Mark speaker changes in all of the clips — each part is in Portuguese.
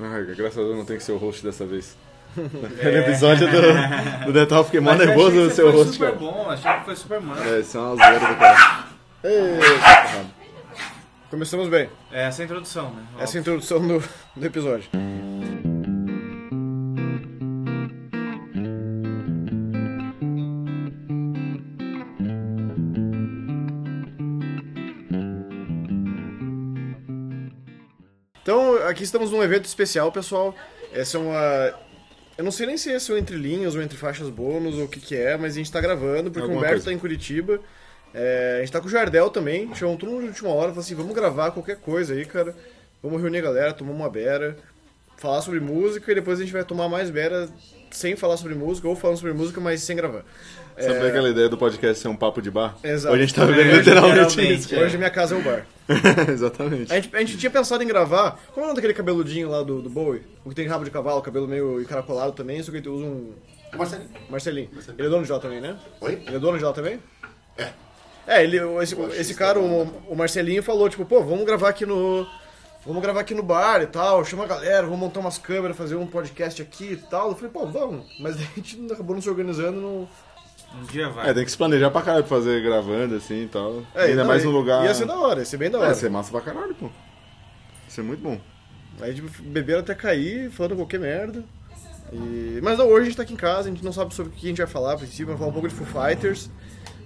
Speaker 1: Ai, graças a Deus não tem que ser o host dessa vez. É.
Speaker 2: Aquele episódio do, do Detal, fiquei mó
Speaker 3: Mas eu
Speaker 2: Tá nervoso
Speaker 3: achei que
Speaker 2: no
Speaker 3: você
Speaker 2: seu
Speaker 3: foi
Speaker 2: rosto,
Speaker 3: super
Speaker 2: cara.
Speaker 3: bom, achei que foi super mano.
Speaker 2: É, isso é uma zoeira do cara.
Speaker 1: Ei, tá errado. Começamos bem.
Speaker 3: É essa a introdução, né?
Speaker 1: Essa é a introdução do, do episódio. Então, aqui estamos num evento especial, pessoal. Essa é uma. Eu não sei nem se esse é o entre linhas ou entre faixas bônus ou o que, que é, mas a gente tá gravando porque
Speaker 2: Alguma
Speaker 1: o Humberto
Speaker 2: coisa.
Speaker 1: tá em Curitiba. É, a gente tá com o Jardel também. Chamou todo mundo de última hora falou assim: vamos gravar qualquer coisa aí, cara. Vamos reunir a galera, tomar uma beira, falar sobre música e depois a gente vai tomar mais beira sem falar sobre música ou falando sobre música, mas sem gravar.
Speaker 2: Sabe aquela ideia do podcast ser um papo de bar?
Speaker 1: É. Exato.
Speaker 2: Hoje a gente tá vivendo
Speaker 3: É,
Speaker 2: literalmente
Speaker 3: literalmente,
Speaker 2: isso.
Speaker 1: Hoje minha casa é o bar.
Speaker 2: Exatamente.
Speaker 1: A gente, a gente tinha pensado em gravar. Como é o nome daquele cabeludinho lá do, do Bowie? O que tem rabo de cavalo, cabelo meio encaracolado também, só que ele usa um.
Speaker 2: É
Speaker 4: Marcelinho.
Speaker 1: Marcelinho. Ele é dono de J também, né?
Speaker 4: Oi?
Speaker 1: Ele é dono de J também? É. É, ele, o- esse, esse
Speaker 2: tá
Speaker 1: cara, o, o Marcelinho, falou, tipo, pô, vamos gravar aqui no. Vamos gravar aqui no bar e tal, chama a galera, vamos montar umas câmeras, fazer um podcast aqui e tal. Eu falei, pô, vamos. Mas daí a gente acabou não se organizando no.
Speaker 3: Um dia vai.
Speaker 2: É, tem que se planejar pra caralho pra fazer gravando assim e tal.
Speaker 1: É,
Speaker 2: Ainda
Speaker 1: não,
Speaker 2: mais
Speaker 1: i-
Speaker 2: num lugar.
Speaker 1: Ia ser da hora, ia ser bem da
Speaker 2: É,
Speaker 1: hora.
Speaker 2: ia ser massa pra caralho, pô. Ia ser muito bom.
Speaker 1: Aí tipo, beberam até cair, falando qualquer merda. E- Mas não, hoje a gente tá aqui em casa, a gente não sabe sobre o que a gente vai falar a princípio, vai falar um pouco de Foo Fighters.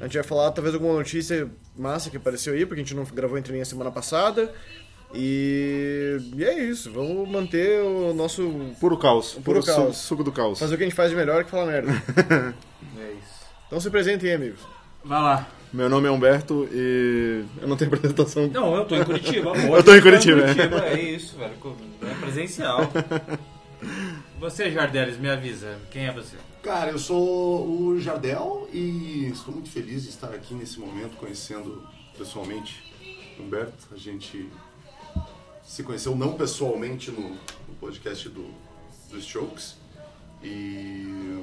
Speaker 1: A gente vai falar talvez alguma notícia massa que apareceu aí, porque a gente não gravou entre linhas semana passada. E... e é isso, vamos manter o nosso.
Speaker 2: Puro caos.
Speaker 1: Puro
Speaker 2: su-
Speaker 1: caos.
Speaker 2: suco do caos.
Speaker 1: fazer o que a gente faz de melhor que falar merda.
Speaker 3: É isso.
Speaker 1: Então se apresentem, amigos.
Speaker 3: Vai lá.
Speaker 2: Meu nome é Humberto e eu não tenho apresentação.
Speaker 3: Não, eu tô em Curitiba, amor.
Speaker 2: Eu tô em Curitiba,
Speaker 3: Tá
Speaker 2: é.
Speaker 3: em Curitiba, é isso, velho. co- É presencial. Você, Jardeles, me avisa. Quem é você?
Speaker 4: Cara, eu sou o Jardel e estou muito feliz de estar aqui nesse momento conhecendo pessoalmente Humberto. A gente se conheceu não pessoalmente no, no podcast do, do Strokes. E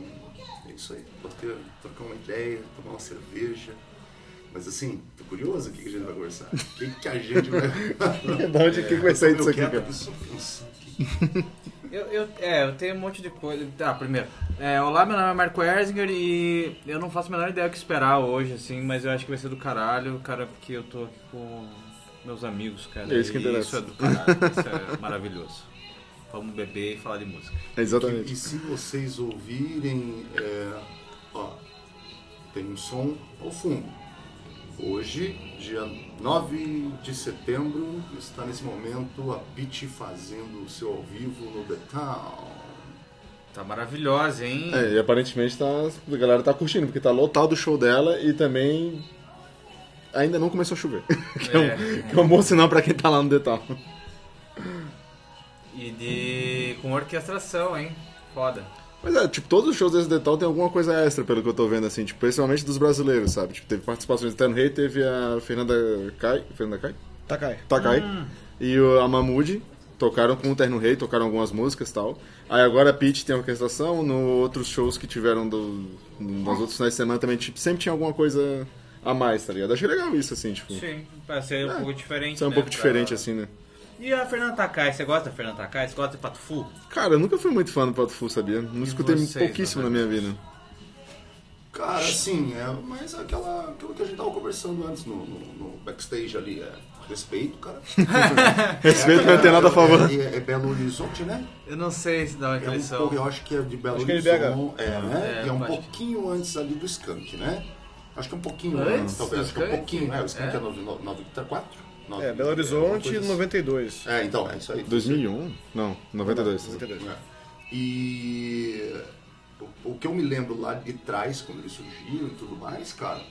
Speaker 4: é isso aí, bater, trocar uma ideia, tomar uma cerveja. Mas assim, tô curioso o que que a gente vai conversar. O que, que a gente vai.
Speaker 2: Da onde que vai sair
Speaker 4: Eu
Speaker 2: disso aqui,
Speaker 4: quero
Speaker 2: cara?
Speaker 4: só pensar aqui.
Speaker 3: Eu, eu, é, eu tenho um monte de coisa. Tá, primeiro. É, olá, meu nome é Marco Erzinger e eu não faço a menor ideia o que esperar hoje, assim, mas eu acho que vai ser do caralho, cara, porque eu tô aqui com meus amigos, cara.
Speaker 2: É isso que
Speaker 3: e
Speaker 2: interessa.
Speaker 3: Isso é do caralho, isso é maravilhoso. Vamos beber e falar de música.
Speaker 2: Exatamente.
Speaker 4: E se vocês ouvirem, é, ó, tem um som ao fundo. Hoje, dia 9 de setembro, está nesse momento a Pete fazendo o seu ao vivo no The Town.
Speaker 3: Tá maravilhosa, hein?
Speaker 2: É, e aparentemente tá, a galera tá curtindo, porque tá lotado o show dela e também ainda não começou a chover. que, é um, que é um bom sinal pra quem tá lá no detalhe.
Speaker 3: E de. com orquestração, hein? Foda.
Speaker 2: Mas é, tipo, todos os shows desse detalhe tem alguma coisa extra, pelo que eu tô vendo, assim, tipo, principalmente dos brasileiros, sabe? Tipo, teve participações do Terno Rei, teve a Fernanda Kai. Fernanda Kai?
Speaker 1: Tá, Kai.
Speaker 2: Takai. E o, a Mamude tocaram com o Terno Rei, tocaram algumas músicas e tal. Aí agora a Peach tem orquestração, no outros shows que tiveram do, nos outros finais de semana também, tipo, sempre tinha alguma coisa a mais, tá ligado? Achei legal isso, assim, tipo.
Speaker 3: Sim, vai ser um
Speaker 2: É,
Speaker 3: pouco diferente.
Speaker 2: Isso é um
Speaker 3: né,
Speaker 2: pouco
Speaker 3: pra-
Speaker 2: diferente, assim, né?
Speaker 3: E a Fernanda Takai, você gosta da Fernanda Takai? Você gosta de Pato Fu?
Speaker 2: Cara, eu nunca fui muito fã do Pato Fu, sabia? Não escutei
Speaker 3: vocês,
Speaker 2: pouquíssimo na
Speaker 3: não é?
Speaker 2: minha vida.
Speaker 4: Cara, sim, é, mas aquela, aquilo que a gente tava conversando antes no, no- no backstage ali, é respeito, cara.
Speaker 2: Respeito, não tem nada a favor.
Speaker 4: É, é, é Belo Horizonte, né?
Speaker 3: Eu não sei se dá uma
Speaker 4: É um
Speaker 3: impressão.
Speaker 4: pouco, eu acho que é de Belo
Speaker 1: Acho que é de
Speaker 4: Horizonte. É, né?
Speaker 3: É,
Speaker 4: E é um
Speaker 3: acho que-
Speaker 4: pouquinho antes ali do Skank, né? Acho que é um pouquinho
Speaker 3: Antes
Speaker 4: antes,
Speaker 3: do
Speaker 4: talvez. Acho que é um
Speaker 3: Skank?
Speaker 4: pouquinho. É, o Skank
Speaker 3: É.
Speaker 4: é, 94?
Speaker 1: É, Belo Horizonte, 92.
Speaker 4: É, então, é isso aí.
Speaker 2: 2001? Não, 92.
Speaker 1: 92.
Speaker 4: É. E o, o que eu me lembro lá de trás, quando eles surgiram e tudo mais, cara,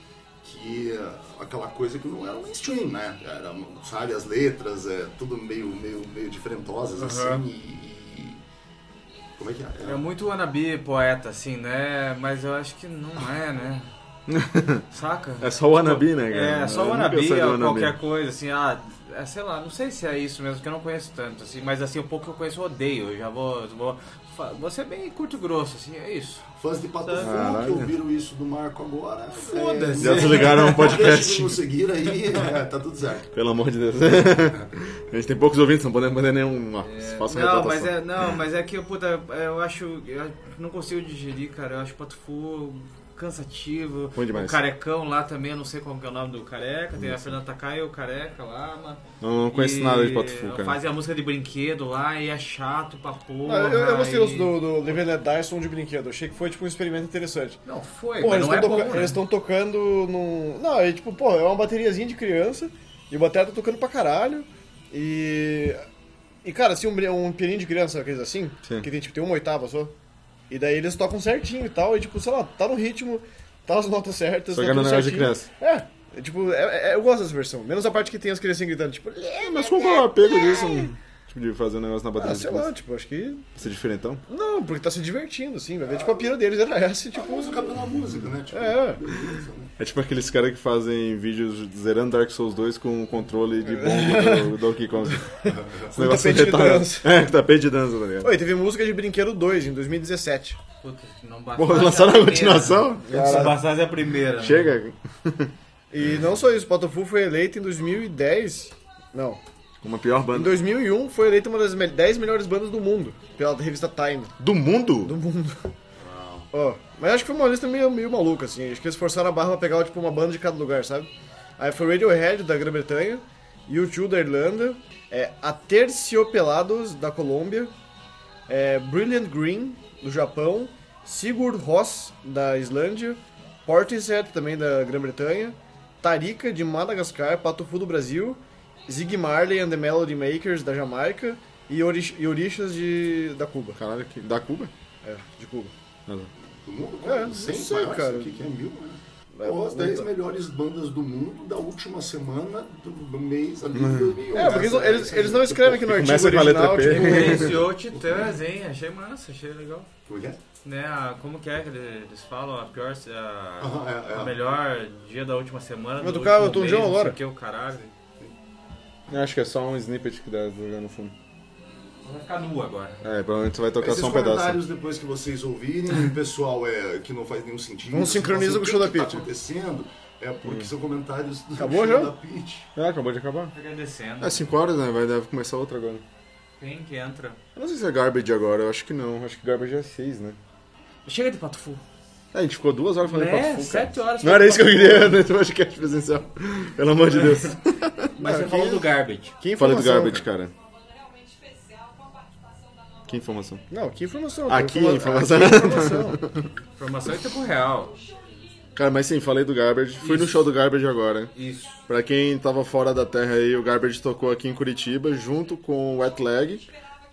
Speaker 4: que é aquela coisa que não era mainstream, né? Era, sabe, as letras, é tudo meio, meio, meio diferentosas, assim, e, e- Como é que é?
Speaker 3: É muito wannabe poeta, assim, né? Mas eu acho que não é, né? Saca?
Speaker 2: É só o Wannabe, né, cara?
Speaker 3: É, só
Speaker 2: Eu nunca
Speaker 3: wannabe, é
Speaker 2: saí do
Speaker 3: ou
Speaker 2: wannabe.
Speaker 3: qualquer coisa, assim, ah, é, sei lá, não sei se é isso mesmo, que eu não conheço tanto, assim, mas assim, o pouco que eu conheço eu odeio. Eu já vou. vou fa- vou ser bem curto e grosso, assim, é isso.
Speaker 4: Fãs de Pato Fu que
Speaker 2: Caralho.
Speaker 4: ouviram isso do Marco agora. é,
Speaker 3: Foda-se.
Speaker 2: Já se ligaram ao
Speaker 4: Deixa
Speaker 2: podcast.
Speaker 4: de nos seguir aí, é, tá tudo certo.
Speaker 2: Pelo amor de Deus. a gente tem poucos ouvintes, não podemos fazer nenhum. Ah, faça uma
Speaker 3: não,
Speaker 2: retratação.
Speaker 3: mas é, não, mas é que eu, puta, eu acho. Eu não consigo digerir, cara. Eu acho o Patufu cansativo.
Speaker 2: Ruim demais.
Speaker 3: O carecão lá também, eu não sei qual que é o nome do careca. Tem a Fernanda Takai e o careca lá, mano.
Speaker 2: Não, não conheço
Speaker 3: é E
Speaker 2: nada de Patufu, cara.
Speaker 3: Fazem a música de brinquedo lá e é chato pra porra.
Speaker 1: Ah, eu, eu gostei
Speaker 3: e-
Speaker 1: do, do Living Let Die som de brinquedo. Achei que foi tipo um experimento interessante.
Speaker 3: Não, foi,
Speaker 1: Pô,
Speaker 3: mas
Speaker 1: eles
Speaker 3: não é
Speaker 1: estão
Speaker 3: bom, né?
Speaker 1: tocando num. Não, é tipo, pô, é uma bateriazinha de criança e o batera tá tocando pra caralho. E. E cara, assim, um, bri- um pianinho de criança, aqueles assim,
Speaker 2: Sim.
Speaker 1: que tem tipo tem uma oitava só. E daí eles tocam certinho e tal, e tipo, sei lá, tá no ritmo, tá as notas certas.
Speaker 2: Só
Speaker 1: tá
Speaker 2: que é
Speaker 1: tudo
Speaker 2: um negócio de
Speaker 1: certinho.
Speaker 2: criança.
Speaker 1: É, é tipo, é- é- eu gosto dessa versão. Menos a parte que tem as criancinhas gritando, tipo,
Speaker 2: É, mas qual que é o apego disso? um- Tipo, de fazer um negócio na bateria
Speaker 1: ah,
Speaker 2: de
Speaker 1: sei
Speaker 2: criança?
Speaker 1: lá, tipo, acho que.
Speaker 2: Ser diferentão?
Speaker 1: Não, porque tá se divertindo, assim, vai ver, tipo, a pira deles era essa, e,
Speaker 4: A
Speaker 1: tipo.
Speaker 4: música pela música, né? Tipo,
Speaker 1: É.
Speaker 4: beleza, né?
Speaker 2: É tipo aqueles caras que fazem vídeos zerando Dark Souls 2 com o controle de bomba do Donkey Kong. Esse negócio é
Speaker 1: tapete de
Speaker 2: retardado.
Speaker 1: dança.
Speaker 2: É, com tapete de dança, tá ligado?
Speaker 1: Oi, teve música de Brinquedo 2 em 2017.
Speaker 3: Puta, não basta.
Speaker 2: Porra, lançaram a continuação?
Speaker 3: Se bastasse a primeira. né?
Speaker 2: Chega.
Speaker 1: E não só isso, Patofu foi eleito em 2010. Não.
Speaker 2: Uma pior
Speaker 1: Em
Speaker 2: banda.
Speaker 1: 2001 foi eleito uma das me- 10 melhores bandas do mundo pela revista Time.
Speaker 2: Do mundo?
Speaker 1: Do mundo. Ó, mas acho que foi uma lista meio, meio maluca, assim. Acho que eles forçaram a barra pra pegar tipo, uma banda de cada lugar, sabe? Aí foi Radiohead da Grã-Bretanha, U2 da Irlanda, é, Aterciopelados da Colômbia, é, Brilliant Green do Japão, Sigurd Ross da Islândia, Portishead também da Grã-Bretanha, Tarika de Madagascar, Patufu do Brasil, Zig Marley and the Melody Makers da Jamaica e, Orix e Orixas de, da Cuba.
Speaker 2: Caralho, que... da Cuba?
Speaker 1: É, de Cuba.
Speaker 4: Do mundo?
Speaker 1: É,
Speaker 4: É,
Speaker 1: não
Speaker 4: 100
Speaker 1: sei,
Speaker 4: maiores,
Speaker 1: cara.
Speaker 4: O que, que é mil, né?
Speaker 1: É,
Speaker 4: Ou as
Speaker 1: não
Speaker 4: 10
Speaker 1: dá.
Speaker 4: melhores bandas do mundo da última semana do do mês ali
Speaker 2: Uhum.
Speaker 4: de 2001.
Speaker 1: É, porque eles, não- eles- eles não escrevem aqui no artigo
Speaker 2: Começa com a letra
Speaker 1: original.
Speaker 2: P.
Speaker 1: tipo,
Speaker 3: Referenciou Titãs, hein? Achei massa, achei legal.
Speaker 4: Como é que é?
Speaker 3: Né, a- como que é que eles eles falam? A pior. A,
Speaker 4: Ah, é, é.
Speaker 3: o melhor dia da última semana.
Speaker 1: Vai
Speaker 3: do
Speaker 1: tocar
Speaker 3: último
Speaker 1: Elton
Speaker 3: mês,
Speaker 1: John
Speaker 3: não sei
Speaker 1: agora?
Speaker 3: o Que o caralho.
Speaker 2: Eu acho que é só um snippet que dá jogar no fundo.
Speaker 3: Vai ficar nu agora.
Speaker 2: É, provavelmente você vai tocar
Speaker 4: Esses
Speaker 2: só um pedaço.
Speaker 4: comentários depois que vocês ouvirem, o pessoal é que não faz nenhum sentido.
Speaker 1: Não
Speaker 4: você
Speaker 1: sincroniza
Speaker 4: fala
Speaker 1: com o
Speaker 4: assim,
Speaker 1: show
Speaker 4: "O
Speaker 1: da
Speaker 4: que que tá
Speaker 1: Pitty."
Speaker 4: acontecendo? É
Speaker 2: Hum.
Speaker 4: porque são comentários do
Speaker 1: Acabou
Speaker 4: show
Speaker 1: já?
Speaker 4: da Pitty.
Speaker 2: Ah, acabou de acabar.
Speaker 3: Agradecendo.
Speaker 2: É 5 horas, né? Vai deve começar outra agora.
Speaker 3: Quem que entra?
Speaker 2: Eu não sei se é Garbage agora, eu acho que não. Acho que Garbage é 6, né?
Speaker 3: Chega de pato fu.
Speaker 2: É, a gente ficou duas horas falando de
Speaker 3: É,
Speaker 2: Pato Fu, cara.
Speaker 3: sete horas.
Speaker 2: Não era isso que eu queria nesse podcast presencial. Pelo amor de Deus.
Speaker 3: Mas você
Speaker 1: Aqui-
Speaker 3: falou do garbage.
Speaker 1: Que
Speaker 2: Falei do
Speaker 1: informação,
Speaker 2: Garbage,
Speaker 1: cara.
Speaker 2: cara.
Speaker 5: realmente especial com a participação da nova
Speaker 2: Que informação.
Speaker 1: tipo, Não, que informação.
Speaker 2: Aqui,
Speaker 1: Informa-
Speaker 2: informação.
Speaker 1: aqui, informação.
Speaker 3: Informação em tempo real.
Speaker 2: Cara, mas sim, falei do Garbage. Fui no
Speaker 3: Isso.
Speaker 2: show do Garbage agora.
Speaker 3: Isso.
Speaker 2: Pra quem tava fora da terra aí, o Garbage tocou aqui em Curitiba, junto com o Wet Leg,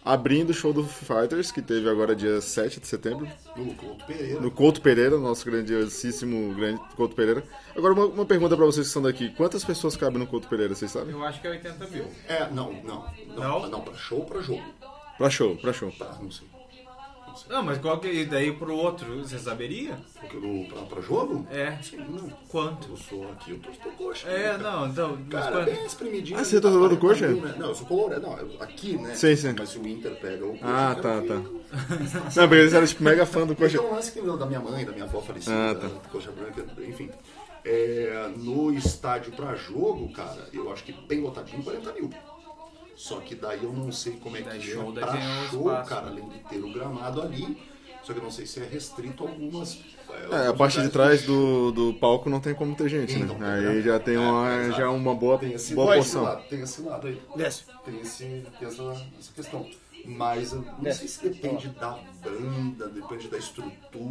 Speaker 2: abrindo o show do Foo Fighters, que teve agora dia 7 de setembro.
Speaker 4: No Couto Pereira.
Speaker 2: No Couto Pereira, nosso grandiosíssimo grande Couto Pereira. Agora, uma, uma pergunta pra vocês que são daqui. Quantas pessoas cabem no Couto Pereira, vocês sabem?
Speaker 3: Eu acho que é 80 mil.
Speaker 4: É, não, não. Não,
Speaker 3: Não?
Speaker 4: não, pra show ou pra jogo?
Speaker 2: Pra show, pra show.
Speaker 4: Pra, não sei.
Speaker 3: Não, mas qual que e daí pro outro? Você saberia?
Speaker 4: Porque no, pra, pra jogo?
Speaker 3: É.
Speaker 4: Sim, não.
Speaker 3: Quanto?
Speaker 4: Eu sou aqui, eu torço pro coxa.
Speaker 3: É,
Speaker 4: né,
Speaker 3: não, então. mas
Speaker 4: Cara,
Speaker 3: quanto?
Speaker 4: bem espremidinho. né?
Speaker 2: Ah, você é torcedor do Coxa?
Speaker 4: Não, eu sou colorado. Não, eu- aqui, né?
Speaker 2: Sim, sim.
Speaker 4: Mas se o Inter pega o Coxa...
Speaker 2: Ah,
Speaker 4: eu
Speaker 2: tá,
Speaker 4: quero que-
Speaker 2: tá. Não, porque eles eram tipo, mega fã do Coxa.
Speaker 4: Então, lance que veio da minha mãe, da minha avó falecida,
Speaker 2: Ah, tá.
Speaker 4: da Coxa Branca, enfim. É, no estádio pra jogo, cara, eu acho que bem lotadinho, 40 mil. Só que daí eu não sei como é
Speaker 3: Daí
Speaker 4: que
Speaker 3: show,
Speaker 4: é
Speaker 3: daí
Speaker 4: pra
Speaker 3: tem o
Speaker 4: show,
Speaker 3: espaço.
Speaker 4: cara, além de ter o gramado ali. Só que eu não sei se é restrito a algumas...
Speaker 2: É, a
Speaker 4: alguns
Speaker 2: parte de
Speaker 4: lugares
Speaker 2: trás do, do palco não tem como ter gente, né?
Speaker 4: Então, tá
Speaker 2: Aí
Speaker 4: ligado?
Speaker 2: já tem
Speaker 4: É,
Speaker 2: uma,
Speaker 4: exato.
Speaker 2: já uma boa,
Speaker 4: Tem esse,
Speaker 2: boa
Speaker 4: tem esse
Speaker 2: porção.
Speaker 4: lado, tem esse lado aí.
Speaker 1: Desce.
Speaker 4: Tem, esse, tem essa, essa questão. Mas eu não sei se depende da banda, depende da estrutura,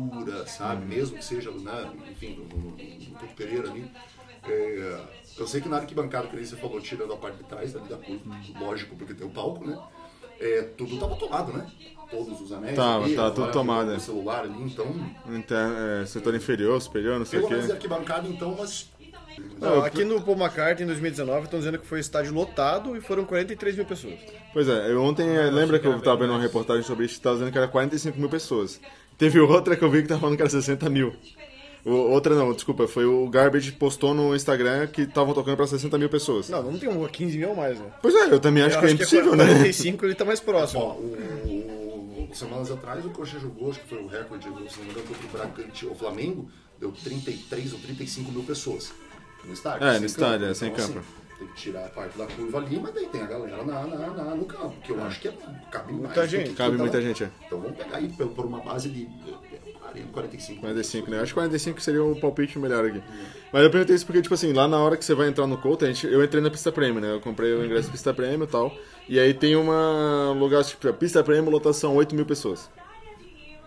Speaker 2: Uhum.
Speaker 4: sabe? Mesmo que seja, né, enfim, no, no, no Couto Pereira ali. É, eu sei que na arquibancada que nem você falou, tirando a parte de trás ali da curva, lógico, porque tem o palco, né? É, tudo tava tomado, né? Todos os anéis.
Speaker 2: Tava,
Speaker 4: ali,
Speaker 2: tava tudo
Speaker 4: agora
Speaker 2: tomado,
Speaker 4: O
Speaker 2: é.
Speaker 4: celular ali, então.
Speaker 2: Então, é, setor inferior, superior, não sei o
Speaker 4: Pelo menos a
Speaker 2: quê.
Speaker 4: arquibancada, então, umas.
Speaker 1: Não, aqui no Paul McCartney em 2019 estão dizendo que foi estádio lotado e foram 43 mil pessoas.
Speaker 2: Pois é, eu ontem eh, lembra que eu tava vendo uma reportagem sobre isso, que tava dizendo que era 45 mil pessoas. Teve outra que eu vi que tava falando que era 60 mil. O- outra não, desculpa, foi o Garbage postou no Instagram que estavam tocando pra 60 mil pessoas.
Speaker 1: Não, não tem um 15 mil mais, né?
Speaker 2: Pois é, eu também acho
Speaker 1: Eu
Speaker 2: que é impossível,
Speaker 1: que é
Speaker 2: né?
Speaker 1: 45 ele tá mais
Speaker 4: Ó,
Speaker 1: próximo.
Speaker 4: o, o- semanas atrás o Coxa jogou, acho que foi o recorde, se não me engano, contra o Bragantino, o Flamengo, deu 33 ou 35 mil pessoas no estádio.
Speaker 2: É,
Speaker 4: sem
Speaker 2: no estádio, é, sem
Speaker 4: assim,
Speaker 2: campo.
Speaker 4: tem que tirar a parte da curva ali, mas daí tem a galera na, na- na- no campo, que eu acho que é, cabe mais.
Speaker 1: Muita
Speaker 4: do que-
Speaker 1: gente.
Speaker 4: que
Speaker 2: Cabe
Speaker 4: tá
Speaker 2: muita
Speaker 4: lá.
Speaker 2: gente, é.
Speaker 4: Então vamos pegar aí pelo- por uma base de eh, 40, 45.
Speaker 2: 45, né? Acho que 45 seria o palpite melhor aqui. Mas eu perguntei isso porque, tipo assim, lá na hora que você vai entrar no Couto, a gente, eu entrei na pista prêmio, né? Eu comprei o ingresso pista prêmio e tal. E aí tem uma um lugar, tipo, pista prêmio, lotação 8 mil pessoas.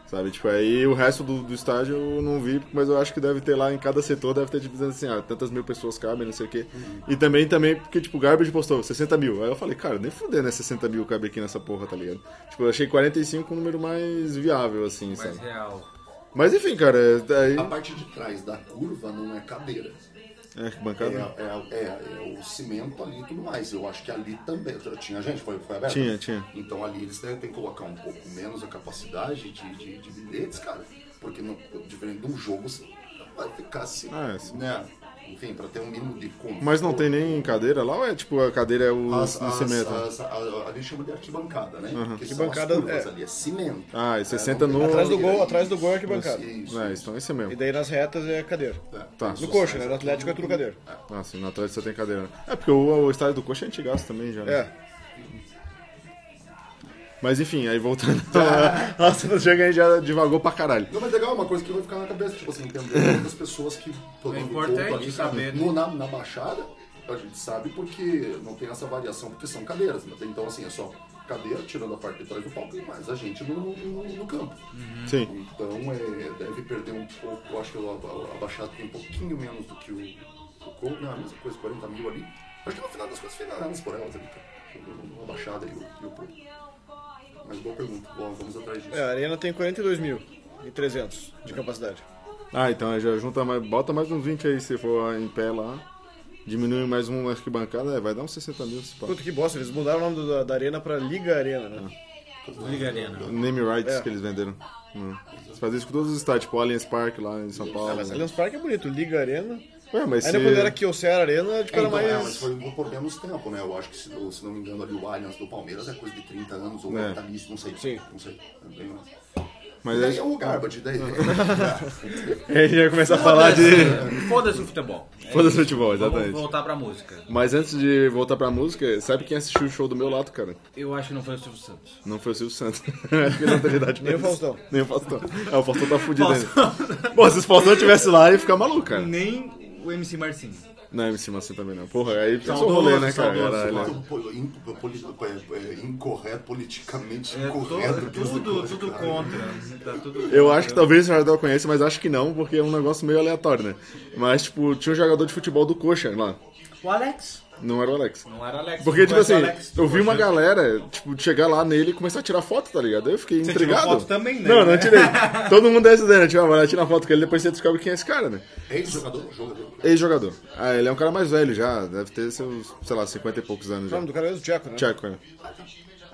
Speaker 2: Sabe? Tipo, aí o resto do, do estádio eu não vi, mas eu acho que deve ter lá em cada setor, deve ter tipo dizendo assim, ah, tantas mil pessoas cabem, não sei o quê. E também, também, porque, tipo, o Garbage postou 60 mil. Aí eu falei, cara, nem fuder, né? 60 mil cabe aqui nessa porra, tá ligado? Tipo, eu achei 45 um número mais viável, assim,
Speaker 3: Mais
Speaker 2: sabe?
Speaker 3: real.
Speaker 2: Mas enfim, cara, é, daí.
Speaker 4: A parte de trás da curva não é cadeira.
Speaker 2: É,
Speaker 4: É,
Speaker 2: bancada.
Speaker 4: é, é, é o cimento ali e tudo mais. Eu acho que ali também. já Tinha gente? Foi, foi aberto?
Speaker 2: Tinha, tinha.
Speaker 4: Então ali eles têm têm que colocar um pouco menos a capacidade de, de, de bilhetes, cara. Porque não, diferente de um jogo, você vai ficar assim.
Speaker 2: Ah, é, sim.
Speaker 4: né? Enfim, pra ter um mínimo de conforto.
Speaker 2: Mas não tem nem cadeira lá ou é tipo a cadeira é o
Speaker 4: As,
Speaker 2: no
Speaker 4: as,
Speaker 2: cimento?
Speaker 4: as, a- ali chama de arquibancada, né? Porque são
Speaker 1: Arquibancada,
Speaker 4: as curvas
Speaker 1: é.
Speaker 4: ali, é cimento.
Speaker 2: Ah, e você
Speaker 4: É,
Speaker 2: senta
Speaker 4: não
Speaker 2: no-
Speaker 4: tem
Speaker 1: Atrás do gol,
Speaker 4: cadeira.
Speaker 1: atrás do gol é arquibancada.
Speaker 4: Isso,
Speaker 2: É,
Speaker 4: isso.
Speaker 2: então é esse mesmo.
Speaker 1: E daí nas retas é cadeira.
Speaker 2: Tá.
Speaker 1: No coxa, né? No Atlético é tudo cadeira.
Speaker 2: Ah, sim, na Atlético só tem cadeira. né? É porque o, o estádio do Coxa é antigaço também já. né?
Speaker 1: É.
Speaker 2: Mas enfim, aí voltando. Nossa, Ah, o jogo aí já devagou pra caralho.
Speaker 4: Não, mas legal, é uma coisa que vai ficar na cabeça, tipo assim, entender das pessoas que pô,
Speaker 3: É
Speaker 4: no
Speaker 3: importante
Speaker 4: ponto ali, sabe?
Speaker 3: saber, né?
Speaker 4: No- na, na baixada, a gente sabe porque não tem essa variação, porque são cadeiras, mas então assim, é só cadeira tirando a parte de trás do palco e mais a gente no, no- no campo.
Speaker 2: Sim.
Speaker 4: Então é, deve perder um pouco, eu acho que o aba- a baixada tem um pouquinho menos do que o, o Col, né? A mesma coisa, 40 mil ali. Acho que no final das coisas finalizadas por elas ali, cara. O- o- A baixada e o, e o Col. Mas boa pergunta, Bom, vamos atrás disso.
Speaker 1: É, a arena tem 42 mil e 300 de capacidade.
Speaker 2: Ah, então aí já junta mais. Bota mais uns 20 aí se for em pé lá. Diminui mais um arquibancada, é, vai dar uns 60 mil esse pau.
Speaker 1: Puta que bosta, eles mudaram o nome do- da, da arena pra Liga Arena, né?
Speaker 3: Liga Arena.
Speaker 2: Name rights
Speaker 1: É.
Speaker 2: que eles venderam. Hum. Eles fazem isso com todos os estádios, tipo Allianz Park lá em São Paulo.
Speaker 1: Mas
Speaker 2: né?
Speaker 1: Allianz Park é bonito, Liga Arena.
Speaker 2: Ué, mas
Speaker 1: Ainda
Speaker 2: se-
Speaker 1: quando era Kyocera Arena, tipo, era
Speaker 4: Então, é, mas
Speaker 1: mais...
Speaker 4: foi um- por menos tempo, né? Eu acho que, se, eu- se não me engano, ali o Allianz do Palmeiras é coisa de 30 anos ou
Speaker 2: É.
Speaker 4: 40 anos, não sei.
Speaker 1: Sim.
Speaker 4: Não sei. É bem mais.
Speaker 2: mas
Speaker 4: Daí
Speaker 2: aí-
Speaker 4: é o Garbage, daí.
Speaker 3: É,
Speaker 2: Ele ia começar a falar de.
Speaker 3: Foda-se o futebol. É
Speaker 2: é Foda-se o
Speaker 3: isso.
Speaker 2: futebol, exatamente.
Speaker 3: Vamos voltar pra música.
Speaker 2: Mas antes de voltar pra música, sabe quem assistiu o show do meu lado, cara?
Speaker 3: Eu acho que não foi o Silvio Santos.
Speaker 2: Não foi o Silvio Santos. Acho que ele não tem idade pra
Speaker 1: Nem o
Speaker 2: isso.
Speaker 1: Faustão.
Speaker 2: Nem o Faustão. Ah, o Faustão tá fudido ainda. Pô, se o Faustão estivesse lá, ele ia ficar maluco, cara.
Speaker 3: Nem o MC Marcinho.
Speaker 2: Não, é MC Massin também não. Porra, aí precisa um
Speaker 3: Saudoso,
Speaker 2: rolê, né, cara?
Speaker 3: saudoso,
Speaker 2: Caralho.
Speaker 4: É Muito poli- in- poli- é, é, Incorreto, politicamente
Speaker 3: É,
Speaker 4: incorreto. um
Speaker 3: todo-
Speaker 4: Deus do
Speaker 3: tudo,
Speaker 4: céu,
Speaker 3: tudo
Speaker 4: cara.
Speaker 3: contra. Tá tudo
Speaker 2: Eu acho que talvez o Jardel conheça, mas acho que não, porque é um negócio meio aleatório, né? Mas, tipo, tinha um jogador de futebol do Coxa lá.
Speaker 3: O Alex.
Speaker 2: Não era o Alex.
Speaker 3: Não era Alex.
Speaker 2: Porque,
Speaker 3: não
Speaker 2: tipo
Speaker 3: conhece
Speaker 2: assim,
Speaker 3: o Alex do
Speaker 2: eu vi uma
Speaker 3: Coxa.
Speaker 2: galera, tipo, chegar lá nele e começar a tirar foto, tá ligado? Aí eu fiquei
Speaker 3: Você
Speaker 2: intrigado.
Speaker 3: tirou foto também, né?
Speaker 2: Não, não tirei. Todo mundo é esse daí, né? Tipo, ah, vai lá, tira foto com ele, depois você descobre quem é esse cara, né?
Speaker 4: É esse jogador? Jogador.
Speaker 2: Ex-jogador. Ah, ele é um cara mais velho já, deve ter seus, sei lá, 50 e poucos anos
Speaker 1: O
Speaker 2: já.
Speaker 1: nome do cara é o Tcheco, né?
Speaker 2: Tcheco, né?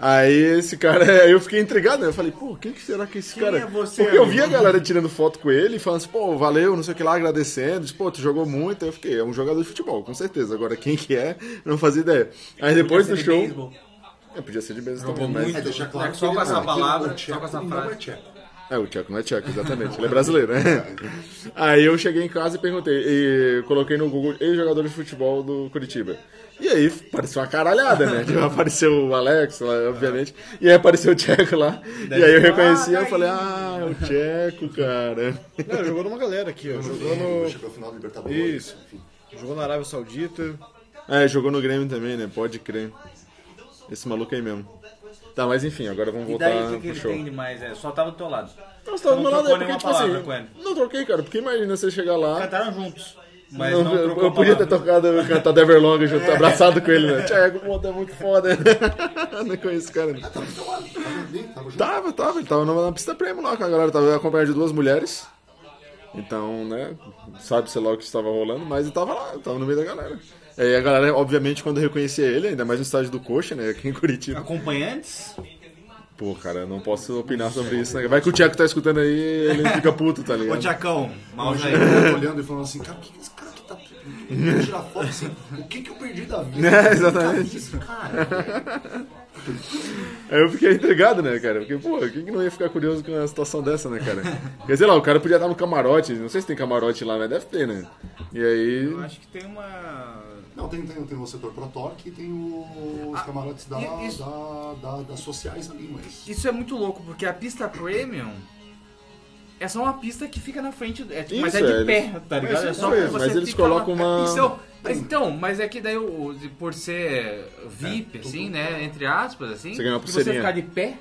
Speaker 2: Aí esse cara, aí eu fiquei intrigado, né? Eu falei, pô, quem que será que é esse
Speaker 3: Quem
Speaker 2: cara?
Speaker 3: é você,
Speaker 2: Porque eu vi a
Speaker 3: amigo?
Speaker 2: galera tirando foto com ele e falando assim, pô, valeu, não sei o que lá, agradecendo, Disse, pô, tu jogou muito. Aí eu fiquei, é um jogador de futebol, com certeza. Agora quem que é, não fazia ideia. Aí depois do
Speaker 3: assim, Ele
Speaker 2: show.
Speaker 3: beisebol.
Speaker 2: É, podia ser de Bezos
Speaker 3: Jogou
Speaker 2: também, mas-
Speaker 3: muito.
Speaker 4: É, deixa claro.
Speaker 3: Só
Speaker 4: que
Speaker 3: com essa
Speaker 4: ele não é
Speaker 3: palavra,
Speaker 4: tcheco,
Speaker 3: só com essa
Speaker 4: ele não é
Speaker 3: frase.
Speaker 4: tcheco.
Speaker 2: É, o Tcheco não é Tcheco, exatamente. Ele é brasileiro, né? Aí eu cheguei em casa e perguntei, e coloquei no Google ex-jogador de futebol do Curitiba. E aí apareceu uma caralhada, né? Tipo, apareceu o Alex, lá, obviamente. E aí apareceu o Tcheco lá. e aí eu reconheci e eu falei,
Speaker 3: né?
Speaker 2: ah, é o Tcheco, cara.
Speaker 1: Não, jogou numa galera aqui, ó. Jogou
Speaker 4: Ele
Speaker 1: no...
Speaker 4: Chegou ao final do Libertadores.
Speaker 1: Isso.
Speaker 4: Enfim.
Speaker 1: Jogou na Arábia Saudita.
Speaker 2: É, jogou no Grêmio também, né? Pode crer. Esse maluco aí mesmo. Tá, mas enfim, agora vamos
Speaker 3: E
Speaker 2: voltar
Speaker 3: daí o que, que
Speaker 2: pro
Speaker 3: ele
Speaker 2: show.
Speaker 3: tem de mais? É, só tava do teu lado.
Speaker 2: Então, você tava do
Speaker 3: Não
Speaker 2: meu lado aí, porque,
Speaker 3: trocou nenhuma
Speaker 2: tipo assim,
Speaker 3: palavra com ele.
Speaker 2: não troquei, cara, porque imagina você chegar lá.
Speaker 3: Cantaram juntos. Mas
Speaker 2: Não,
Speaker 3: não,
Speaker 2: eu-
Speaker 3: trocou
Speaker 2: eu podia ter
Speaker 3: palavra. É.
Speaker 2: tocado cantado Everlong junto, abraçado com ele, né? Thiago, puta, é muito foda. não conheço o cara. né?
Speaker 4: Tava do teu lado, tava ali, né? tava junto.
Speaker 2: Tava, tava, ele tava na pista prêmio lá com a galera, tava acompanhado de duas mulheres. Então, né, sabe sei lá o que estava rolando, mas ele tava lá, tava no meio da galera. E a galera, obviamente, quando reconhecia ele, ainda mais no estádio do Coxa, né, aqui em Curitiba.
Speaker 3: Acompanhantes?
Speaker 2: Pô, cara, eu não posso opinar sobre isso, né? Vai que o Tiago tá escutando aí, ele fica puto, tá
Speaker 6: Ô,
Speaker 2: ligado?
Speaker 6: Tiacão, mal
Speaker 4: Hoje
Speaker 3: É.
Speaker 6: aí.
Speaker 4: eu tô olhando e falando assim, cara, o que que esse cara que tá pedindo tirar foto assim? O que que eu perdi da vida?
Speaker 2: É, exatamente.
Speaker 4: Tá isso, cara.
Speaker 2: Aí eu fiquei intrigado, né, cara? Porque, pô, quem que não ia ficar curioso com uma situação dessa, né, cara? Quer dizer lá, o cara podia estar no camarote, não sei se tem camarote lá, mas deve ter, né? E
Speaker 3: Eu
Speaker 2: aí.
Speaker 3: acho que tem uma.
Speaker 4: Não, tem, tem, tem o setor Pro Torque e tem o- os camarotes da,
Speaker 3: Ah, e isso-
Speaker 4: da- da- das sociais ali, mas. tá
Speaker 3: Isso é muito louco, porque a pista premium. É só uma pista que fica na frente, é, tipo, mas é
Speaker 2: Isso,
Speaker 3: de
Speaker 2: é,
Speaker 3: pé,
Speaker 2: eles-
Speaker 3: tá ligado?
Speaker 2: É,
Speaker 3: É
Speaker 2: isso
Speaker 3: só
Speaker 2: mesmo,
Speaker 3: você
Speaker 2: mas eles
Speaker 3: ficar
Speaker 2: colocam
Speaker 3: lá-
Speaker 2: uma-
Speaker 3: Então, mas, então, mas é que daí, o, de- por ser VIP, assim, né, entre aspas, assim,
Speaker 2: É, Você ganha uma
Speaker 3: se você
Speaker 2: pulseirinha.
Speaker 3: ficar de pé,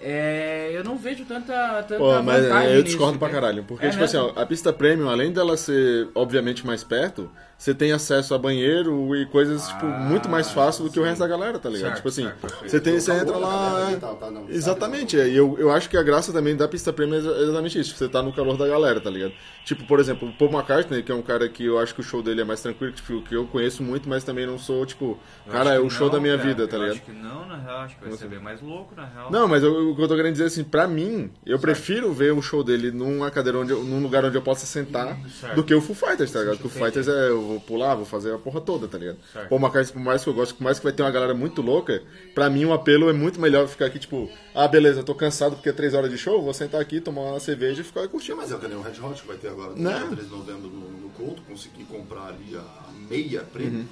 Speaker 3: é, eu não vejo tanta, tanta
Speaker 2: Pô, mas
Speaker 3: vantagem
Speaker 2: eu discordo
Speaker 3: nisso,
Speaker 2: pra
Speaker 3: entendeu?
Speaker 2: caralho. Porque,
Speaker 3: É
Speaker 2: tipo
Speaker 3: mesmo?
Speaker 2: assim, ó, a pista premium, além dela ser, obviamente, mais perto, você tem acesso a banheiro e coisas, tipo, muito mais fácil do que o resto da galera, tá ligado?
Speaker 3: Certo,
Speaker 2: tipo assim,
Speaker 3: certo, perfeito.
Speaker 2: você tem, você
Speaker 4: Acabou
Speaker 2: entra
Speaker 4: na
Speaker 2: lá.
Speaker 4: galera
Speaker 2: é-
Speaker 4: ali, tá, tá, não, sabe?
Speaker 2: Exatamente, é, e eu, eu acho que a graça também da pista premium é exa- exatamente isso, você tá no calor da galera, tá ligado? Tipo, por exemplo, o Paul McCartney, que é um cara que eu acho que o show dele é mais tranquilo, tipo, que eu conheço muito, mas também não sou, tipo,
Speaker 3: Eu
Speaker 2: cara,
Speaker 3: acho
Speaker 2: é
Speaker 3: que
Speaker 2: o show
Speaker 3: não,
Speaker 2: da minha
Speaker 3: cara.
Speaker 2: vida, tá
Speaker 3: eu
Speaker 2: ligado? assim?
Speaker 3: Acho que não, na real, acho que vai ser bem mais louco, na real.
Speaker 2: Não, mas eu- o que eu tô querendo dizer assim, pra mim, eu prefiro ver um show dele numa cadeira onde eu- num lugar onde eu possa sentar
Speaker 3: Certo.
Speaker 2: do que o Foo Fighters, tá ligado? Porque o Foo
Speaker 3: Entendi.
Speaker 2: Fighters é eu vou pular, vou fazer a porra toda, tá ligado?
Speaker 3: Certo.
Speaker 2: Pô, uma por mais que eu gosto, por mais que vai ter uma galera muito louca, pra mim o apelo é muito melhor ficar aqui, tipo, ah, beleza, eu tô cansado porque é três horas de show, vou sentar aqui, tomar uma cerveja e ficar curtindo.
Speaker 4: Mas é o que nem o Red Hot que vai ter agora, no
Speaker 2: Né?
Speaker 4: dia 3 de novembro no, no Couto, consegui comprar ali a meia preta.
Speaker 3: Uhum.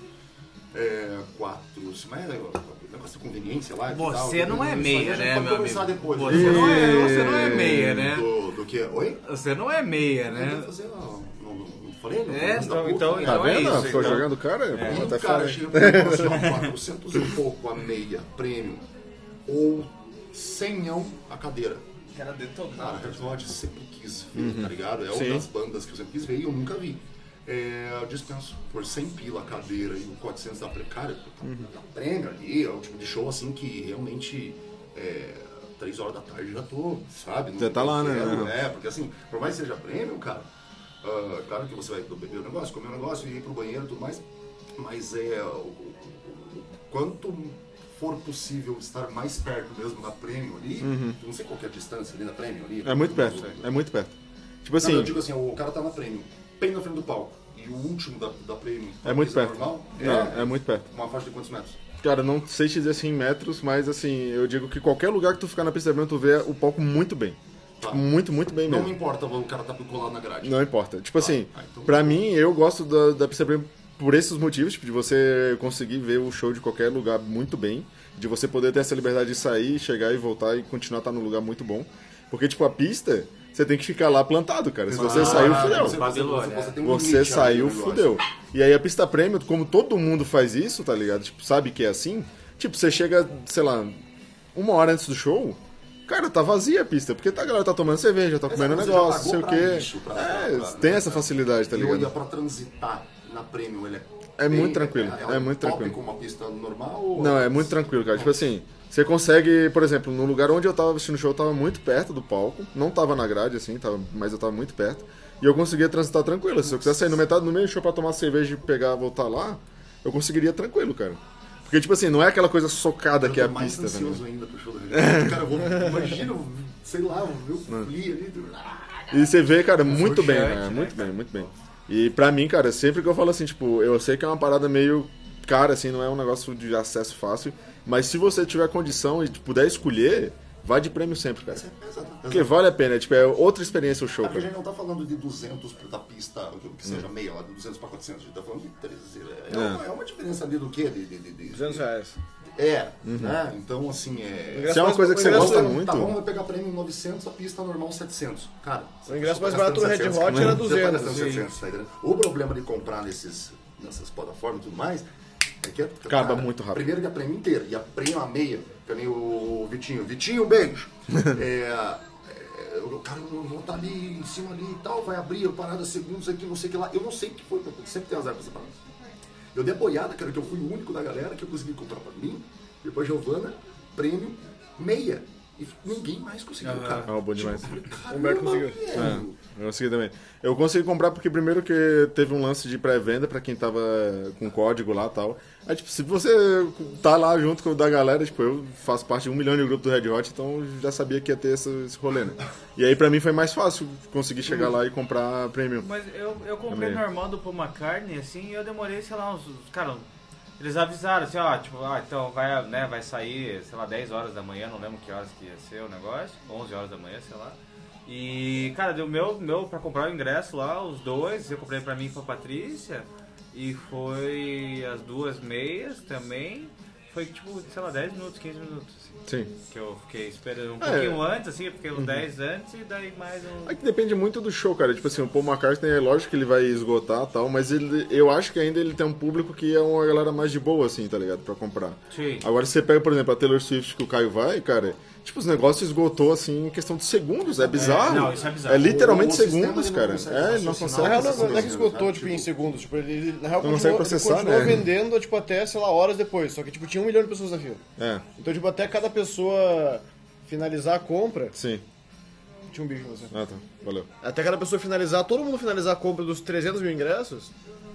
Speaker 4: É, quatro, mas é um negócio de conveniência lá. e tal,
Speaker 3: Você não é
Speaker 4: isso aí a
Speaker 3: meia,
Speaker 4: gente
Speaker 3: né,
Speaker 4: pode
Speaker 3: meu
Speaker 4: conversar
Speaker 3: amigo?
Speaker 4: depois.
Speaker 3: Você, não é, você não é meia, né?
Speaker 4: Do, do que? Oi?
Speaker 3: Você não é meia,
Speaker 4: Eu tenho
Speaker 3: né?
Speaker 4: que fazer, ó, Não, não, não falei? Não,
Speaker 3: É,
Speaker 4: não,
Speaker 3: então-
Speaker 4: não,
Speaker 3: então-
Speaker 4: não,
Speaker 2: Tá
Speaker 3: então é
Speaker 2: vendo?
Speaker 3: isso,
Speaker 2: Ficou
Speaker 3: então.
Speaker 2: jogando o cara?
Speaker 4: E
Speaker 2: Pô, tá
Speaker 4: o
Speaker 2: até
Speaker 4: um cara
Speaker 2: fora.
Speaker 4: chega pra mim e fala assim, ó, 400 e pouco a meia prêmio ou 100 a cadeira.
Speaker 6: Cara, detonado.
Speaker 4: Cara, Red Hot sempre quis ver, tá ligado? É
Speaker 2: Uhum. Sim.
Speaker 4: uma das bandas que eu sempre quis ver e eu nunca vi. É, eu dispenso por 100 pila a cadeira e o 400 da precária, tá,
Speaker 2: Uhum.
Speaker 4: tá prêmio ali, é o tipo de show assim que realmente... É, 3 horas da tarde já tô, sabe? Não
Speaker 2: Já tá lá, né?
Speaker 4: quero, É, porque assim, por mais que seja prêmio, cara, ah, claro que você vai beber o negócio, comer o negócio, ir pro banheiro e tudo mais, mas é o, o- o quanto for possível estar mais perto mesmo da prêmio ali, eu não sei qual que é a distância ali da prêmio ali.
Speaker 2: Uhum. É muito perto,
Speaker 4: Não,
Speaker 2: é muito perto. Tipo
Speaker 4: não, eu
Speaker 2: assim,
Speaker 4: digo assim, o cara tá na prêmio, bem na frente do palco, e o último da, da prêmio.
Speaker 2: é muito perto.
Speaker 4: Normal,
Speaker 2: Não, é muito perto.
Speaker 4: Uma faixa de quantos metros?
Speaker 2: Cara, não sei te dizer assim em metros, mas assim, eu digo que qualquer lugar que tu ficar na pista branca, tu vê o palco muito bem.
Speaker 4: Tá.
Speaker 2: Tipo, muito, muito bem
Speaker 4: Não me
Speaker 2: mesmo.
Speaker 4: importa, o cara tá colado na grade.
Speaker 2: Não importa. Tipo assim,
Speaker 4: ah, então-
Speaker 2: pra mim, eu gosto da, da pista branca por esses motivos, tipo, de você conseguir ver o show de qualquer lugar muito bem, de você poder ter essa liberdade de sair, chegar e voltar e continuar estar num lugar muito bom. Porque, tipo, a pista, você tem que ficar lá plantado, cara. Se você saiu, fudeu.
Speaker 4: Ah, Você, você, você, você tem um
Speaker 2: Você
Speaker 4: limite ali
Speaker 2: saiu,
Speaker 4: no negócio.
Speaker 2: fudeu. E aí a pista premium, como todo mundo faz isso, tá ligado? Tipo, sabe que é assim? Tipo, você chega, sei lá, uma hora antes do show, cara, tá vazia a pista, porque tá- a galera tá tomando cerveja, tá comendo
Speaker 4: você já
Speaker 2: negócio, não
Speaker 4: pagou
Speaker 2: sei o
Speaker 4: pra
Speaker 2: quê.
Speaker 4: isso, pra-
Speaker 2: É,
Speaker 4: pra- pra-
Speaker 2: tem essa facilidade, tá
Speaker 4: E olha,
Speaker 2: ligado?
Speaker 4: pra transitar na Premium, ele é...
Speaker 2: É
Speaker 4: bem-
Speaker 2: muito tranquilo,
Speaker 4: um
Speaker 2: é muito
Speaker 4: top
Speaker 2: tranquilo.
Speaker 4: com uma pista normal ou...
Speaker 2: Não, é muito tranquilo, cara. Tipo assim, você consegue, por exemplo, no lugar onde eu tava assistindo o show, eu tava muito perto do palco. Não tava na grade, assim, tava, mas eu tava muito perto. E eu conseguia transitar tranquilo. Se eu quisesse sair no metade do meio do show pra tomar cerveja e pegar, voltar lá, eu conseguiria tranquilo, cara. Porque, tipo assim, não é aquela coisa socada
Speaker 4: Eu
Speaker 2: que é
Speaker 4: tô
Speaker 2: a
Speaker 4: mais
Speaker 2: pista, né?
Speaker 4: ansioso ainda pro show da Red Cara, eu vou... Imagina, eu- sei lá, eu vou ver o Flea ali... ah,
Speaker 2: E você vê, cara, muito bem,
Speaker 3: Confortante,
Speaker 2: né?
Speaker 3: né,
Speaker 2: Muito bem, muito bem. E pra mim, cara, sempre que eu falo assim, tipo, eu sei que é uma parada meio cara, assim, não é um negócio de acesso fácil, mas se você tiver condição e tipo, puder escolher, vai de prêmio sempre, cara.
Speaker 4: exato,
Speaker 2: Porque
Speaker 4: exato.
Speaker 2: vale a pena, tipo, é outra experiência o show,
Speaker 4: Porque tá a
Speaker 2: cara.
Speaker 4: gente não tá falando de 200 pra- da pista, o que- que
Speaker 2: Hum.
Speaker 4: seja meia lá, de 200 pra 400, a gente tá falando de 300. É, Uma, é uma diferença ali do quê? De, de, de, de-
Speaker 1: 200 reais.
Speaker 4: É, né? Então, assim, é...
Speaker 1: Ingresso
Speaker 2: Se é uma
Speaker 1: mais-
Speaker 2: coisa que
Speaker 1: o
Speaker 2: Uhum. você
Speaker 1: ingresso-
Speaker 2: gosta
Speaker 1: o
Speaker 2: muito.
Speaker 4: Tá bom, vai pegar prêmio 900, a pista normal 700. Cara,
Speaker 1: O ingresso mais barato do Red Hot era 200, sim.
Speaker 4: 700, tá entendendo? O problema de comprar nesses, nessas plataformas e tudo mais é que
Speaker 2: Acaba muito rápido.
Speaker 4: Primeiro que a prêmio inteira e a prêmio a meia, que é nem o Vitinho. Vitinho, um beijo! é, é, o cara eu vou estar ali em cima ali e tal, vai abrir a parada segundos aqui, não sei o que lá. Eu não sei o que foi, porque sempre tem azar pra essa parada. Eu dei a boiada, cara, que eu fui o único da galera que eu consegui comprar pra mim e pra Giovana, prêmio meia. E ninguém mais conseguiu,
Speaker 3: Aham.
Speaker 1: é
Speaker 4: cara.
Speaker 2: Ah, bom demais.
Speaker 4: Tipo, eu falei,
Speaker 1: O Humberto
Speaker 4: "Caramba,
Speaker 1: conseguiu." Ah.
Speaker 4: velho."
Speaker 2: É, Eu consegui também. Eu consegui comprar porque primeiro que teve um lance de pré-venda pra quem tava com código lá e tal. Aí, tipo, se você tá lá junto com o da galera, tipo, eu faço parte de um milhão de grupo do Red Hot, então já sabia que ia ter esse, esse rolê, né? E aí pra mim foi mais fácil conseguir chegar lá e comprar premium.
Speaker 3: Mas eu, eu comprei
Speaker 2: Também.
Speaker 3: normal do Paul McCartney, assim, e eu demorei, sei lá, uns. uns- Cara, eles avisaram, assim, ó, tipo, ah, então vai, né, vai sair, sei lá, 10 horas da manhã, não lembro que horas que ia ser o negócio, 11 horas da manhã, sei lá. E, cara, deu meu, meu pra comprar o ingresso lá, os dois, eu comprei pra mim e pra Patrícia, e foi as duas meias também, foi tipo, sei lá, 10 minutos, 15 minutos, assim.
Speaker 2: Sim.
Speaker 3: Que eu fiquei esperando um
Speaker 2: É.
Speaker 3: pouquinho antes, assim, porque uns 10 antes e daí mais um.
Speaker 2: É que depende muito do show, cara. Tipo assim, o Paul McCartney, é lógico que ele vai esgotar e tal, mas ele, eu acho que ainda ele tem um público que é uma galera mais de boa, assim, tá ligado? Pra comprar.
Speaker 3: Sim.
Speaker 2: Agora, se você pega, por exemplo, a Taylor Swift que o Caio vai, cara, tipo, os negócios esgotou, assim, em questão de segundos. É bizarro.
Speaker 3: não, isso é bizarro.
Speaker 2: literalmente
Speaker 4: O- o
Speaker 2: segundos,
Speaker 4: sistema,
Speaker 2: cara. é, ele
Speaker 4: ele não consegue
Speaker 2: não
Speaker 4: raciocinar.
Speaker 2: consegue.
Speaker 4: Na
Speaker 1: Na real,
Speaker 4: essas
Speaker 1: não, não é que
Speaker 4: coisas,
Speaker 1: esgotou,
Speaker 4: sabe?
Speaker 1: tipo, em
Speaker 4: Tipo,
Speaker 1: segundos. Tipo, ele, ele- na
Speaker 2: não
Speaker 1: real, continuou,
Speaker 2: consegue processar,
Speaker 1: ele continuou
Speaker 2: né?
Speaker 1: vendendo, tipo, até, sei lá, horas depois. Só que, tipo, tinha um milhão de pessoas na fila.
Speaker 2: É,
Speaker 1: Então, tipo, até cada pessoa finalizar a compra...
Speaker 2: sim.
Speaker 1: Tinha um bicho você.
Speaker 2: Ah, tá. Valeu.
Speaker 1: Até cada pessoa finalizar, todo mundo finalizar a compra dos 300 mil ingressos,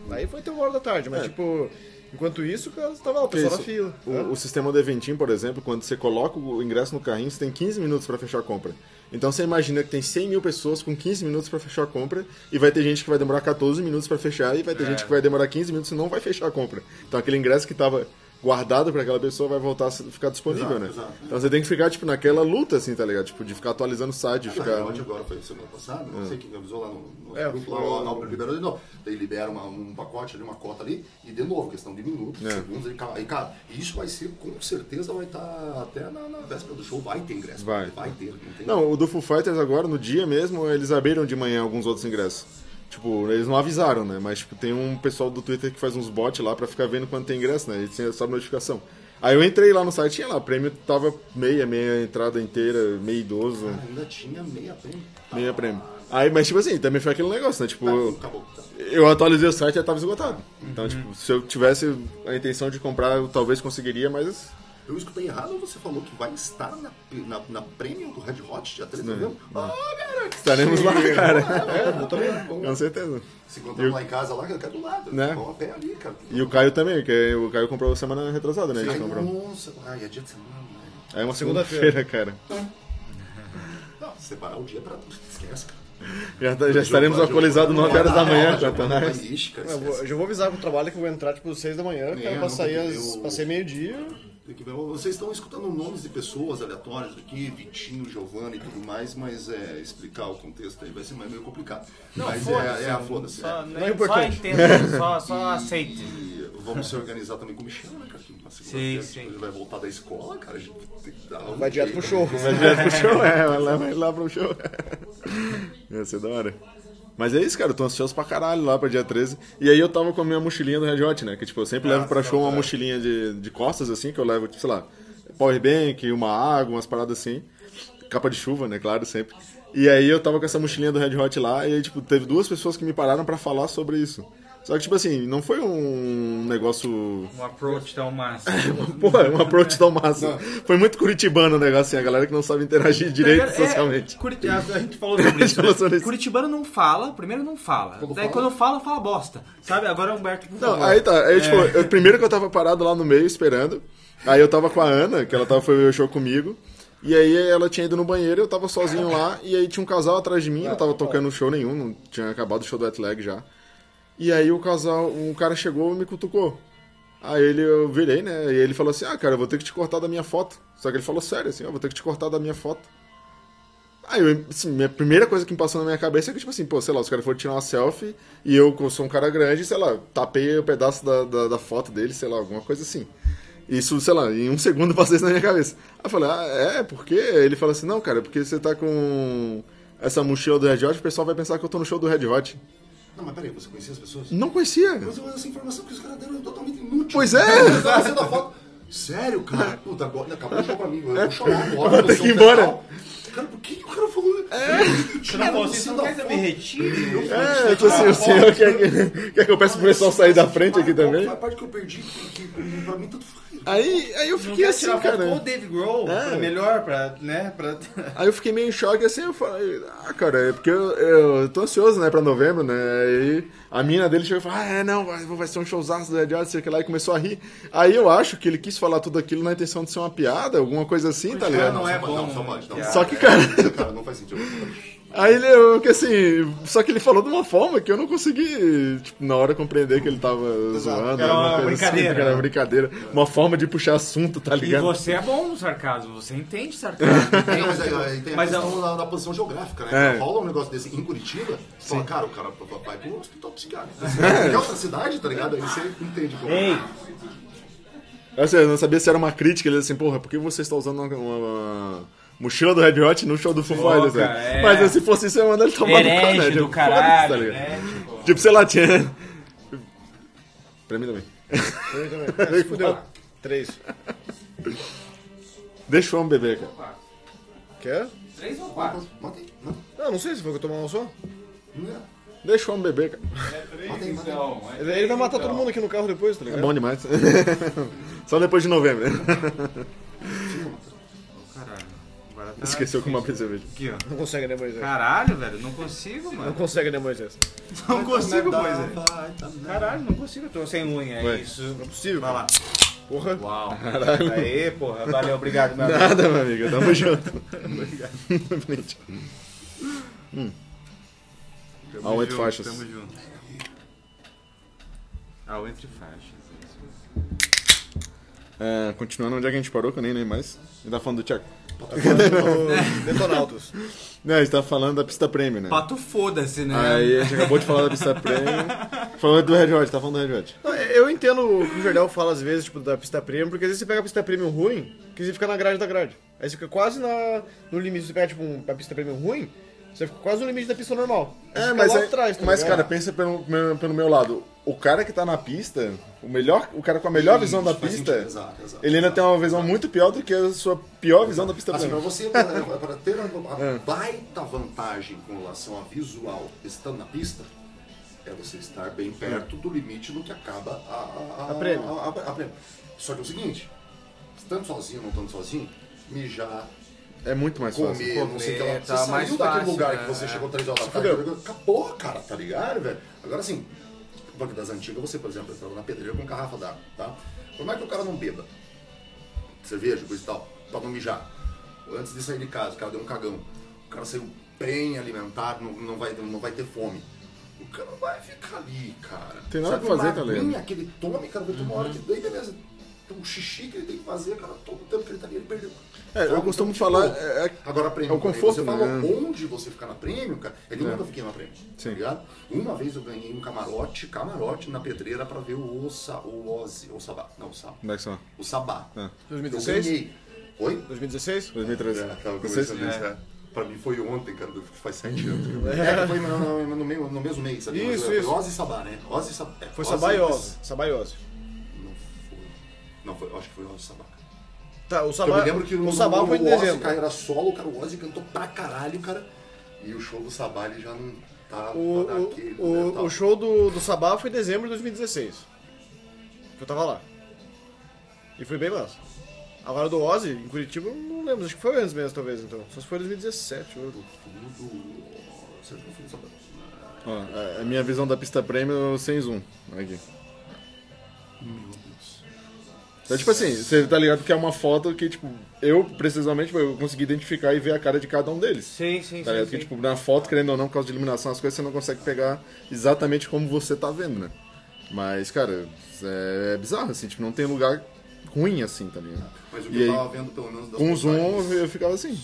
Speaker 1: aí foi até uma hora da tarde. Mas,
Speaker 2: É.
Speaker 1: tipo, enquanto isso, cara, tava lá, o pessoal na
Speaker 2: Isso.
Speaker 1: fila.
Speaker 2: O, o sistema do Eventim, por exemplo, quando você coloca o ingresso no carrinho, você tem 15 minutos pra fechar a compra. Então você imagina que tem 100 mil pessoas com 15 minutos pra fechar a compra e vai ter gente que vai demorar 14 minutos pra fechar e vai ter
Speaker 3: É.
Speaker 2: gente que vai demorar 15 minutos e não vai fechar a compra. Então aquele ingresso que tava guardado pra aquela pessoa vai voltar a se- ficar disponível,
Speaker 4: Exato,
Speaker 2: né?
Speaker 4: exato.
Speaker 2: Então você tem que ficar tipo naquela luta assim, tá ligado? Tipo de ficar atualizando o site, de
Speaker 4: Na
Speaker 2: ficar
Speaker 4: verdade, agora foi semana passada, não sei quem avisou lá no, no
Speaker 1: Ah. É,
Speaker 4: grupo,
Speaker 1: foi
Speaker 4: lá, lá,
Speaker 1: o-
Speaker 4: lá, o liberou de novo. Daí libera uma- um pacote ali, uma cota ali, e de novo, questão de minutos,
Speaker 2: É.
Speaker 4: segundos, e cara, e cara, isso vai ser, com certeza vai estar até na, na véspera do show, vai ter ingresso.
Speaker 2: Vai.
Speaker 4: Vai ter, não tem
Speaker 2: Não, o do Foo Fighters agora, no dia mesmo, eles abriram de manhã alguns outros ingressos. Tipo, eles não avisaram, né? Mas tipo, tem um pessoal do Twitter que faz uns bots lá pra ficar vendo quando tem ingresso, né? E tinha só notificação. Aí eu entrei lá no site, tinha lá, o prêmio tava meia, meia entrada inteira, meio idoso,
Speaker 4: Ainda tinha meia prêmio. Tá,
Speaker 2: meia prêmio. Aí, mas tipo assim, também foi aquele negócio, né? Tipo, eu-
Speaker 4: Acabou. Tá.
Speaker 2: eu atualizei o site e já tava esgotado.
Speaker 4: Uhum.
Speaker 2: Então, tipo, se eu tivesse a intenção de comprar, eu talvez conseguiria, mas
Speaker 4: Eu escutei errado ou você falou que vai estar na, na, na premium do Red Hot dia 3 de novembro? Ah, cara, que
Speaker 2: estaremos lá, cara.
Speaker 4: é, eu também.
Speaker 2: Com certeza.
Speaker 4: Se encontrar lá em casa, lá, cara, do lado.
Speaker 2: Né?
Speaker 4: Vamos a pé ali, cara.
Speaker 2: E o Caio também, que o Caio comprou semana retrasada, né? A gente
Speaker 4: Ai,
Speaker 2: comprou.
Speaker 4: nossa, ai, é dia de semana, né?
Speaker 2: É uma
Speaker 1: Segunda-feira.
Speaker 2: segunda-feira, cara.
Speaker 4: Não, separar o dia pra tudo, esquece, cara.
Speaker 2: Já, tá- já estaremos alcoolizados 9 horas da manhã, tá Satanás.
Speaker 4: Não existe, cara,
Speaker 1: Eu vou,
Speaker 4: esquece.
Speaker 1: eu já vou avisar pro trabalho que eu vou entrar, tipo, 6 da manhã,
Speaker 4: É,
Speaker 1: cara, pra
Speaker 4: não,
Speaker 1: sair, às,
Speaker 4: eu-
Speaker 1: pra sair meio-dia.
Speaker 4: Vocês estão escutando nomes de pessoas aleatórias aqui, Vitinho, Giovanni e tudo mais, mas é, explicar o contexto aí vai ser mais meio complicado. mas é, é a foda-se.
Speaker 3: Só,
Speaker 4: é.
Speaker 3: nem-
Speaker 1: Não é importante.
Speaker 3: Só entenda, só, só aceite.
Speaker 4: E vamos se organizar também com o Michel, né, cara? Que na segunda-feira,
Speaker 3: sim.
Speaker 4: tipo, Ele vai voltar da escola, cara. A gente tem que dar um
Speaker 1: Vai direto pro
Speaker 4: jeito.
Speaker 1: show.
Speaker 2: Vai pro show, é, vai lá, vai lá pro show. Ia ser da hora. Mas é isso, cara, eu tô ansioso pra caralho lá pra dia 13. E aí eu tava com a minha mochilinha do Red Hot, né? Que tipo, eu sempre
Speaker 1: Ah,
Speaker 2: levo pra show uma
Speaker 1: é.
Speaker 2: mochilinha de, de costas, assim, que eu levo, tipo, sei lá, powerbank, uma água, umas paradas assim. Capa de chuva, né? Claro, sempre. E aí eu tava com essa mochilinha do Red Hot lá, e aí, tipo, teve duas pessoas que me pararam pra falar sobre isso. Só que, tipo assim, não foi um negócio
Speaker 3: Um approach tão massa.
Speaker 2: Pô, é um approach tão massa. Foi muito curitibano o negócio, assim, a galera que não sabe interagir direito
Speaker 3: É,
Speaker 2: socialmente.
Speaker 3: Curit- a, a gente falou sobre isso.
Speaker 2: falou sobre
Speaker 3: né?
Speaker 2: isso.
Speaker 3: Curitibano não fala, primeiro não fala. Daí quando fala, fala bosta. Sabe? Agora Humberto. por
Speaker 2: Não,
Speaker 3: favor.
Speaker 2: aí tá, aí, tipo, eu- primeiro que eu tava parado lá no meio esperando, aí eu tava com a Ana, que ela tava, foi ver o show comigo, e aí ela tinha ido no banheiro, eu tava sozinho lá, e aí tinha um casal atrás de mim, eu não tava tocando show nenhum, não tinha acabado o show do Atleg já. E aí o casal, um cara chegou e me cutucou. Aí ele, eu virei, né, e ele falou assim, ah, cara, eu vou ter que te cortar da minha foto. Só que ele falou sério, assim, ó, vou ter que te cortar da minha foto. Aí, eu, assim, a primeira coisa que me passou na minha cabeça é que, tipo assim, pô, sei lá, os caras foram tirar uma selfie e eu, que eu sou um cara grande, sei lá, tapei o pedaço da, da, da foto dele, sei lá, alguma coisa assim. Isso, sei lá, em um segundo passou isso na minha cabeça. Aí eu falei, ah, é, por quê? Ele falou assim, não, cara, porque você tá com essa mochila do Red Hot, o pessoal vai pensar que eu tô no show do Red Hot.
Speaker 4: Não, mas peraí, você conhecia as pessoas?
Speaker 2: Não conhecia.
Speaker 4: Mas eu- essa informação que os caras deram é totalmente inútil.
Speaker 2: Pois é.
Speaker 4: Você tá fazendo a foto. Sério, cara? Puta, agora acabou o show pra mim. Eu vou chorar agora.
Speaker 2: Vou ter
Speaker 4: eu sou
Speaker 2: que ir embora.
Speaker 4: federal. Cara, por que que o cara falou?
Speaker 3: Se
Speaker 2: assim,
Speaker 3: não
Speaker 4: É,
Speaker 3: fosse isso, não quer que eu me retire?
Speaker 2: É, eu tô assim, o senhor quer que, quer que eu peça pro pessoal sair da frente aqui também?
Speaker 4: Foi a parte que eu perdi, que, que pra mim tanto faz.
Speaker 2: Aí, aí eu
Speaker 3: Não
Speaker 2: fiquei
Speaker 3: quer
Speaker 2: assim,
Speaker 3: tirar foto com o
Speaker 2: cara.
Speaker 3: Dave Grohl?
Speaker 2: É.
Speaker 3: pra Melhor pra, né? Pra...
Speaker 2: Aí eu fiquei meio em choque, assim, eu falei, ah, cara, é porque eu, eu tô ansioso, né, pra novembro, né? Aí a mina dele chegou e falou, ah, é, não, vai, vai ser um showzaço do Red Hot, sei o que lá, e começou a rir. Aí eu acho que ele quis falar tudo aquilo na intenção de ser uma piada, alguma coisa assim, tá ligado?
Speaker 3: não é
Speaker 4: só-
Speaker 3: bom,
Speaker 4: Não, só pode, não.
Speaker 3: piada.
Speaker 2: Só que, cara,
Speaker 4: Cara, não faz sentido.
Speaker 2: Aí ele, eu, que assim, só que ele falou de uma forma que eu não consegui, tipo, na hora compreender que ele tava zoando.
Speaker 3: Era uma
Speaker 2: alguma coisa
Speaker 3: brincadeira,
Speaker 2: Assim, cara,
Speaker 3: né?
Speaker 2: uma brincadeira. Uma forma de puxar assunto, tá
Speaker 3: E
Speaker 2: ligado?
Speaker 3: você é bom no sarcasmo, você entende sarcasmo. entende?
Speaker 4: Não, mas aí, aí tem a
Speaker 3: um Mas é um-
Speaker 4: questão
Speaker 3: não-
Speaker 4: da, da posição geográfica, né?
Speaker 2: É.
Speaker 4: Rola um negócio desse em Curitiba, você fala, cara, o cara vai pro hospital psiquiátrico. É outra cidade, tá ligado? Aí você entende como. é.
Speaker 3: Ei,
Speaker 2: Assim, eu não sabia se era uma crítica, ele assim, porra, por que você está usando uma, uma mochila do Red Hot no show do Foo
Speaker 3: Porra,
Speaker 2: Fighters, né?
Speaker 3: é.
Speaker 2: Mas assim, se fosse isso, eu ia mandar ele tomar no cu, né?
Speaker 3: herege
Speaker 2: Tipo, foda-se,
Speaker 3: do caralho, né?
Speaker 2: Tipo, sei lá, tinha... Pra mim também.
Speaker 1: Eu também. É, se fudeu. Três.
Speaker 2: Deixa o homem beber, cara.
Speaker 1: Quer?
Speaker 3: Três ou quatro?
Speaker 4: Mata aí, não,
Speaker 1: Ah, não sei se foi que eu tomar um só.
Speaker 4: né? não é.
Speaker 2: Deixa o homem beber, cara.
Speaker 4: Mata aí, mata aí.
Speaker 3: Então, é
Speaker 1: Ele, ele vai matar todo mundo aqui no carro depois, tá
Speaker 2: É
Speaker 1: ligado?
Speaker 2: bom demais. Só depois de novembro, né?
Speaker 3: Caralho. Agora tá
Speaker 2: Esqueceu como abrir cerveja.
Speaker 3: aqui, ó.
Speaker 1: Não consegue, né, Moisés?
Speaker 3: Caralho, velho, não consigo,
Speaker 1: Não
Speaker 3: mano.
Speaker 1: consegue, né, Moisés?
Speaker 3: Não consigo, pois é.
Speaker 4: é.
Speaker 3: Caralho, não consigo, eu tô sem unha, é
Speaker 2: Ué,
Speaker 3: isso.
Speaker 1: Não é possível.
Speaker 3: Vai lá.
Speaker 1: Porra.
Speaker 3: Uau. Aê, porra, valeu, obrigado, meu amigo.
Speaker 2: Nada, meu amigo. Tamo junto. Obrigado.
Speaker 3: Tamo
Speaker 2: Ao entre
Speaker 3: junto,
Speaker 2: faixas.
Speaker 3: Tamo junto. Ao entre faixas. é isso.
Speaker 2: É, continuando onde é que a gente parou, que eu nem lembro mais. A gente tá falando do Thiago.
Speaker 1: É. Detonautos.
Speaker 2: Não, a gente tá falando da pista prêmio, né?
Speaker 3: Pato foda-se, né?
Speaker 2: Aí a gente acabou de falar da pista prêmio. Falando do Red Hot, tá falando do Red Hot.
Speaker 1: Não, Eu entendo o que o Jardel fala às vezes, tipo, da pista premium, porque às vezes você pega a pista premium ruim, que você fica na grade da grade. Aí você fica quase na, no limite, você pega, tipo, um, a pista premium ruim, você fica quase no limite da pista normal. Aí você
Speaker 2: É,
Speaker 1: fica
Speaker 2: mas,
Speaker 1: lá
Speaker 2: é-
Speaker 1: atrás, tá
Speaker 2: mas
Speaker 1: ligado?
Speaker 2: cara, pensa pelo, meu- pelo meu lado. O cara que tá na pista, o melhor, o cara com a melhor visão da
Speaker 4: Faz
Speaker 2: pista,
Speaker 4: sentido, exato, exato,
Speaker 2: ele ainda
Speaker 4: exato.
Speaker 2: tem uma visão muito pior do que a sua pior visão da pista
Speaker 4: Assim, pra
Speaker 2: prêmio.
Speaker 4: você, pra pra ter uma, uma baita vantagem com relação a visual estando na pista, é você estar bem perto do limite do que acaba a, a,
Speaker 1: A prêmio.
Speaker 4: a- a- a prêmio. Só que é o seguinte, estando sozinho ou não estando sozinho, mijar,
Speaker 2: É muito mais
Speaker 4: comer,
Speaker 2: fácil.
Speaker 4: não sei o que
Speaker 3: Comer,
Speaker 4: lá.
Speaker 3: tá
Speaker 4: você
Speaker 3: mais
Speaker 4: saiu daquele
Speaker 3: fácil,
Speaker 4: lugar
Speaker 3: né?
Speaker 4: que você
Speaker 3: É.
Speaker 4: chegou 3 horas da tarde, acabou, cara, tá ligado, velho? Agora assim, porque das antigas, você, por exemplo, entrava na pedreira com garrafa d'água, tá? Por mais que o cara não beba cerveja, coisa e tal, pra não mijar. Antes de sair de casa, o cara deu um cagão. O cara saiu bem alimentado, não, não, vai, não vai ter fome. O cara não vai ficar ali, cara.
Speaker 2: Tem nada
Speaker 4: Sabe,
Speaker 2: pra fazer, Uhum.
Speaker 4: uma
Speaker 2: tá ligado?
Speaker 4: aguinha que ele tome, cara, vai tomar uma hora que daí, beleza. Tem um xixi que ele tem que fazer, cara, todo o tempo que ele tá ali, ele perdeu.
Speaker 2: É, eu
Speaker 4: Sabe?
Speaker 2: costumo
Speaker 4: Então,
Speaker 2: falar,
Speaker 4: tipo,
Speaker 2: é- é-
Speaker 4: agora, a prêmio,
Speaker 2: é o conforto,
Speaker 4: você
Speaker 2: né?
Speaker 4: falou onde você ficar na prêmio, cara. Eu nunca fiquei na prêmio, tá ligado? Uma vez eu ganhei um camarote, camarote na pedreira pra ver o Ossa, o Ozzy, o Sabá, não, o Sabá.
Speaker 2: Como é que são?
Speaker 4: O Sabá.
Speaker 2: Ah.
Speaker 1: 2016?
Speaker 4: Eu ganhei. Oi?
Speaker 1: 2016?
Speaker 2: 2013.
Speaker 4: É, tava
Speaker 2: Vocês-
Speaker 4: conversando isso, é. Pra mim foi ontem, cara, faz sete anos. É, que foi no, no- no meio- no mesmo mês ali.
Speaker 1: Isso,
Speaker 4: Foi
Speaker 1: isso.
Speaker 4: Ozzy e Sabá, né? Ozzy e Sabá. é,
Speaker 1: Foi
Speaker 4: Ozzy,
Speaker 1: Sabaiose. Sabaiose.
Speaker 4: mas Não foi. Não, foi, eu acho que foi Ozzy e Sabá. cara.
Speaker 1: Tá, o
Speaker 4: Eu
Speaker 1: Sabá,
Speaker 4: me lembro que no,
Speaker 1: o Sabá
Speaker 4: no-
Speaker 1: foi em
Speaker 4: no Ozzy,
Speaker 1: dezembro.
Speaker 4: cara, era solo, cara, o Ozzy cantou pra caralho, cara. E o show do Sabá, ele já não tá,
Speaker 1: O,
Speaker 4: tá daquele,
Speaker 1: o,
Speaker 4: né,
Speaker 1: o,
Speaker 4: tal.
Speaker 1: o show do, do Sabá foi em dezembro de 2016. Que eu tava lá. E foi bem massa. Agora do Ozzy, em Curitiba, eu não lembro. Acho que foi antes mesmo, talvez, então. Só se foi 2017. eu-
Speaker 4: Tudo... Será que não foi do Sabá?
Speaker 2: Ó, é, a- a minha visão da pista prêmio sem zoom. Aqui.
Speaker 4: Meu Deus.
Speaker 2: Então, tipo assim, você tá ligado que é uma foto que, tipo, eu, precisamente, eu consegui identificar e ver a cara de cada um deles.
Speaker 3: Sim, sim,
Speaker 2: Tá
Speaker 3: sim.
Speaker 2: ligado? Porque,
Speaker 3: sim.
Speaker 2: tipo, na foto, querendo ou não, por causa de iluminação, as coisas você não consegue pegar exatamente como você tá vendo, né? Mas, cara, é, é bizarro, assim, tipo, não tem lugar ruim assim, tá ligado?
Speaker 4: Mas o que
Speaker 2: E
Speaker 4: eu
Speaker 2: aí,
Speaker 4: tava vendo, pelo menos, das
Speaker 2: com zoom,
Speaker 4: postagens-
Speaker 2: eu ficava assim.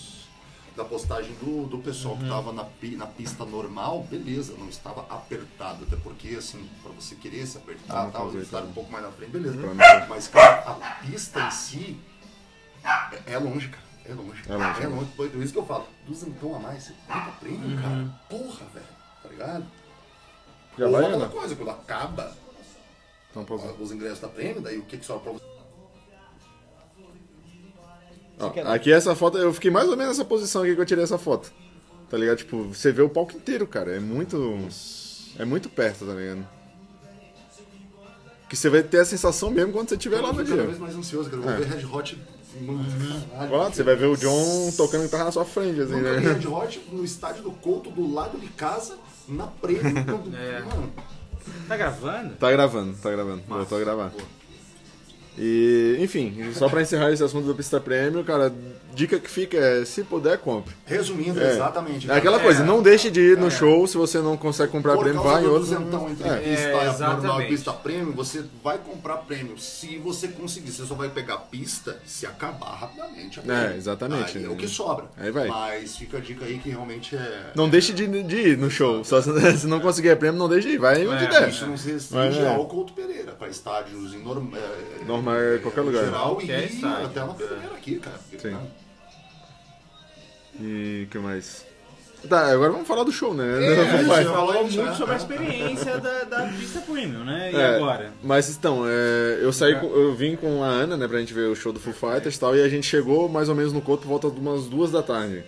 Speaker 4: da postagem do, do pessoal
Speaker 2: Uhum.
Speaker 4: que tava na, pi- na pista normal, beleza, não estava apertado, até porque, assim, pra você querer se apertar,
Speaker 2: não
Speaker 4: tal,
Speaker 2: aproveita,
Speaker 4: estar um
Speaker 2: né?
Speaker 4: pouco mais na frente, beleza.
Speaker 2: Pra tá.
Speaker 4: Mas, cara, a pista em si é- é, longe, cara. É longe. É
Speaker 2: longe, Uhum.
Speaker 4: longe. É longe. Por isso que eu falo, duzentão a mais, você puta prêmio, cara. Porra, velho. Tá ligado?
Speaker 2: Já
Speaker 4: Ou
Speaker 2: vai, né?
Speaker 4: outra
Speaker 2: Ana?
Speaker 4: coisa, quando acaba
Speaker 2: Então, pausa.
Speaker 4: os ingressos da prêmio, daí o que que sobra pra você?
Speaker 2: Ó, aqui essa foto, eu fiquei mais ou menos nessa posição aqui que eu tirei essa foto. Tá ligado? Tipo, você vê o palco inteiro, cara. É muito. É muito perto, tá ligado? Que você vai ter a sensação mesmo quando você estiver lá
Speaker 4: Eu
Speaker 2: no
Speaker 4: tô cada vez
Speaker 2: dia.
Speaker 4: mais ansioso, cara. Eu vou
Speaker 2: É.
Speaker 4: ver Red Hot. Mano, caralho.
Speaker 2: Ó, você vai ver o John tocando guitarra na sua frente, assim,
Speaker 4: Nunca vi
Speaker 2: né?
Speaker 4: Red Hot no estádio do Couto, do lado de casa, na preta. quando-
Speaker 3: É.
Speaker 4: Mano,
Speaker 3: Tá gravando?
Speaker 2: Tá gravando, tá gravando. Voltou a gravar. E, enfim, só pra encerrar esse assunto da pista prêmio, cara, dica que fica é, se puder, compre.
Speaker 4: resumindo,
Speaker 2: É.
Speaker 4: exatamente.
Speaker 2: É aquela
Speaker 4: cara.
Speaker 2: coisa, não deixe de ir no show se você não consegue comprar
Speaker 4: É. Por
Speaker 2: prêmio,
Speaker 4: causa
Speaker 2: vai em
Speaker 4: do
Speaker 2: outro.
Speaker 4: duzentão entre
Speaker 2: É.
Speaker 4: pista
Speaker 3: É,
Speaker 4: normal e
Speaker 3: exatamente.
Speaker 4: pista prêmio, você vai comprar prêmio. Se você conseguir, você só vai pegar pista se acabar rapidamente. a prêmio.
Speaker 2: exatamente.
Speaker 4: Aí é o que sobra.
Speaker 2: Aí vai.
Speaker 4: Mas fica a dica aí que realmente é...
Speaker 2: Não deixe de, de ir no show. Só se, se não conseguir prêmio, não deixe de ir. Vai onde
Speaker 3: É,
Speaker 2: der.
Speaker 4: Isso não se restringe
Speaker 2: Mas, é.
Speaker 4: ao Couto Pereira, para estádios em norma, é,
Speaker 2: Normal é qualquer lugar.
Speaker 4: geral e
Speaker 3: Qualquer estádio.
Speaker 4: até na Pereira aqui, cara. Porque,
Speaker 2: Sim.
Speaker 4: né,
Speaker 2: E que mais? Tá, agora vamos falar do show, né?
Speaker 4: É,
Speaker 2: Vai.
Speaker 3: Você
Speaker 4: já
Speaker 3: falou
Speaker 4: falou, já.
Speaker 3: muito sobre a experiência da, da pista premium, né? E
Speaker 2: É,
Speaker 3: agora?
Speaker 2: Mas então, é, eu saí, com- eu vim com a Ana, né, pra gente ver o show do Foo Fighters e tal, e a gente chegou mais ou menos no Couto por volta de umas duas da tarde.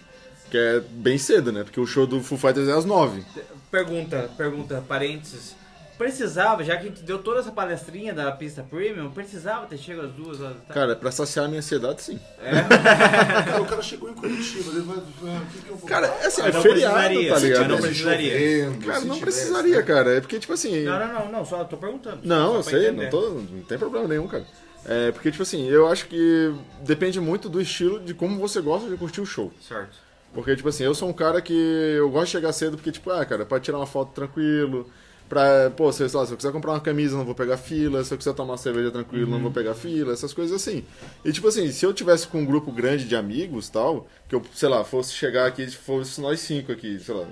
Speaker 2: Que é bem cedo, né? Porque o show do Foo Fighters é às nove.
Speaker 3: Pergunta, pergunta, parênteses. Precisava, já que a gente deu toda essa palestrinha da pista premium, precisava ter chegado às duas horas da tarde.
Speaker 2: Cara, pra saciar a minha ansiedade, sim.
Speaker 4: Cara, É, o cara chegou em Curitiba, ele vai... vai, O que, que eu vou...
Speaker 2: Cara, é assim,
Speaker 3: Eu
Speaker 2: é
Speaker 3: não
Speaker 2: feriado,
Speaker 3: precisaria,
Speaker 2: tá
Speaker 3: eu
Speaker 2: ligado?
Speaker 3: não
Speaker 4: Se
Speaker 3: precisaria.
Speaker 4: chovendo,
Speaker 2: Cara,
Speaker 4: se
Speaker 2: não
Speaker 4: tivesse,
Speaker 2: precisaria,
Speaker 4: né?
Speaker 2: cara. É porque, tipo assim.
Speaker 3: Não, não, não, não, só tô perguntando.
Speaker 2: Não,
Speaker 3: só
Speaker 2: eu
Speaker 3: pra
Speaker 2: sei,
Speaker 3: entender.
Speaker 2: não, tô, não tem problema nenhum, cara. É, porque, tipo assim, eu acho que depende muito do estilo de como você gosta de curtir o show.
Speaker 3: Certo.
Speaker 2: Porque, tipo assim, eu sou um cara que eu gosto de chegar cedo porque, tipo, ah, cara, pra tirar uma foto tranquilo, pra, pô, sei lá, se eu quiser comprar uma camisa, não vou pegar fila, se eu quiser tomar uma cerveja tranquilo, não vou pegar fila, essas coisas assim. E, tipo assim, se eu tivesse com um grupo grande de amigos tal, que eu, sei lá, fosse chegar aqui, fosse nós cinco aqui, sei lá,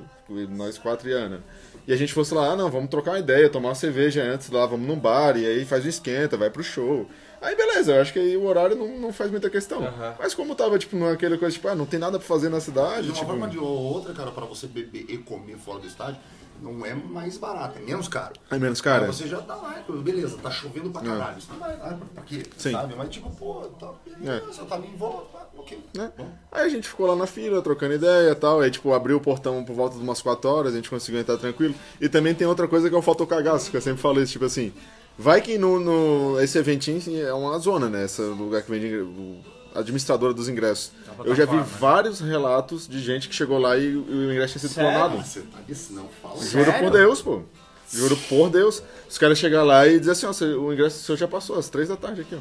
Speaker 2: nós quatro e a Ana, e a gente fosse lá, ah, não, vamos trocar uma ideia, tomar uma cerveja antes lá, vamos num bar, e aí faz um esquenta, vai pro show. Aí beleza, eu acho que aí o horário não, não faz muita questão.
Speaker 3: Aham.
Speaker 2: Mas como tava, tipo, naquela coisa, tipo, ah, não tem nada pra fazer na cidade,
Speaker 4: De uma
Speaker 2: tipo...
Speaker 4: forma de outra, cara, pra você beber e comer fora do estádio, não é mais barato, é menos caro.
Speaker 2: É menos, cara. É.
Speaker 4: Você já tá lá, beleza, tá chovendo pra caralho. Você vai lá, pra- pra quê?
Speaker 2: Sim. É.
Speaker 4: Sabe? Mas tipo, pô, tá beleza, tá ali em volta, tá, ok.
Speaker 2: né?
Speaker 4: Bom.
Speaker 2: Aí a gente ficou lá na fila, trocando ideia e tal. Aí, tipo, abriu o portão por volta de umas 4 horas, a gente conseguiu entrar tranquilo. E também tem outra coisa que é o fotocagaço, que eu sempre falo isso, tipo assim. Vai que no, no- esse eventinho assim, é uma zona, né? Esse lugar que vende ingre- o- a administradora dos ingressos. Eu já vi
Speaker 3: plataforma.
Speaker 2: vários relatos de gente que chegou lá e, e o ingresso tinha sido
Speaker 3: Sério?
Speaker 2: clonado.
Speaker 4: Você tá desse não, fala.
Speaker 2: Juro por
Speaker 3: Sério?
Speaker 2: Deus, pô. Juro por Deus. Os caras chegam lá e dizem assim, ó, seu- o ingresso seu já passou, às três da tarde aqui, ó.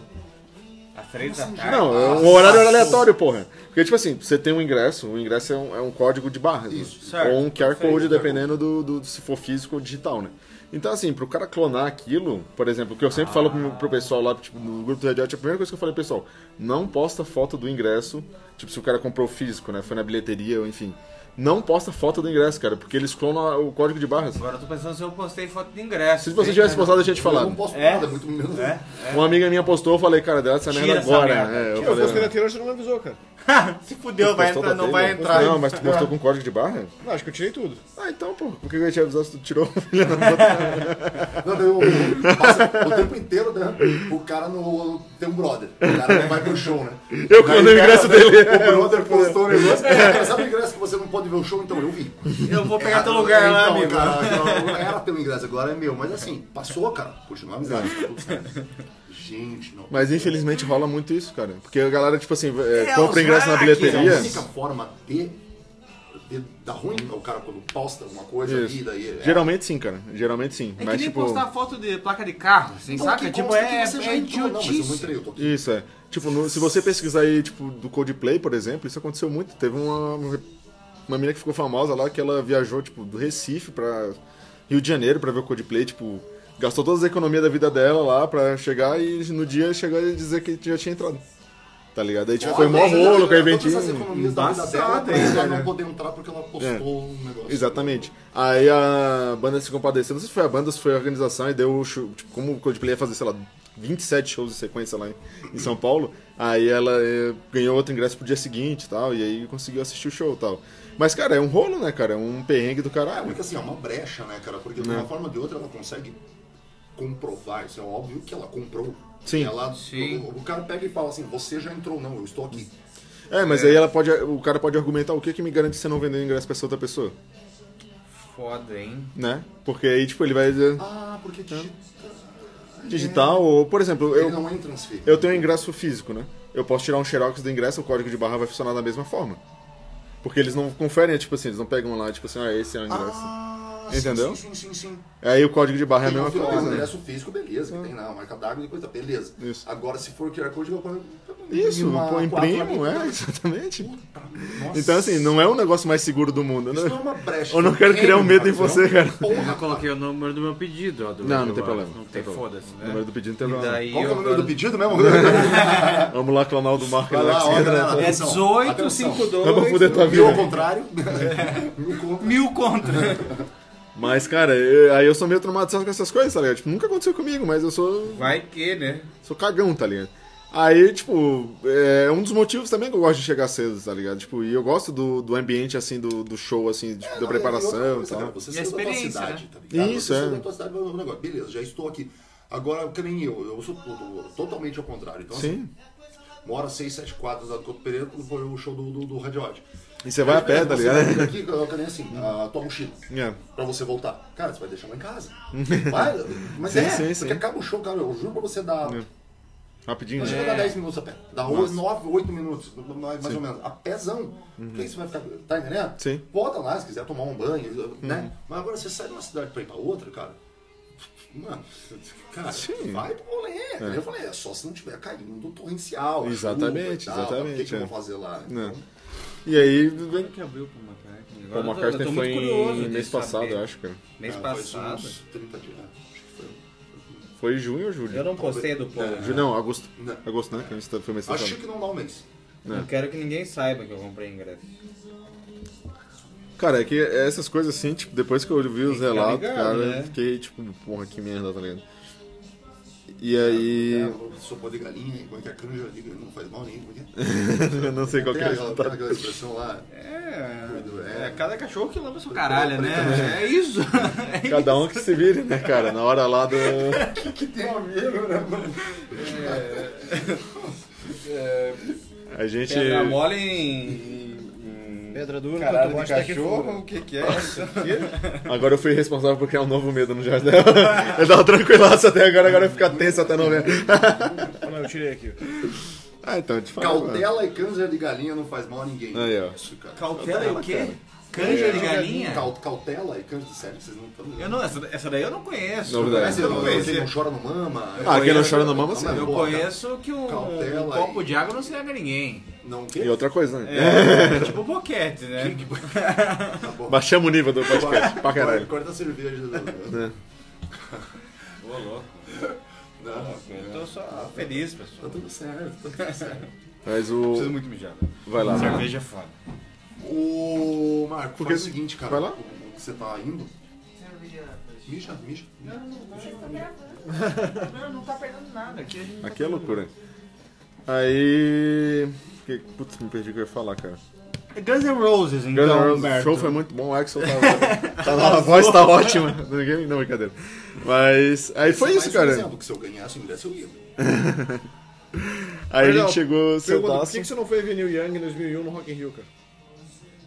Speaker 3: Às três da tarde.
Speaker 2: Não, é um horário aleatório, porra. Porque, tipo assim, você tem um ingresso, o ingresso é um, é um código de barras. né?
Speaker 3: certo.
Speaker 2: Ou um QR Code, dependendo do, do- se for físico ou digital, né? Então, assim, pro cara clonar aquilo, por exemplo, o que eu sempre falo pro, pro pessoal lá, tipo, no grupo do Red Hot, a primeira coisa que eu falei, pessoal, não posta foto do ingresso, tipo, se o cara comprou físico, né? Foi na bilheteria, ou enfim. Não posta foto do ingresso, cara, porque eles clonam o código de barras.
Speaker 3: Agora eu tô pensando se eu postei foto de ingresso.
Speaker 2: Se você
Speaker 3: Tem-
Speaker 2: tivesse postado, eu tinha te
Speaker 4: Eu
Speaker 2: falado.
Speaker 4: não posso
Speaker 3: É?
Speaker 4: nada, muito menos.
Speaker 3: É?
Speaker 2: Uma amiga minha postou, eu falei, cara, dela essa
Speaker 3: Tira
Speaker 2: merda
Speaker 3: essa
Speaker 2: agora.
Speaker 3: merda.
Speaker 2: É,
Speaker 1: Eu,
Speaker 2: eu
Speaker 1: eu
Speaker 2: falei,
Speaker 1: postei na anterior, você não me avisou, cara.
Speaker 3: Se fudeu, vai
Speaker 2: postou na
Speaker 3: entrar,
Speaker 2: telha?
Speaker 3: não vai entrar.
Speaker 2: né?
Speaker 3: É.
Speaker 2: Não, mas tu postou com código de barra?
Speaker 1: Não, acho que eu tirei tudo.
Speaker 2: Ah, então, pô, por que eu ia te avisar se tu tirou?
Speaker 4: Não, eu, eu- passa o tempo inteiro, né? O cara no, tem um brother. O cara não vai pro show, né?
Speaker 2: Eu clonei o ingresso dele.
Speaker 4: O brother postou o negócio.
Speaker 2: É.
Speaker 4: Cara, sabe o ingresso que você não pode ver o show? Então, eu vi.
Speaker 3: Eu vou pegar teu
Speaker 4: Ah,
Speaker 3: lugar lá,
Speaker 4: então,
Speaker 3: amigo.
Speaker 4: Cara, não era teu ingresso, agora é meu. Mas assim, passou, cara. Continua a amizade. tá tudo certo. Gente, não.
Speaker 2: Mas infelizmente rola muito isso, cara. Porque a galera, tipo assim, é,
Speaker 3: É,
Speaker 2: compra
Speaker 3: os né?
Speaker 2: ingresso na
Speaker 3: hackers,
Speaker 2: bilheteria.
Speaker 4: A única forma de, de dar ruim é o cara quando posta alguma coisa
Speaker 2: Isso.
Speaker 4: ali, daí. é-
Speaker 2: Geralmente sim, cara. Geralmente sim.
Speaker 3: É que
Speaker 2: mas
Speaker 3: nem
Speaker 2: tipo.
Speaker 3: postar foto de placa de carro, assim,
Speaker 4: Então,
Speaker 3: saca?
Speaker 4: que
Speaker 3: Tipo,
Speaker 4: consta que
Speaker 3: é,
Speaker 4: você já
Speaker 3: é
Speaker 4: entrou. Não, mas eu não
Speaker 3: idiotice.
Speaker 4: entrei, eu tô aqui.
Speaker 2: Isso, é. Tipo, no- se você pesquisar aí, tipo, do Coldplay, por exemplo, isso aconteceu muito. Teve uma, uma menina que ficou famosa lá, que ela viajou, tipo, do Recife pra Rio de Janeiro pra ver o Coldplay, tipo, gastou todas as economias da vida dela lá pra chegar e no dia chegar e dizer que já tinha entrado. Tá ligado? Aí, tipo, foi mó rolo com o eventinho.
Speaker 4: Todas as economias da vida dela,
Speaker 3: Embaçado,
Speaker 4: mas ela
Speaker 3: hein,
Speaker 4: não
Speaker 3: né?
Speaker 4: poder entrar porque ela postou
Speaker 2: É.
Speaker 4: um negócio.
Speaker 2: Exatamente. Aí a banda se compadeceu, não sei se foi a banda, se foi a organização, e deu. o show- Tipo, como o Coldplay ia fazer, sei lá, 27 shows em sequência lá em, em São Paulo, aí ela eh, ganhou outro ingresso pro dia seguinte e tal, e aí conseguiu assistir o show e tal. Mas, cara, é um rolo, né, cara? É um perrengue do
Speaker 4: É,
Speaker 2: caralho.
Speaker 4: porque assim, é uma brecha, né, cara? Porque
Speaker 2: É.
Speaker 4: de uma forma ou de outra ela consegue comprovar. Isso é óbvio que ela comprou.
Speaker 2: Sim.
Speaker 4: Ela,
Speaker 3: Sim.
Speaker 4: O, o cara pega e fala assim: você já entrou, não, eu estou aqui.
Speaker 2: É, mas aí ela pode, o cara pode argumentar o que que me garante você não vender ingresso pra essa outra pessoa,
Speaker 3: Foda, hein?
Speaker 2: né? Porque aí, tipo, ele vai dizer
Speaker 4: Ah, porque digita...
Speaker 2: digital ou, por exemplo,
Speaker 4: Ele
Speaker 2: Então, eu,
Speaker 4: não é intransferível.
Speaker 2: eu tenho ingresso físico, né? Eu posso tirar um xerox do ingresso, o código de barra vai funcionar da mesma forma. Porque eles não conferem, é tipo assim, eles não pegam lá, tipo assim, ah, esse é o ingresso.
Speaker 4: Ah,
Speaker 2: Entendeu?
Speaker 4: Sim, sim, sim, sim.
Speaker 2: Aí o código de barra é a
Speaker 4: Tem
Speaker 2: mesma
Speaker 4: um filão,
Speaker 2: coisa, né?
Speaker 4: endereço físico, beleza, que tem lá, marca d'água e coisa, beleza.
Speaker 2: Isso.
Speaker 4: Agora, se for o QR Code, eu vou
Speaker 2: Isso, pô, imprimo, é, exatamente. Então, assim, não é o negócio mais seguro do mundo, né?
Speaker 4: Isso não é uma brecha.
Speaker 2: Eu não quero criar um medo em você, cara.
Speaker 3: Eu já coloquei um o número do meu pedido, ó. do-
Speaker 2: Não, não
Speaker 3: do-
Speaker 2: tem problema.
Speaker 3: Não
Speaker 2: Tem
Speaker 3: tem
Speaker 2: problema.
Speaker 3: foda-se,
Speaker 2: O
Speaker 3: né?
Speaker 2: número do pedido tem
Speaker 3: E
Speaker 2: problema.
Speaker 3: daí
Speaker 4: Qual que é o
Speaker 3: eu
Speaker 4: número do
Speaker 3: agora-
Speaker 4: pedido mesmo?
Speaker 2: Vamos lá clonar o do Marco
Speaker 4: Vai lá,
Speaker 2: Alex.
Speaker 4: ó, galera,
Speaker 3: É
Speaker 4: atenção, atenção.
Speaker 3: 1852.
Speaker 2: Dá pra fuder tua
Speaker 4: Viu ao
Speaker 2: vida.
Speaker 4: contrário?
Speaker 2: É.
Speaker 4: Mil conto.
Speaker 3: Mil contra.
Speaker 2: Mas, cara, eu- aí eu sou meio traumatizado com essas coisas, tá ligado? Tipo, nunca aconteceu comigo, mas eu sou,
Speaker 3: Vai que, né?
Speaker 2: sou cagão, tá ligado? Aí, tipo, é um dos motivos também que eu gosto de chegar cedo, tá ligado? Tipo, e eu gosto do, do ambiente, assim, do, do show, assim, de- da preparação e
Speaker 4: Você,
Speaker 2: tal.
Speaker 4: você
Speaker 3: E a
Speaker 4: saiu da tua
Speaker 3: experiência,
Speaker 4: cidade,
Speaker 3: né?
Speaker 4: tá ligado?
Speaker 2: Isso,
Speaker 4: você saiu
Speaker 2: é.
Speaker 4: da tua cidade, vai no negócio. Beleza, já estou aqui. Agora, que nem eu, eu sou to- totalmente ao contrário. Então, assim,
Speaker 2: Sim.
Speaker 4: mora 6, 7 quadras da Couto Pereira, quando foi o show do, do, do Radiohead.
Speaker 2: E você vai a pé, tá
Speaker 4: Você
Speaker 2: ligado?
Speaker 4: fica Aqui, que nem assim, a tua mochila.
Speaker 2: É.
Speaker 4: Pra você voltar. Cara, você vai deixar lá em casa. Vai, mas
Speaker 2: Sim,
Speaker 4: é,
Speaker 2: sim,
Speaker 4: porque
Speaker 2: sim. É.
Speaker 4: acaba o show, cara. Eu juro pra você dar.
Speaker 2: Rapidinho,
Speaker 4: Não
Speaker 2: né?
Speaker 3: É.
Speaker 4: chega a dar 10 minutos a pé. Dá
Speaker 2: um
Speaker 4: 9, 8 minutos, mais mais ou menos. A pézão. Porque isso vai ficar. Tá entendendo?
Speaker 2: Uhum. Sim. Uhum.
Speaker 4: Volta lá se quiser tomar um banho, né? Mas agora você sai de uma cidade pra ir pra outra, cara. Mano, cara,
Speaker 2: Sim.
Speaker 4: vai pro rolê. que nem Eu falei, é só se não tiver caindo torrencial. chuva
Speaker 2: Exatamente,
Speaker 4: e tal, tá? O que,
Speaker 2: exatamente,
Speaker 4: que eu
Speaker 2: é.
Speaker 4: vou fazer lá? Então,
Speaker 2: É. E aí,
Speaker 3: Quando que abriu pro McCartney?
Speaker 2: o
Speaker 3: Agora eu tô- eu tô
Speaker 2: McCartney
Speaker 3: muito
Speaker 2: foi
Speaker 3: curioso Ah,
Speaker 2: em
Speaker 3: de
Speaker 2: mês passado,
Speaker 3: saber.
Speaker 2: eu acho, cara.
Speaker 3: Mês
Speaker 4: Cara, faz
Speaker 3: passado?
Speaker 4: uns 30 dias. né? Acho que foi.
Speaker 2: Foi junho ou
Speaker 3: Eu
Speaker 2: julho?
Speaker 3: não postei do povo.
Speaker 2: Julho não, agosto.
Speaker 4: Não.
Speaker 2: Agosto, né? Que a gente tá- foi mês
Speaker 4: Acho
Speaker 2: passado.
Speaker 4: que não dá um mês.
Speaker 2: É.
Speaker 3: Não quero que ninguém saiba que eu comprei ingresso.
Speaker 2: Cara, é que essas coisas assim, tipo, depois que eu vi os
Speaker 3: Tem que ficar
Speaker 2: relatos,
Speaker 3: ligado,
Speaker 2: cara,
Speaker 3: né?
Speaker 2: eu fiquei tipo, porra, que merda, tá ligado? E aí.
Speaker 4: É, sopa de galinha, como é que é canja de galinha, não faz mal nem. Como é que é?
Speaker 2: eu não sei qual que
Speaker 4: Tem
Speaker 2: é.
Speaker 4: aquela, tem aquela expressão lá.
Speaker 3: É,
Speaker 4: É.
Speaker 3: é cada cachorro que lama seu caralho, né? É isso. É
Speaker 2: Cada um que se vire, né, cara? Na hora lá do.
Speaker 4: que tem a ver, né, mano?
Speaker 2: A gente.
Speaker 3: É, Pedra mole em... em-
Speaker 1: Pedra dura,
Speaker 3: Caralho
Speaker 1: quanto
Speaker 3: de
Speaker 1: bate, tá que fura.
Speaker 3: cachorro, o que que é isso aqui?
Speaker 2: Agora eu fui responsável por criar um novo medo no Jardel. Eu tava tranquilaço até agora, agora eu ficar tenso até não ver.
Speaker 1: Ah, não, eu tirei aqui.
Speaker 2: Ah, então, eu te falo. mano.
Speaker 4: Cautela e canja de galinha não faz mal a ninguém.
Speaker 2: Aí, ó.
Speaker 4: Isso, cara. É,
Speaker 3: Cautela é o quê? Canja de galinha?
Speaker 4: Cau- Cautela e canja de sério, vocês não estão.
Speaker 3: Eu não, essa, essa daí eu não conheço.
Speaker 2: Novidade.
Speaker 4: Mas
Speaker 2: Essa
Speaker 3: Eu
Speaker 4: eu
Speaker 3: não
Speaker 4: não
Speaker 3: conheço.
Speaker 4: quem não chora não mama.
Speaker 2: Ah, quem não chora não mama, sim.
Speaker 4: Calma aí,
Speaker 3: Eu
Speaker 4: pô,
Speaker 3: conheço que um,
Speaker 4: Cautela
Speaker 3: um copo
Speaker 4: aí.
Speaker 3: de água não se nega a ninguém.
Speaker 4: cara. Não,
Speaker 2: E
Speaker 4: que?
Speaker 2: outra coisa, né? É.
Speaker 3: É, tipo boquete, né?
Speaker 4: Tá bom.
Speaker 2: Baixamos o nível do podcast, pra
Speaker 4: Corta-
Speaker 2: caralho. É.
Speaker 4: Corta a cerveja. Né?
Speaker 3: Ô, louco.
Speaker 4: Não,
Speaker 3: Eu tô só feliz, pessoal.
Speaker 4: tá tudo certo, tá tudo certo.
Speaker 2: Mas o.
Speaker 3: muito mijar.
Speaker 2: Vai lá.
Speaker 3: Cerveja é foda.
Speaker 4: Ô, Marco,
Speaker 2: Porque-
Speaker 4: faz o seguinte, cara.
Speaker 2: Vai lá.
Speaker 4: O que você tá indo? Mija, mija.
Speaker 3: Não, não tá perdendo nada aqui. a gente não
Speaker 2: Aqui é loucura. Aí. que- Putz, me perdi o que eu ia falar, cara.
Speaker 3: tá- Guns N' Roses, então,
Speaker 2: Guns N' Roses,
Speaker 3: Humberto.
Speaker 2: o show foi muito bom, o Axel tava. tava a voz tá ótima. Ninguém- Não, brincadeira. Mas. Aí foi isso,
Speaker 4: Mas,
Speaker 2: cara.
Speaker 4: Por um exemplo, que se eu ganhasse o ingresso, eu ia.
Speaker 2: Aí a
Speaker 1: Perdão,
Speaker 2: gente chegou
Speaker 1: Pergunta, por
Speaker 2: sentaço.
Speaker 1: que que você não foi ver Neil Young em 2001 no Rock in Rio, cara?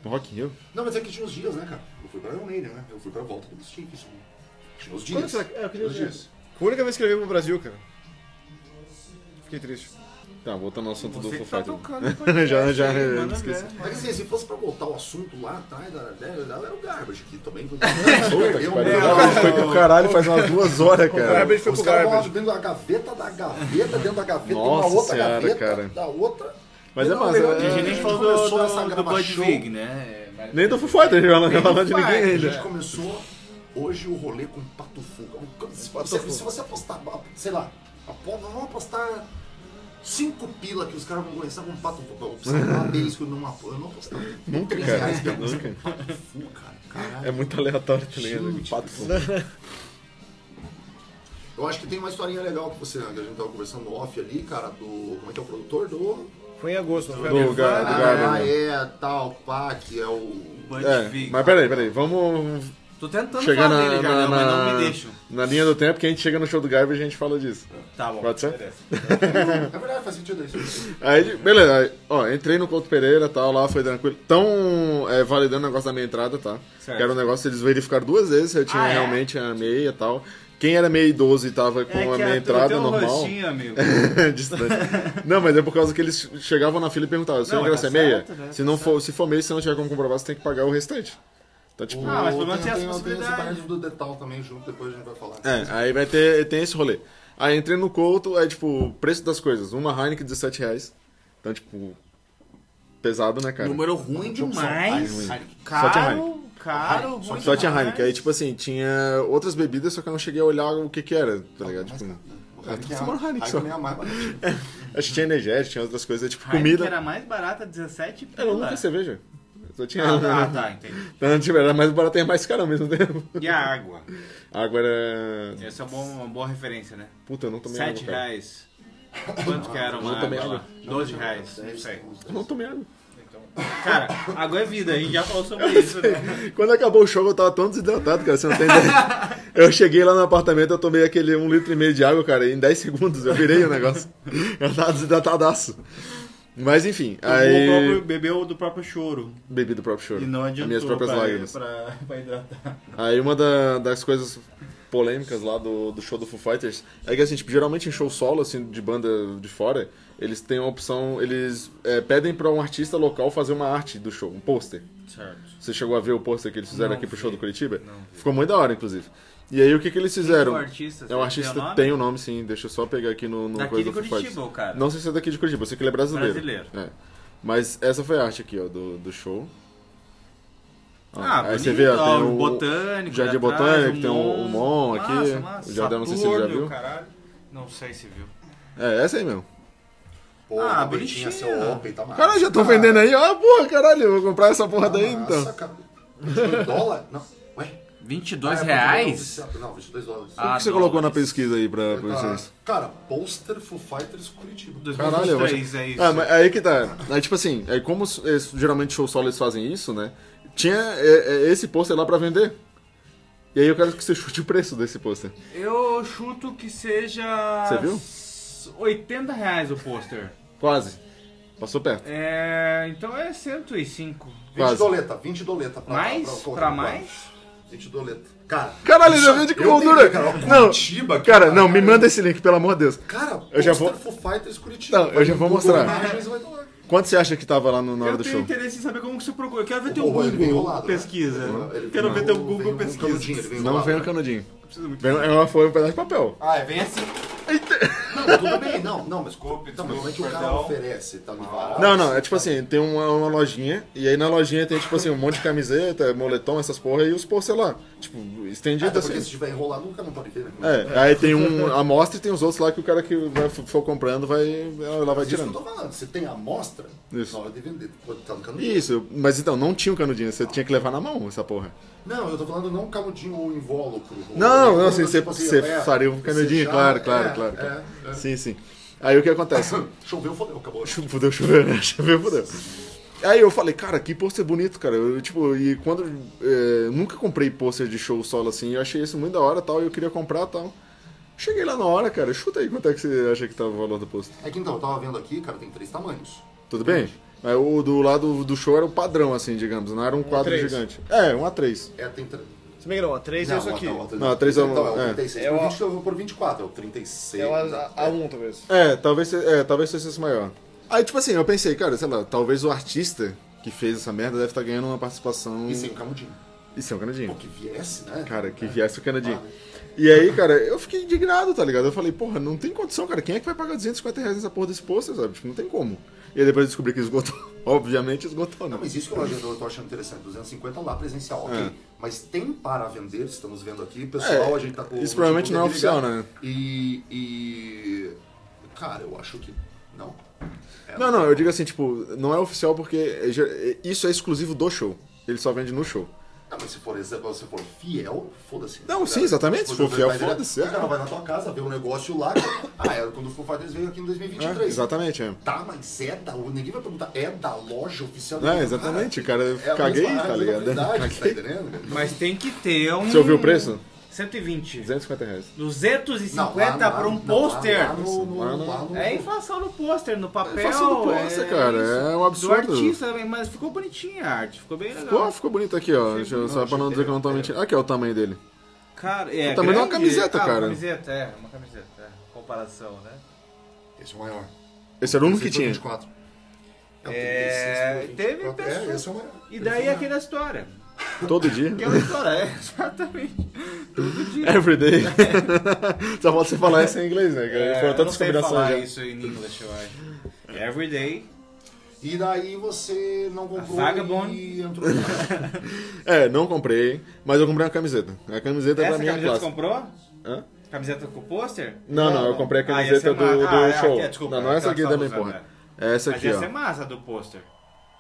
Speaker 2: No Rock in Rio?
Speaker 4: Não, mas é que tinha uns dias, né, cara? Eu fui pra Iron Maiden, né? Eu fui pra volta do Sting, isso. Tinha uns
Speaker 1: Quando
Speaker 4: dias.
Speaker 1: será que- é, eu queria
Speaker 4: Os
Speaker 1: ver.
Speaker 4: dias.
Speaker 1: Foi a única vez que ele veio pro Brasil, cara. Fiquei triste.
Speaker 2: Tá, voltando ao assunto do
Speaker 3: Você
Speaker 2: Foo
Speaker 3: que tá
Speaker 2: Fighters.
Speaker 3: tocando no podcast,
Speaker 2: Já- já-
Speaker 3: aí,
Speaker 2: eu
Speaker 3: manda
Speaker 2: esqueci.
Speaker 3: ver.
Speaker 4: Mas assim, se fosse pra voltar o assunto lá atrás da dela, dela, era o Garbage, que também...
Speaker 2: Puta que
Speaker 4: Eu-
Speaker 2: pariu.
Speaker 4: eu-
Speaker 2: O cara foi pro caralho faz umas duas horas, cara.
Speaker 1: Garbage foi
Speaker 4: Os
Speaker 1: pro
Speaker 4: caras vão
Speaker 1: Garbage.
Speaker 4: dentro da gaveta da gaveta, dentro da gaveta,
Speaker 2: Nossa
Speaker 4: tem uma outra
Speaker 2: senhora,
Speaker 4: gaveta,
Speaker 2: cara.
Speaker 4: da outra...
Speaker 2: Mas é
Speaker 4: Não,
Speaker 2: massa,
Speaker 4: melhor
Speaker 2: né?
Speaker 4: que
Speaker 3: A gente nem falou do,
Speaker 4: começou essa
Speaker 3: do, do
Speaker 4: gravação.
Speaker 3: Bud Vig, né? Mas-
Speaker 2: Nem do Foo Fighters, eu não falando de
Speaker 3: Nem do
Speaker 2: ninguém
Speaker 4: A gente
Speaker 2: ainda.
Speaker 4: começou hoje o rolê com Pato Fuga. Um Se você, se você apostar, sei lá, apo- vamos apostar cinco pila que os caras vão ganhar com Pato Fuga. Eu preciso falar bem isso que eu não apo- eu não apostava.
Speaker 2: Nunca,
Speaker 4: Três
Speaker 2: cara.
Speaker 4: reais que eu apostava
Speaker 2: Nunca.
Speaker 4: com Pato Fuga, cara. Caralho.
Speaker 2: É muito aleatório, tá ligado?
Speaker 4: Gente.
Speaker 2: Pato
Speaker 3: né?
Speaker 2: Fu.
Speaker 4: Eu acho que tem uma historinha legal que você, que a gente tava conversando no off ali, cara, do. Como é que é o produtor? Do.
Speaker 1: Foi em agosto, não foi
Speaker 2: Do Gar- É do né?
Speaker 4: Ah,
Speaker 2: Garbage.
Speaker 4: é, tal, pá, que é o.
Speaker 3: Bud
Speaker 2: É,
Speaker 3: Vig.
Speaker 2: mas peraí, peraí, vamos
Speaker 3: Tô tentando
Speaker 2: Chegar
Speaker 3: falar
Speaker 2: na,
Speaker 3: dele,
Speaker 2: na-
Speaker 3: Jardel, mas
Speaker 2: na-
Speaker 3: não me deixam.
Speaker 2: na linha do tempo que a gente chega no show do Garbage e a gente fala disso.
Speaker 3: Tá bom.
Speaker 2: Pode ser?
Speaker 3: Beleza.
Speaker 4: É verdade, faz sentido isso.
Speaker 2: Aí, beleza, aí, ó, entrei no Couto Pereira tal, lá foi tranquilo. Tão é, validando o negócio da minha entrada, tá?
Speaker 3: Certo.
Speaker 2: Que era um negócio, eles verificaram duas vezes se eu tinha
Speaker 3: Ah, é?
Speaker 2: realmente a meia e tal. Quem era meio idoso e tava com a
Speaker 3: que é
Speaker 2: meia
Speaker 3: a- o
Speaker 2: entrada
Speaker 3: teu
Speaker 2: normal.
Speaker 3: um
Speaker 2: É
Speaker 3: rostinho, amigo.
Speaker 2: Distante. Não, mas é por causa que eles chegavam na fila e perguntavam: se
Speaker 3: Não,
Speaker 2: não,
Speaker 3: mas
Speaker 2: quer ser
Speaker 3: tá
Speaker 2: meia?
Speaker 3: certo, né?
Speaker 2: Se
Speaker 3: Tá
Speaker 2: não for, se for meia, se não tiver como comprovar, você tem que pagar o restante. Então, tipo.
Speaker 3: Ah, mas pelo menos tem
Speaker 4: tem,
Speaker 3: essa
Speaker 4: tem, tem essa
Speaker 3: possibilidade.
Speaker 4: parada do detalhe também junto, depois a gente vai falar.
Speaker 2: É, aí vai ter tem esse rolê. Aí entrei no Couto, é tipo, preço das coisas. Uma Heineken, 17 reais. Então, tipo, pesado, né, cara?
Speaker 3: Número ruim demais.
Speaker 2: Só tinha
Speaker 3: Caro, caro,
Speaker 4: Heineken.
Speaker 3: ruim
Speaker 2: Só tinha
Speaker 3: demais.
Speaker 2: Heineken. Aí, tipo assim, tinha outras bebidas, só que eu não cheguei a olhar o que que era, tá ligado? Tipo,
Speaker 4: Heineken é
Speaker 2: tomando
Speaker 4: a-
Speaker 2: Heineken só.
Speaker 4: Heineken é a mais baratinha.
Speaker 2: acho que tinha energético, tinha outras coisas, tipo,
Speaker 3: Heineken
Speaker 2: comida.
Speaker 3: era mais barata, 17 pila.
Speaker 2: Era única cerveja. Só tinha...
Speaker 3: Ah, tá, entendi.
Speaker 2: Então, tipo, era mais barato e mais caro ao mesmo tempo.
Speaker 3: E a água?
Speaker 2: A água era...
Speaker 3: Essa é uma boa, uma boa referência, né?
Speaker 2: Puta, eu não tomei
Speaker 3: 7
Speaker 2: água, cara.
Speaker 3: reais. Quanto que era uma
Speaker 2: Eu também
Speaker 3: água lá?
Speaker 2: acho.
Speaker 3: 12 reais, não sei.
Speaker 2: Eu não tomei água.
Speaker 3: Cara, água é vida, a gente já falou sobre isso, né?
Speaker 2: Quando acabou o show, eu tava tão desidratado, cara, você não tem ideia. Eu cheguei lá no apartamento, eu tomei aquele um litro e meio de água, cara, e em 10 segundos eu virei o negócio. Eu tava desidratadaço. Mas enfim, aí
Speaker 3: O próprio- Bebeu do próprio choro.
Speaker 2: bebi do próprio choro.
Speaker 3: E não adiantou
Speaker 2: Minhas próprias
Speaker 3: pra,
Speaker 2: lágrimas.
Speaker 3: Pra, pra hidratar.
Speaker 2: Aí uma da- das coisas polêmicas lá do, do show do Foo Fighters é que assim, tipo, geralmente em show solo, assim, de banda de fora, eles têm uma opção, eles é, pedem pra um artista local fazer uma arte do show, um pôster.
Speaker 3: Certo.
Speaker 2: Você chegou a ver o pôster que eles fizeram
Speaker 3: Não
Speaker 2: aqui pro
Speaker 3: vi,
Speaker 2: show do Curitiba?
Speaker 3: não vi.
Speaker 2: Ficou muito da hora, inclusive. E aí o que que eles fizeram?
Speaker 3: Quem que é o artista?
Speaker 2: É um
Speaker 3: Você
Speaker 2: artista,
Speaker 3: tem o nome?
Speaker 2: tem o nome sim, deixa eu só pegar aqui no, no
Speaker 3: Daqui
Speaker 2: coisa
Speaker 3: de
Speaker 2: do Foo
Speaker 3: Curitiba,
Speaker 2: Fighters.
Speaker 3: o cara.
Speaker 2: Não sei se é daqui de Curitiba, eu sei que ele é brasileiro.
Speaker 3: Brasileiro.
Speaker 2: É. Mas essa foi a arte aqui, ó, do, do show. Ó,
Speaker 3: Ah,
Speaker 2: aí
Speaker 3: bonito,
Speaker 2: você vê, ó,
Speaker 3: ó,
Speaker 2: tem
Speaker 3: o
Speaker 2: o
Speaker 3: botânico.
Speaker 2: Jardim
Speaker 3: ali atrás, um
Speaker 2: Botânico, tem o- o Mon aqui,
Speaker 3: Massa, massa.
Speaker 2: o Jardel, não sei se você já
Speaker 3: Saturno,
Speaker 2: viu.
Speaker 3: caralho. Não sei se viu.
Speaker 2: É, essa aí mesmo.
Speaker 4: Pô,
Speaker 3: Ah,
Speaker 4: ah, bonitinha.
Speaker 3: bonitinha.
Speaker 4: Seu open, tá massa.
Speaker 2: Caralho, já tô vendendo aí, ó, porra, caralho, eu vou comprar essa porra daí então.
Speaker 4: Nossa, cara. 22 dólares? Não. Ué?
Speaker 3: 22
Speaker 4: Ah, é
Speaker 3: reais?
Speaker 4: porque Não, 22 dólares.
Speaker 2: o
Speaker 3: Ah,
Speaker 2: que você colocou na
Speaker 3: dólares.
Speaker 2: pesquisa aí pra, pra
Speaker 4: Tá.
Speaker 2: vocês?
Speaker 4: Cara, poster Foo Fighters Curitiba.
Speaker 3: 2023,
Speaker 2: Caralho, eu vou
Speaker 3: é isso.
Speaker 2: Ah, mas aí que tá. Aí, tipo assim, aí como s- eles- geralmente show solo eles fazem isso, né? Tinha é, é, esse pôster lá pra vender. E aí eu quero que você chute o preço desse pôster.
Speaker 3: Eu chuto que seja.
Speaker 2: Você viu?
Speaker 3: 80 reais o pôster.
Speaker 2: Quase. Passou perto.
Speaker 3: É, então é 105.
Speaker 4: 20
Speaker 2: Quase.
Speaker 4: doleta, 20 doleta. Pra,
Speaker 3: Mais?
Speaker 4: colocar
Speaker 3: Pra
Speaker 4: no quadro.
Speaker 3: mais?
Speaker 4: 20 doleta. Cara,
Speaker 2: Caralho,
Speaker 4: isso- é-
Speaker 2: já veio de
Speaker 4: eu tenho,
Speaker 2: moldura.
Speaker 4: cara, ó,
Speaker 2: Não,
Speaker 4: Curitiba,
Speaker 2: Cara, não, me manda esse link, pelo amor de Deus.
Speaker 4: Cara,
Speaker 2: Eu já
Speaker 4: poster
Speaker 2: vou-
Speaker 4: Foo Fighters Curitiba.
Speaker 2: Não, eu já vou
Speaker 4: Vai no Google
Speaker 2: mostrar.
Speaker 4: Imagens, vai no-
Speaker 2: Quanto você acha que tava lá no, na hora
Speaker 3: Eu
Speaker 2: do
Speaker 3: tenho
Speaker 2: show?
Speaker 3: interesse em saber como que você procura. Eu quero
Speaker 2: um
Speaker 3: ver teu
Speaker 4: Porra, ele vem
Speaker 3: Google
Speaker 4: enrolado, né?
Speaker 3: pesquisa.
Speaker 4: Ele-
Speaker 3: quero
Speaker 4: não,
Speaker 3: ver teu
Speaker 4: vem
Speaker 3: Google
Speaker 4: um canudinho, ele
Speaker 3: pesquisa.
Speaker 4: vem
Speaker 2: Não
Speaker 4: enrolado.
Speaker 2: veio o canudinho.
Speaker 3: Preciso muito.
Speaker 2: Veio, ela foi um pedaço de papel.
Speaker 3: Ah, é, vem assim.
Speaker 4: Não, tudo bem, não, não, mas
Speaker 3: Desculpe,
Speaker 4: não, mas como é que o
Speaker 3: desculpe,
Speaker 4: cara
Speaker 3: perdão.
Speaker 4: oferece? Tá ligado?
Speaker 2: Não, não, é tipo assim, tem uma, uma lojinha, e aí na lojinha tem, tipo assim, um monte de camiseta, moletom, essas porra, e os pôster lá. Tipo, estendido
Speaker 4: Até
Speaker 2: assim.
Speaker 4: Ah, tá, porque tipo se tiver enrolado, nunca não pode ver. né?
Speaker 2: É, aí tem um amostra e tem os outros lá que o cara que vai, for comprando vai. Ela vai
Speaker 4: Mas Isso que eu
Speaker 2: tirando.
Speaker 4: tô falando, você tem a amostra
Speaker 2: Isso.
Speaker 4: na hora de vender, pode tá estar no canudinho.
Speaker 2: Isso, mas então, não tinha o canudinho, você tinha que levar na mão essa porra.
Speaker 4: Não, eu tô falando não canudinho ou invólucro.
Speaker 2: Não,
Speaker 4: Ou-
Speaker 2: não, assim,
Speaker 4: tipo
Speaker 2: você,
Speaker 4: assim,
Speaker 2: você
Speaker 4: é,
Speaker 2: faria um canudinho,
Speaker 4: você já-
Speaker 2: claro,
Speaker 4: é,
Speaker 2: claro, claro. claro.
Speaker 4: É, é.
Speaker 2: Sim, sim. Aí o que acontece?
Speaker 4: Choveu, fodeu, acabou.
Speaker 2: Fudeu, choveu, né? Choveu, fudeu. Aí eu falei, cara, que pôster bonito, cara. Eu, tipo, e quando. é, nunca comprei pôster de show solo assim, eu achei isso muito da hora tal, e eu queria comprar tal. Cheguei lá na hora, cara, chuta aí quanto é que você acha que tava o valor do pôster.
Speaker 4: É que então, eu tava vendo aqui, cara, tem três tamanhos.
Speaker 2: Tudo bem? Mas o do lado do show era o padrão, assim, digamos, não era um quadro
Speaker 1: A3.
Speaker 2: gigante. É, um A3.
Speaker 4: É, tem... tre-
Speaker 1: Se bem que não, a 3 é isso aqui.
Speaker 4: Não, outra-
Speaker 2: Não, a três é uma-
Speaker 4: Então, é o
Speaker 2: é.
Speaker 4: 36
Speaker 1: É
Speaker 4: por,
Speaker 1: uma-
Speaker 4: 20, eu vou por 24, é o 36.
Speaker 1: É o
Speaker 4: né?
Speaker 1: A- A1, talvez.
Speaker 2: É, talvez, se- é, talvez se fosse maior. Aí, tipo assim, eu pensei, cara, sei lá, talvez o artista que fez essa merda deve estar ganhando uma participação.
Speaker 4: E sem o canudinho.
Speaker 2: Isso é um canadinho.
Speaker 4: Pô, que viesse, né?
Speaker 2: Hum. Cara, que viesse o canadinho.
Speaker 4: Vale.
Speaker 2: E aí, cara, eu fiquei indignado, tá ligado? Eu falei, porra, não tem condição, cara. Quem é que vai pagar 250 reais nessa porra desse pôster, sabe? Tipo, não tem como. E aí depois eu descobri que esgotou. Obviamente esgotou, né?
Speaker 4: Não, mas isso que eu, eu tô achando interessante. 250 lá presencial, ok. Mas tem para vender, estamos vendo aqui. Pessoal,
Speaker 2: É,
Speaker 4: a gente tá com.
Speaker 2: isso provavelmente
Speaker 4: tipo,
Speaker 2: não é
Speaker 4: deve ligar.
Speaker 2: oficial, né?
Speaker 4: E, e. Cara, eu acho que. Não. É,
Speaker 2: Não, não, eu digo assim, tipo, não é oficial porque é ge- isso é exclusivo do show. Ele só vende no show.
Speaker 4: Ah, mas se for, exemplo, se for fiel, foda-se.
Speaker 2: Não, sim, exatamente, se for
Speaker 4: Você
Speaker 2: fiel,
Speaker 4: vai direto-
Speaker 2: foda-se, é.
Speaker 4: O cara vai na tua casa, vê um negócio lá. ah, era quando o Foo Fighters veio aqui em 2023.
Speaker 2: É, exatamente, é.
Speaker 4: Tá, mas é da. Ninguém vai perguntar, é da loja oficial
Speaker 2: É, exatamente, cara, eu
Speaker 4: a
Speaker 2: caguei,
Speaker 4: mesma-
Speaker 2: tá
Speaker 4: a mesma
Speaker 2: ligado?
Speaker 4: qualidade, Tá
Speaker 2: Caguei.
Speaker 4: entendendo? cara?
Speaker 3: Mas tem que ter um.
Speaker 2: Você ouviu o preço?
Speaker 3: 120.
Speaker 2: 250 reais.
Speaker 3: 250
Speaker 4: lá- lá-
Speaker 3: para um
Speaker 4: não, lá-
Speaker 3: pôster.
Speaker 4: lá no- no-
Speaker 2: Lá no-
Speaker 4: lá no-
Speaker 3: É inflação no pôster, no papel.
Speaker 2: inflação no pôster, cara, é um absurdo.
Speaker 3: Do artista também, mas ficou bonitinha a arte, ficou bem legal.
Speaker 2: Pô, ficou bonito aqui, ó.
Speaker 3: Sim,
Speaker 2: Deixa eu-
Speaker 3: não,
Speaker 2: só pra não
Speaker 3: achei
Speaker 2: dizer que eu não tô
Speaker 3: inteiro.
Speaker 2: mentindo. Aqui é o tamanho dele.
Speaker 3: Cara, é.
Speaker 2: Também não é uma
Speaker 3: grande.
Speaker 2: camiseta,
Speaker 3: Ah,
Speaker 2: cara.
Speaker 3: Uma camiseta, é, uma camiseta, é. Comparação, né?
Speaker 4: Esse é o maior.
Speaker 2: Esse era o único
Speaker 4: Esse
Speaker 2: que
Speaker 4: foi
Speaker 2: tinha.
Speaker 4: 24. É, o
Speaker 3: É,
Speaker 4: 36,
Speaker 3: teve
Speaker 4: 24.
Speaker 3: pessoa-
Speaker 4: É, esse é o maior.
Speaker 3: E daí aquela história.
Speaker 2: Todo dia.
Speaker 3: Aquela história, é, exatamente. Todo dia.
Speaker 2: Everyday. Só falta você falar isso em inglês, né? cara?
Speaker 3: É,
Speaker 2: Foram
Speaker 3: eu
Speaker 2: tantas
Speaker 3: não sei falar
Speaker 2: combinações já.
Speaker 3: isso em inglês, eu acho. Every day.
Speaker 4: E daí você não comprou
Speaker 3: Vagabond.
Speaker 4: e entrou no
Speaker 2: É, não comprei, mas eu comprei uma camiseta. A camiseta é da
Speaker 3: Essa
Speaker 2: minha
Speaker 3: camiseta
Speaker 2: classe.
Speaker 3: você comprou?
Speaker 2: Hã?
Speaker 3: Camiseta com pôster?
Speaker 2: Não, não, eu comprei a
Speaker 3: Ah,
Speaker 2: camiseta
Speaker 3: essa é
Speaker 2: do, do
Speaker 3: massa. Ah, é,
Speaker 2: show.
Speaker 3: aqui, desculpa,
Speaker 2: não, não é essa
Speaker 3: aquela
Speaker 2: aqui
Speaker 3: que
Speaker 2: da
Speaker 3: tá
Speaker 2: minha
Speaker 3: usando,
Speaker 2: porra. É essa
Speaker 3: Mas
Speaker 2: aqui,
Speaker 3: essa é
Speaker 2: ó.
Speaker 3: massa do pôster.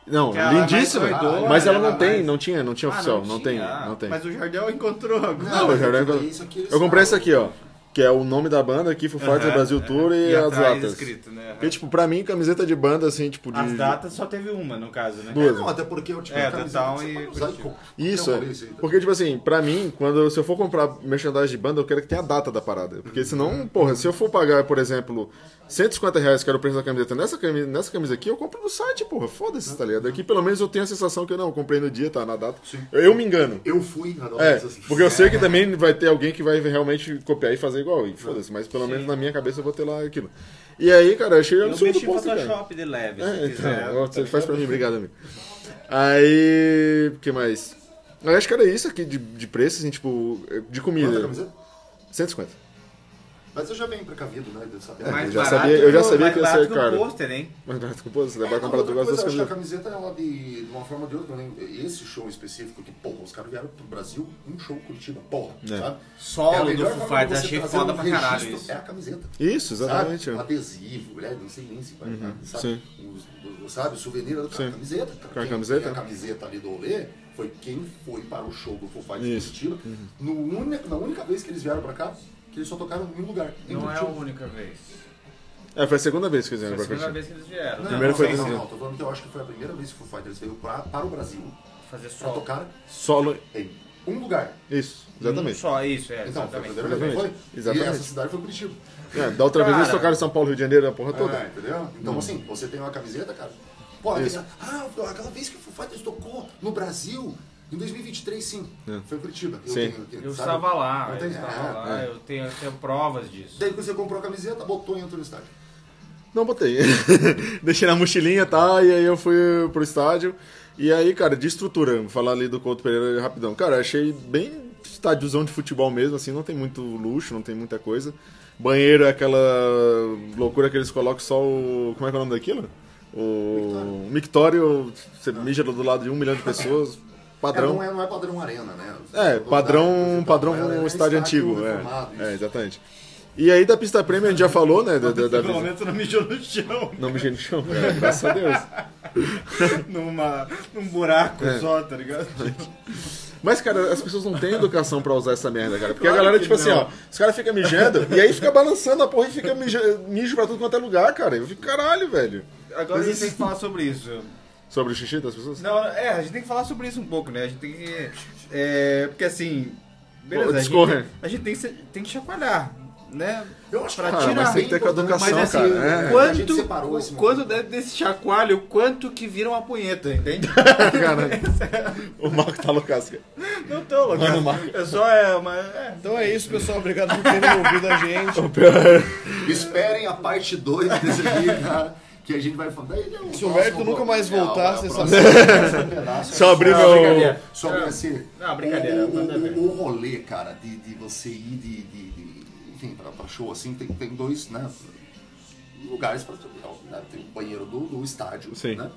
Speaker 2: Não,
Speaker 3: que ela é mais
Speaker 2: lindíssima.
Speaker 3: doidona,
Speaker 2: Mas ela não
Speaker 3: ela
Speaker 2: tem,
Speaker 3: mais-
Speaker 2: não tinha, não tinha
Speaker 3: Ah,
Speaker 2: oficial. Não
Speaker 3: tinha.
Speaker 2: tem,
Speaker 3: Ah,
Speaker 2: não tem.
Speaker 3: Mas o Jardel encontrou agora.
Speaker 2: Não, eu já era-
Speaker 4: Isso aqui eles
Speaker 2: Eu comprei essa
Speaker 4: falam.
Speaker 2: aqui, ó. Que é o nome da banda aqui, Foo Fighters
Speaker 3: Aham,
Speaker 2: Brasil
Speaker 3: aham.
Speaker 2: Tour e, as
Speaker 3: atrás
Speaker 2: datas.
Speaker 3: escrito, né?
Speaker 2: Porque, tipo, pra mim, camiseta de banda, assim, tipo, de...
Speaker 3: As datas só teve uma, no caso, né?
Speaker 2: Duas.
Speaker 4: Não, até porque eu tipo,
Speaker 3: É,
Speaker 4: a camiseta
Speaker 3: Total
Speaker 4: você
Speaker 3: e
Speaker 4: pode usar
Speaker 3: Curitiba.
Speaker 4: qualquer
Speaker 2: Isso, é.
Speaker 4: rolê, isso aí, tá?
Speaker 2: Porque, tipo assim, pra mim, quando se eu for comprar merchandising de banda, eu quero que tenha a data da parada. Porque senão, porra, se eu for pagar, por exemplo, 150 reais, que era o preço da camiseta, nessa camisa, nessa camisa aqui, eu compro no site, porra. Foda-se, tá ligado? Aqui pelo menos eu tenho a sensação que eu não, eu comprei no dia, tá na data.
Speaker 4: Sim.
Speaker 2: Eu, eu me engano.
Speaker 4: Eu fui na assim.
Speaker 2: É, porque eu sei que também vai ter alguém que vai realmente copiar e fazer igual,
Speaker 4: É.
Speaker 2: e foda-se, mas pelo menos na minha cabeça eu vou ter lá aquilo. E aí, cara, eu achei um
Speaker 3: Eu
Speaker 2: absurdo tá
Speaker 3: mexi
Speaker 2: o
Speaker 3: em
Speaker 2: posto, cara.
Speaker 3: Photoshop de leve, se
Speaker 2: É,
Speaker 3: quiser. tá
Speaker 2: então, você faz pra mim, obrigado, amigo. Aí, o que mais? Eu acho que era isso aqui de, de preço, assim, tipo, de
Speaker 4: Quanto a
Speaker 2: comida.
Speaker 4: camiseta?
Speaker 2: 150.
Speaker 4: Mas eu já venho precavido, né? de saber.
Speaker 3: Mais
Speaker 2: eu já
Speaker 3: barato
Speaker 2: sabia- eu já
Speaker 3: que o-
Speaker 2: sabia
Speaker 3: mais
Speaker 2: que ia ser
Speaker 3: barato o
Speaker 2: caro.
Speaker 3: pôster, hein?
Speaker 2: Mas não, desculpa, você
Speaker 3: É,
Speaker 2: vai
Speaker 4: Não,
Speaker 2: comprar
Speaker 4: outra
Speaker 2: duas
Speaker 4: coisa,
Speaker 2: das
Speaker 4: eu acho que a
Speaker 2: coisas.
Speaker 4: camiseta, ela de, de uma forma ou de outra, né? esse show em específico, que, porra, os caras vieram pro Brasil, um show Curitiba, porra, sabe?
Speaker 3: Solo
Speaker 4: É a
Speaker 3: do
Speaker 4: melhor
Speaker 3: Foo
Speaker 4: forma
Speaker 3: Fighters,
Speaker 4: de você
Speaker 3: achei
Speaker 4: trazer
Speaker 3: foda
Speaker 4: um
Speaker 3: pra caralho
Speaker 4: registro,
Speaker 3: isso.
Speaker 4: É a camiseta.
Speaker 2: Isso, exatamente.
Speaker 4: Sabe?
Speaker 2: ó.
Speaker 4: Adesivo, né? não sei nem se vai. sabe?
Speaker 2: sim.
Speaker 4: Os- os- sabe? O souvenir era com
Speaker 2: Sim.
Speaker 4: a camiseta. tá?
Speaker 2: Com a
Speaker 4: Quem-
Speaker 2: camiseta.
Speaker 4: quem A camiseta ali do rolê foi quem foi para o show do Foo Fighters
Speaker 2: Isso. Uhum.
Speaker 4: Curitiba. No único- na única vez que eles vieram pra cá, que eles só tocaram em um lugar. em
Speaker 3: Não é a
Speaker 4: Curitiba.
Speaker 3: única vez.
Speaker 2: É, foi a segunda vez que eles
Speaker 3: Foi
Speaker 2: vieram
Speaker 3: a
Speaker 2: pra Curitiba.
Speaker 3: segunda vez que eles vieram.
Speaker 4: Não,
Speaker 3: né?
Speaker 2: Primeiro
Speaker 4: não,
Speaker 2: foi
Speaker 4: não,
Speaker 2: desse
Speaker 4: não,
Speaker 2: jeito.
Speaker 4: tô falando que eu acho que foi a primeira vez que o Foo Fighters veio pra, para o Brasil
Speaker 3: Fazer um.
Speaker 4: pra
Speaker 3: solo.
Speaker 4: tocar
Speaker 2: Solo.
Speaker 4: em um lugar.
Speaker 2: Isso, exatamente.
Speaker 3: Só isso, é,
Speaker 4: Então, foi a
Speaker 3: exatamente.
Speaker 4: primeira vez, não foi?
Speaker 2: Exatamente.
Speaker 4: E essa cidade foi Curitiba.
Speaker 2: É, da outra vez
Speaker 3: Cara.
Speaker 2: eles tocaram em São Paulo, Rio de Janeiro, a porra toda.
Speaker 3: Ah,
Speaker 4: É, entendeu? Então, assim, você tem uma camiseta, cara. Pô,
Speaker 2: Isso.
Speaker 4: aquela, ah, aquela vez que o Foo Fighters tocou no Brasil, em 2023, sim. Foi em Curitiba. Eu,
Speaker 2: É. Sim.
Speaker 4: tenho, eu, tenho,
Speaker 3: Eu
Speaker 4: sabe?
Speaker 3: estava lá,
Speaker 4: Não
Speaker 3: eu
Speaker 4: tem-
Speaker 3: estava
Speaker 4: é,
Speaker 3: lá, eu tenho, eu tenho provas disso.
Speaker 4: Daí que você comprou a camiseta, botou e entrou no estádio.
Speaker 2: Não botei. Deixei na mochilinha, tá? E aí eu fui pro estádio. E aí, cara, de estrutura, vou falar ali do Couto Pereira rapidão. Cara, achei bem estádiozão de futebol mesmo, assim, não tem muito luxo, não tem muita coisa. Banheiro é aquela loucura que eles colocam só o. Como é que é o nome daquilo? O. Mictório, você mija do lado de um milhão de pessoas.
Speaker 4: É,
Speaker 2: Padrão.
Speaker 4: não, é, não é padrão arena, né?
Speaker 2: É, padrão,
Speaker 4: Lugar,
Speaker 2: padrão
Speaker 4: é
Speaker 2: um
Speaker 4: um
Speaker 2: estádio antigo.
Speaker 4: reformado,
Speaker 2: É, é,
Speaker 4: isso.
Speaker 2: exatamente. E aí da pista prêmio a gente já falou, né? Da, da, da
Speaker 3: Pelo menos não mijou no chão,
Speaker 2: Não mijei no chão, cara, graças a Deus.
Speaker 3: numa, num buraco só, tá ligado?
Speaker 2: Mas, cara, as pessoas não têm educação pra usar essa merda, cara. Porque
Speaker 3: Claro
Speaker 2: a galera,
Speaker 3: que
Speaker 2: tipo assim,
Speaker 3: não.
Speaker 2: ó, os caras ficam mijando e aí fica balançando a porra e fica mija- mijo pra tudo quanto é lugar, cara. Eu fico, caralho, velho.
Speaker 3: Agora a
Speaker 2: Mas
Speaker 3: gente tem
Speaker 2: isso-
Speaker 3: que falar sobre isso.
Speaker 2: Sobre o xixi das pessoas?
Speaker 3: Não, é, a gente tem que falar sobre isso um pouco, né? A gente tem que. É, porque assim.
Speaker 2: Pô,
Speaker 3: Beleza, a
Speaker 2: discorre.
Speaker 3: gente, a gente tem, que se- tem que chacoalhar, né?
Speaker 4: Eu acho que
Speaker 3: Pra
Speaker 4: é
Speaker 2: Cara,
Speaker 3: tirar.
Speaker 2: Ah, mas tem que ter com a educação,
Speaker 3: Mas assim,
Speaker 2: cara.
Speaker 4: é.
Speaker 2: É.
Speaker 4: A gente separou esse
Speaker 3: quanto,
Speaker 4: momento.
Speaker 3: quanto de- desse chacoalho, quanto que vira uma punheta, entende?
Speaker 2: O Marco tá loucaço, cara.
Speaker 3: Não tô, louco.
Speaker 2: Mano, Marco.
Speaker 3: É só é uma. É.
Speaker 1: Então é isso, pessoal. Obrigado por terem ouvido a gente.
Speaker 4: Esperem a parte 2 desse aqui, cara. Que a gente vai falar. Daí, não,
Speaker 1: Se o Humberto
Speaker 4: próximo
Speaker 1: nunca
Speaker 4: bloco.
Speaker 1: mais
Speaker 4: É, o- é o
Speaker 1: voltasse, essa
Speaker 4: próximo- esse pedaço
Speaker 2: Só
Speaker 4: é-
Speaker 2: abrir
Speaker 3: Não,
Speaker 2: meu.
Speaker 3: brincadeira.
Speaker 4: Sobre assim.
Speaker 3: Não, brincadeira,
Speaker 4: O, o,
Speaker 3: manda ver.
Speaker 4: o, o um, rolê, cara, de, de você ir de. de- de- enfim, pra, pra show assim, tem, tem dois, né? Lugares pra né, Tem o banheiro do, do estádio,
Speaker 2: Sim.
Speaker 4: né?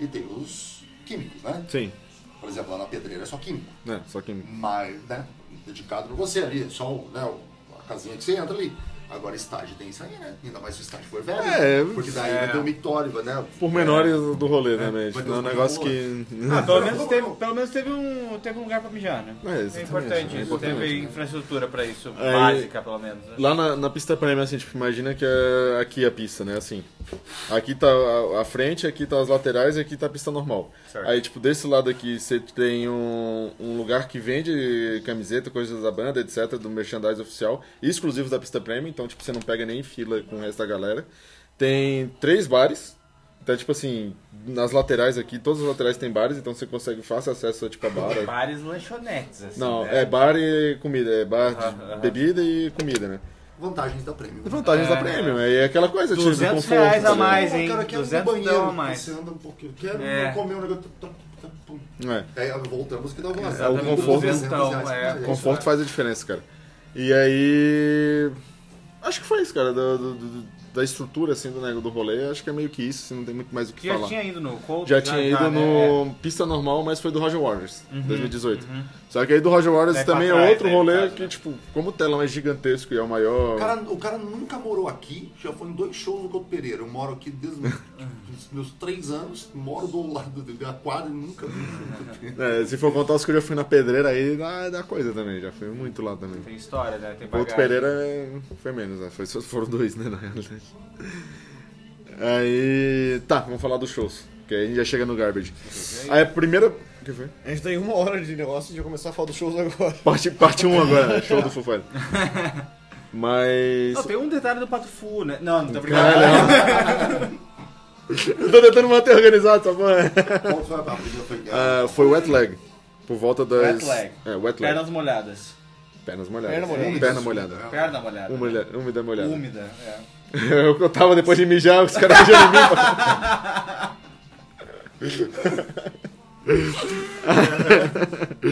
Speaker 4: E tem os químicos, né?
Speaker 2: Sim,
Speaker 4: Por exemplo, lá na pedreira é só químico.
Speaker 2: né? Só que.
Speaker 4: É, Mas, né? Dedicado pra você ali, só o- né, o- a casinha que você entra ali. Agora estágio tem isso aí, né? Ainda mais se o estágio for velho.
Speaker 2: É,
Speaker 4: porque daí
Speaker 3: é.
Speaker 4: vai ter o mictório, né?
Speaker 2: Pormenores do rolê, né, Médio?
Speaker 4: Vai ter
Speaker 2: Não é um
Speaker 4: os
Speaker 2: negócio que.
Speaker 4: pormenores.
Speaker 3: Ah, pelo menos teve, pelo menos teve um, teve um lugar pra mijar, né?
Speaker 2: É,
Speaker 3: É
Speaker 2: exatamente,
Speaker 3: importante
Speaker 2: é
Speaker 3: isso,
Speaker 2: importante,
Speaker 3: teve
Speaker 2: né?
Speaker 3: infraestrutura pra isso,
Speaker 2: Aí-
Speaker 3: básica pelo menos. né?
Speaker 2: Lá na, na pista premium, assim, tipo, imagina que é aqui a pista, né? Assim, aqui tá a, a frente, aqui tá as laterais e aqui tá a pista normal.
Speaker 3: Certo.
Speaker 2: Aí, tipo, desse lado aqui você tem um, um lugar que vende camiseta, coisas da banda, etc, do merchandising oficial, exclusivos da pista premium, então, tipo, você não pega nem fila com o resto da galera. Tem três bares, então, tipo assim, nas laterais aqui, todas as laterais tem bares, então você consegue fácil acesso, tipo, a bar, a
Speaker 3: Bares lanchonetes, assim.
Speaker 2: Não,
Speaker 3: né?
Speaker 2: é bar e comida, é bar de
Speaker 3: Aham, aham.
Speaker 2: bebida e comida, né?
Speaker 4: é, Vantagens da prêmio.
Speaker 2: Vantagens da
Speaker 3: É.
Speaker 2: Premium, é aquela coisa, tipo,
Speaker 3: 200
Speaker 2: conforto.
Speaker 3: reais a
Speaker 2: tá ligado?
Speaker 3: mais,
Speaker 4: Pô,
Speaker 3: hein?
Speaker 4: Cara, eu quero
Speaker 3: 200
Speaker 4: ir no banheiro.
Speaker 3: dá uma mais.
Speaker 4: Você anda um pouquinho. Quero
Speaker 3: É.
Speaker 4: comer um negócio. tá, tá, tá, pum.
Speaker 2: É.
Speaker 4: Aí voltamos que dá uma
Speaker 2: É, o conforto-
Speaker 3: é,
Speaker 2: O Conforto faz a diferença, cara. E aí. Acho que foi isso, cara. do- do- do- da estrutura, assim, do negócio do rolê, acho que é meio que isso, assim, não tem muito mais o que
Speaker 3: Que já
Speaker 2: falar.
Speaker 3: tinha ido no Cold?
Speaker 2: Já tinha ido
Speaker 3: né?
Speaker 2: no Pista Normal, mas foi do Roger Waters, 2018. Só que aí do Roger Waters
Speaker 3: Daí pra
Speaker 2: também é
Speaker 3: trás,
Speaker 2: outro
Speaker 3: né,
Speaker 2: rolê
Speaker 3: no caso,
Speaker 2: que,
Speaker 3: né?
Speaker 2: tipo, como o telão é gigantesco e é o maior.
Speaker 4: O cara, o cara nunca morou aqui, já foi em dois shows no Couto Pereira. Eu moro aqui desde os dos meus três anos, moro do lado do- da quadra e nunca vi um show no Couto Pereira.
Speaker 2: É, se for contar os que eu já fui na pedreira aí, dá, dá coisa também, já fui muito lá também.
Speaker 3: Tem história, né? Tem
Speaker 2: O outro
Speaker 3: bagagem.
Speaker 2: Pereira é- foi menos, né? Foi, só foram dois, né, na realidade. Aí. Tá, vamos falar dos shows. Que aí a gente já chega no garbage.
Speaker 3: né?
Speaker 2: Aí a primeira. O que foi?
Speaker 1: A gente tem uma hora de negócio e já começar a falar dos shows agora.
Speaker 2: Parte 1 parte um agora, né? Show do Foo Fighters. Mas.
Speaker 3: Não, tem um detalhe do Pato Fu, né? Não, não tô brincando.
Speaker 2: Caralho. Eu tô tentando manter organizado, só pra...
Speaker 4: Qual foi a a primeira foi
Speaker 2: Ah, Foi Wet Leg. Por volta das.
Speaker 3: Wet Leg.
Speaker 2: É, Wet Leg.
Speaker 3: Pernas molhadas.
Speaker 2: Pernas molhadas.
Speaker 1: Perna molhada.
Speaker 2: Perna molhada.
Speaker 3: Perna molhada.
Speaker 2: Úmida, úmida molhada.
Speaker 3: Úmida, é.
Speaker 2: É o que eu tava depois de mijar, os caras mijando em mim. pô.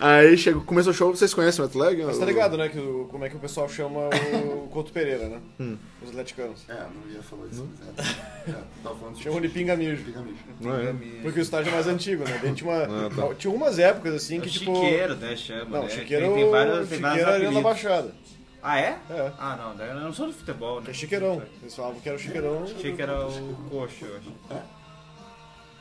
Speaker 2: Aí chegou, começou o show, vocês conhecem o Atleg?
Speaker 1: Mas tá ligado, né? Que o- como é que o pessoal chama o Couto Pereira, né?
Speaker 2: Hum.
Speaker 1: Os atleticanos.
Speaker 4: É, não ia falar isso. mas É, é, tava falando de-
Speaker 1: Chamam de pinga mijo.
Speaker 4: Pinga mijo.
Speaker 1: Porque o estágio é mais antigo, né? Daí Tinha, uma,
Speaker 2: Ah, tá.
Speaker 1: tinha umas épocas assim
Speaker 3: É
Speaker 1: que,
Speaker 3: o
Speaker 1: tipo.
Speaker 3: chiqueiro, né? Chama,
Speaker 1: Não,
Speaker 3: né?
Speaker 1: chiqueiro.
Speaker 3: Tem, tem vários, tem vários
Speaker 1: chiqueiro era da
Speaker 3: apelidos.
Speaker 1: Baixada.
Speaker 3: Ah, é?
Speaker 1: É.
Speaker 3: Ah, não. daí Eu não sou do futebol, né?
Speaker 1: É chiqueirão. Eles falavam que era o chiqueirão.
Speaker 3: Achei que era o coxo, eu acho.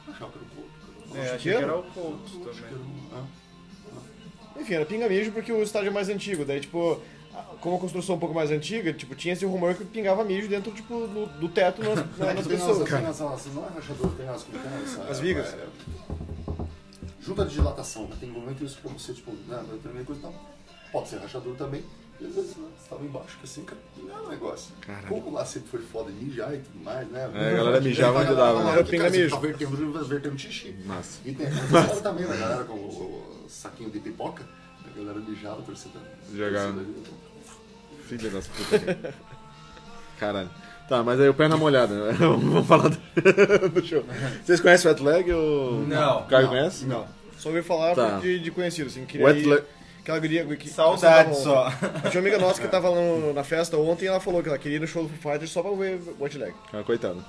Speaker 4: Achava que era o Couto.
Speaker 3: É, achei que
Speaker 1: chiqueiro?
Speaker 3: era o Colts também.
Speaker 4: Ah,
Speaker 1: Enfim, era pinga mijo porque o estádio é mais antigo. Daí, tipo, a- como a construção é um pouco mais antiga, tipo, tinha esse rumor que pingava mijo dentro, tipo, do, do teto nas, na- nas
Speaker 4: Tem as,
Speaker 1: pessoas.
Speaker 4: tem as, as, não é rachador, tem as, como é que é essa-
Speaker 1: As vigas.
Speaker 4: é, junta de dilatação, né? tem momento isso pra você, tipo, né, a primeira coisa, não, pode ser rachador também, e às vezes né, você tava embaixo, que assim, cara, não é um negócio. Como lá sempre foi foda mijar e tudo mais, né?
Speaker 2: É, a galera mijava
Speaker 4: Vai
Speaker 2: onde dava, né?
Speaker 4: lá,
Speaker 1: Era
Speaker 4: cara,
Speaker 1: pinga
Speaker 4: você
Speaker 1: mijo.
Speaker 4: Tá vertendo, vertendo xixi.
Speaker 2: Massa.
Speaker 4: E tem aquela história também da galera com o, o saquinho de pipoca, a galera mijava, a torcida.
Speaker 2: Jogava.
Speaker 4: torcida-
Speaker 2: Filha das putas. cara. Caralho. Tá, mas aí o perna molhada. né? Vamos falar do, do show. Vocês conhecem o Wet Leg? Ou...
Speaker 3: Não.
Speaker 2: O Caio
Speaker 4: Não.
Speaker 2: conhece?
Speaker 1: Não. Só ouvi falar
Speaker 2: Tá.
Speaker 1: de, de conhecido, assim. Queria
Speaker 2: Wet
Speaker 1: ir-
Speaker 2: Leg.
Speaker 1: Aquela guria que... que-
Speaker 3: Saudade
Speaker 1: que
Speaker 3: só.
Speaker 1: A Tinha uma amiga nossa que tava lá no- na festa ontem ela falou que ela queria ir no show do Foo Fighters só pra ver o Wetleg.
Speaker 2: Ah, coitado.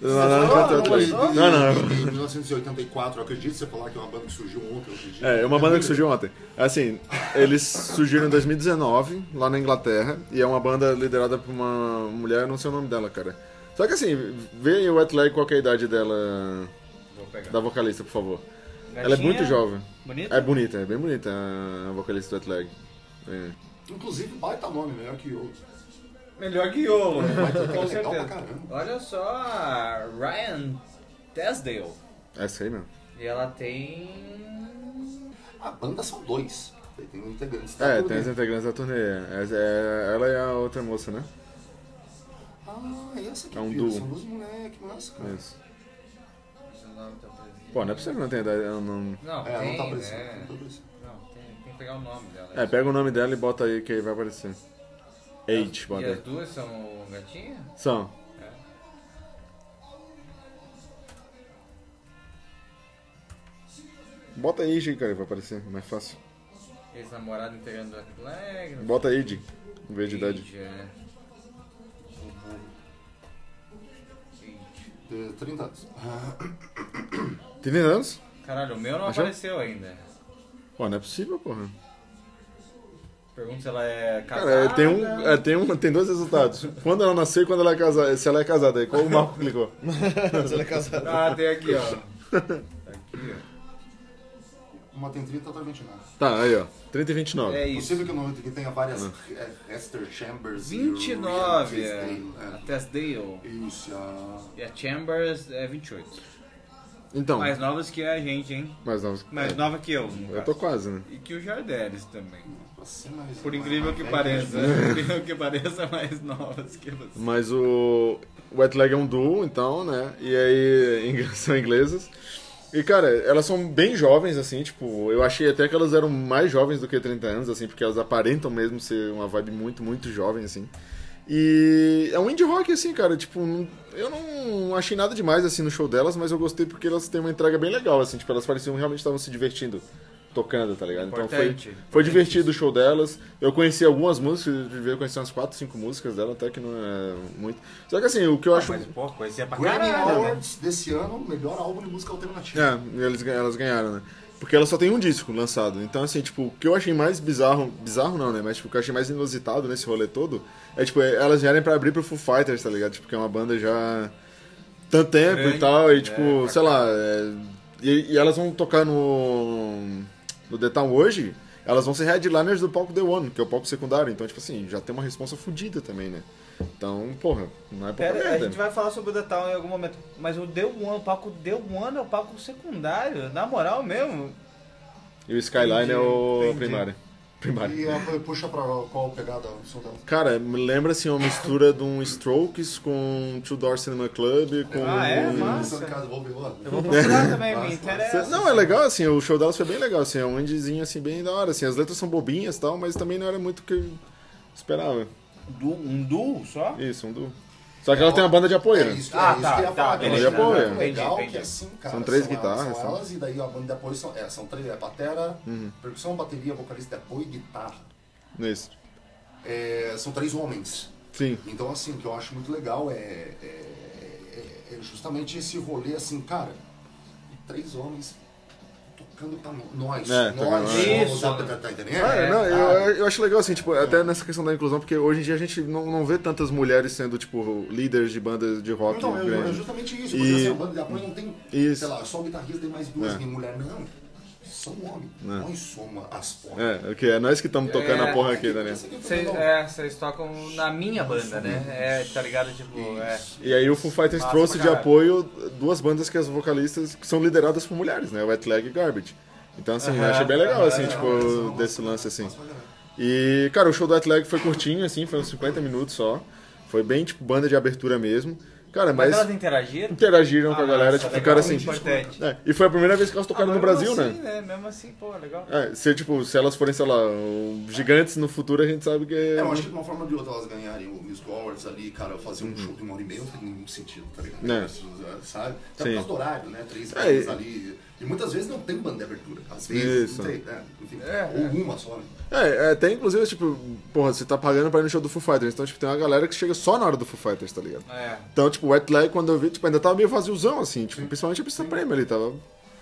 Speaker 2: Não, não, Ah, não, conhece o Wet Leg. não, não, não.
Speaker 4: Em 1984, eu acredito você falar que é uma banda que surgiu ontem, hoje em dia.
Speaker 2: É, é uma banda que surgiu ontem. Assim, eles surgiram em 2019, lá na Inglaterra, e é uma banda liderada por uma mulher, eu não sei o nome dela, cara. Só que assim, vê o Wet Leg qual que é a idade dela,
Speaker 3: Vou pegar.
Speaker 2: da vocalista, por favor. Ela é muito jovem.
Speaker 3: Bonita?
Speaker 2: É bonita, é bem bonita a vocalista do Wet Leg. É.
Speaker 4: Inclusive, baita nome, melhor que eu.
Speaker 3: Melhor que Yolo, com
Speaker 4: legal pra
Speaker 3: certeza.
Speaker 4: caramba.
Speaker 3: Olha só a Ryan Tesdale.
Speaker 2: É isso aí mesmo.
Speaker 3: E ela tem.
Speaker 4: A banda são dois. Aí Tem integrantes. tá
Speaker 2: É,
Speaker 4: tudo
Speaker 2: tem
Speaker 4: bem.
Speaker 2: as integrantes da turnê. é. É- é- ela e a outra moça, né?
Speaker 4: Ah, essa aqui
Speaker 2: É um
Speaker 4: filho,
Speaker 2: duo.
Speaker 4: São dois moleques, nossa, cara.
Speaker 2: Isso. Pô, não é possível que não tenha idade. ela Não...
Speaker 3: Não,
Speaker 4: É,
Speaker 3: tem,
Speaker 4: não tá aparecendo.
Speaker 3: né?
Speaker 4: Não tá aparecendo.
Speaker 3: Não, tem, tem que pegar o nome dela.
Speaker 2: É, pega o nome dela e bota aí que aí vai aparecer. Age,
Speaker 3: e
Speaker 2: bota
Speaker 3: as
Speaker 2: aí.
Speaker 3: duas são gatinhas?
Speaker 2: São. Bota Age aí, cara, vai aparecer, é mais fácil.
Speaker 3: Ex-namorado integrando do Atlético.
Speaker 2: Bota Age, em vez de idade.
Speaker 3: é.
Speaker 4: De 30 É, anos. Ah,
Speaker 2: Tem 30 anos?
Speaker 3: Caralho, o meu não
Speaker 2: Achou?
Speaker 3: apareceu ainda.
Speaker 2: Pô, não é possível, porra.
Speaker 3: Pergunta se ela é casada.
Speaker 2: Cara, é, tem, um, é, tem, um, tem dois resultados. Quando ela nasceu e quando ela é casada. Se ela é casada, aí qual o Marco clicou?
Speaker 1: Se ela é casada.
Speaker 3: Ah, tem aqui, ó. Aqui, ó.
Speaker 4: Uma tem 30, outra 29.
Speaker 2: Tá, aí ó. 30 e 29.
Speaker 3: É
Speaker 4: É
Speaker 3: isso. Uhum.
Speaker 4: possível que o nome aqui tenha várias é, Esther Chambers. e o
Speaker 3: 29
Speaker 4: Richard
Speaker 3: é.
Speaker 4: Tisdale,
Speaker 3: A Testdale.
Speaker 4: é. Isso, a...
Speaker 3: E a Chambers é 28.
Speaker 2: Então,
Speaker 3: Mais
Speaker 2: mais,
Speaker 3: novas que a gente, hein?
Speaker 2: novos.
Speaker 3: Mais
Speaker 2: é,
Speaker 3: nova que eu. no
Speaker 2: eu
Speaker 3: caso.
Speaker 2: tô quase, né?
Speaker 3: E que o Jardelis também.
Speaker 4: pra ser mais-
Speaker 3: Por
Speaker 4: mais-
Speaker 3: incrível
Speaker 4: mais
Speaker 3: que
Speaker 4: velha,
Speaker 3: pareça.
Speaker 4: né?
Speaker 3: Por incrível que pareça, mais novas que você.
Speaker 2: Mas o Wet Leg é um duo, então, né? E aí ing- são inglesas. E, cara, elas são bem jovens, assim, tipo, eu achei até que elas eram mais jovens do que 30 anos, assim, porque elas aparentam mesmo ser uma vibe muito, muito jovem, assim. E é um indie rock, assim, cara, tipo, não- eu não achei nada demais, assim, no show delas, mas eu gostei porque elas têm uma entrega bem legal, assim, tipo, elas pareciam realmente estavam se divertindo tocando, tá ligado? Então foi,
Speaker 3: Importante.
Speaker 2: foi divertido o show delas. Eu conheci algumas músicas, eu devia conhecer umas 4, 5 músicas dela, até que não é muito. Só que assim, o que eu acho.
Speaker 3: Ah, Mas, pô, conhecia pra
Speaker 4: É, Grammy
Speaker 3: caralho. né?
Speaker 4: Awards desse ano, melhor álbum de música alternativa.
Speaker 2: É, eles, gan- elas ganharam, né? Porque elas só têm um disco lançado. Então, assim, tipo, o que eu achei mais bizarro. Bizarro não, né? Mas tipo, o que eu achei mais inusitado nesse rolê todo é, tipo, é- elas vierem pra abrir pro Foo Fighters, tá ligado? Tipo, que é uma banda já. Tanto tempo
Speaker 3: Grande.
Speaker 2: e tal. E,
Speaker 3: É,
Speaker 2: tipo,
Speaker 3: pra
Speaker 2: sei lá. é, E, e elas vão tocar no. No The Town hoje. Elas vão ser headliners do palco The One, que é o palco secundário. Então, tipo assim, já tem uma responsa fodida também, né? Então, porra, não é pouca
Speaker 3: Pera, a
Speaker 2: merda.
Speaker 3: gente vai falar sobre o The Town em algum momento. Mas o The One, o palco The One é o palco secundário, na moral mesmo.
Speaker 2: E o Skyline é o
Speaker 3: Entendi, entendi.
Speaker 2: primário. Primário.
Speaker 4: E ela puxa pra qual pegada o som dela?
Speaker 2: Cara, me lembra assim uma mistura de um Strokes com Two Door Cinema Club com. um
Speaker 3: Ah, é? Massa.
Speaker 4: Essa casa, vou ver lá.
Speaker 3: Eu vou procurar também, me interessa.
Speaker 2: Não, é legal, assim, o show delas foi bem legal, assim, é um indizinho, assim, bem da hora, assim, as letras são bobinhas e tal, mas também não era muito o que eu esperava.
Speaker 3: Du- um duo só?
Speaker 2: Isso, um duo. Só que ela tem uma banda de apoio,
Speaker 4: É
Speaker 2: né?
Speaker 4: isso,
Speaker 3: Ah,
Speaker 4: é isso
Speaker 3: tá,
Speaker 4: que eu ia
Speaker 3: tá,
Speaker 4: falar.
Speaker 2: beleza.
Speaker 4: Tem um
Speaker 2: Apoio.
Speaker 4: elemento legal
Speaker 3: Entendi, entendi.
Speaker 4: que é assim, cara.
Speaker 2: São três
Speaker 4: elas-
Speaker 2: guitarras,
Speaker 4: São
Speaker 2: são- Uhum.
Speaker 4: elas e daí a banda de apoio são, é, são três, é batera, percussão, bateria, vocalista de apoio e guitarra.
Speaker 2: Isso.
Speaker 4: É, são três homens.
Speaker 2: Sim.
Speaker 4: Então, assim, o que eu acho muito legal é, é- é- é justamente esse rolê, assim, cara, três homens tocando pra nós. Nós,
Speaker 2: É, tocando-
Speaker 4: nós
Speaker 3: Isso.
Speaker 4: somos a- tá- tá entendendo?
Speaker 2: Ah, não,
Speaker 4: sabe?
Speaker 2: eu, eu acho legal, assim, tipo, até nessa questão da inclusão, porque hoje em dia a gente não, não vê tantas mulheres sendo, tipo, líderes de bandas de rock
Speaker 4: Então, eu- é
Speaker 2: grande.
Speaker 4: justamente isso, porque
Speaker 2: E-
Speaker 4: assim, a banda de apoio não tem,
Speaker 2: Isso.
Speaker 4: sei lá, só o guitarrista e mais duas,
Speaker 2: É.
Speaker 4: nem mulher, não. São homens. Nós somos as portas.
Speaker 2: É, o que é nós que estamos tocando a porra aqui, Daniel.
Speaker 3: Vocês
Speaker 4: um
Speaker 3: é, vocês tocam na minha banda, né? É, tá ligado? Tipo, é.
Speaker 2: E aí o Foo Fighters
Speaker 3: Massa
Speaker 2: trouxe
Speaker 3: pra
Speaker 2: de
Speaker 3: caralho.
Speaker 2: apoio duas bandas que as vocalistas que são lideradas por mulheres, né? Wet Leg e Garbage. Então, assim, eu achei bem legal, assim, tipo, desse lance, assim. E, cara, o show do Wet Leg foi curtinho, assim, foi uns 50 minutos só. Foi bem, tipo, banda de abertura mesmo. Cara,
Speaker 3: Mas
Speaker 2: mas
Speaker 3: elas interagiram?
Speaker 2: interagiram com a galera,
Speaker 3: Nossa,
Speaker 2: tipo,
Speaker 3: legal,
Speaker 2: ficaram assim...
Speaker 3: Importante.
Speaker 2: É, e foi a primeira vez que elas tocaram
Speaker 3: Ah,
Speaker 2: no
Speaker 3: mesmo
Speaker 2: Brasil,
Speaker 3: assim,
Speaker 2: né?
Speaker 3: Mesmo assim, pô, legal.
Speaker 2: É, se, tipo, se elas forem, sei lá, um- gigantes no futuro, a gente sabe que...
Speaker 4: É, eu acho que de uma forma ou de outra elas ganharem o Miss Awards ali, cara, fazer um
Speaker 2: Uhum.
Speaker 4: show de uma hora e meia não tem nenhum sentido, tá ligado?
Speaker 2: Né.
Speaker 4: Sabe? Até
Speaker 2: Sim.
Speaker 4: por causa do horário, né? Três
Speaker 2: É,
Speaker 4: bandas
Speaker 2: e-
Speaker 4: ali. E muitas vezes não tem banda de abertura. Às vezes,
Speaker 2: Isso.
Speaker 4: não tem, né? Enfim,
Speaker 3: É,
Speaker 4: ou uma só, né?
Speaker 2: É, é, até inclusive, tipo, porra, você tá pagando pra ir no show do Foo Fighters, então, tipo, tem uma galera que chega só na hora do Foo Fighters, tá ligado?
Speaker 3: É.
Speaker 2: Então, tipo, o Wet Leg, quando eu vi, tipo, ainda tava meio vaziozão, assim, tipo, principalmente a pista prêmio ali, tava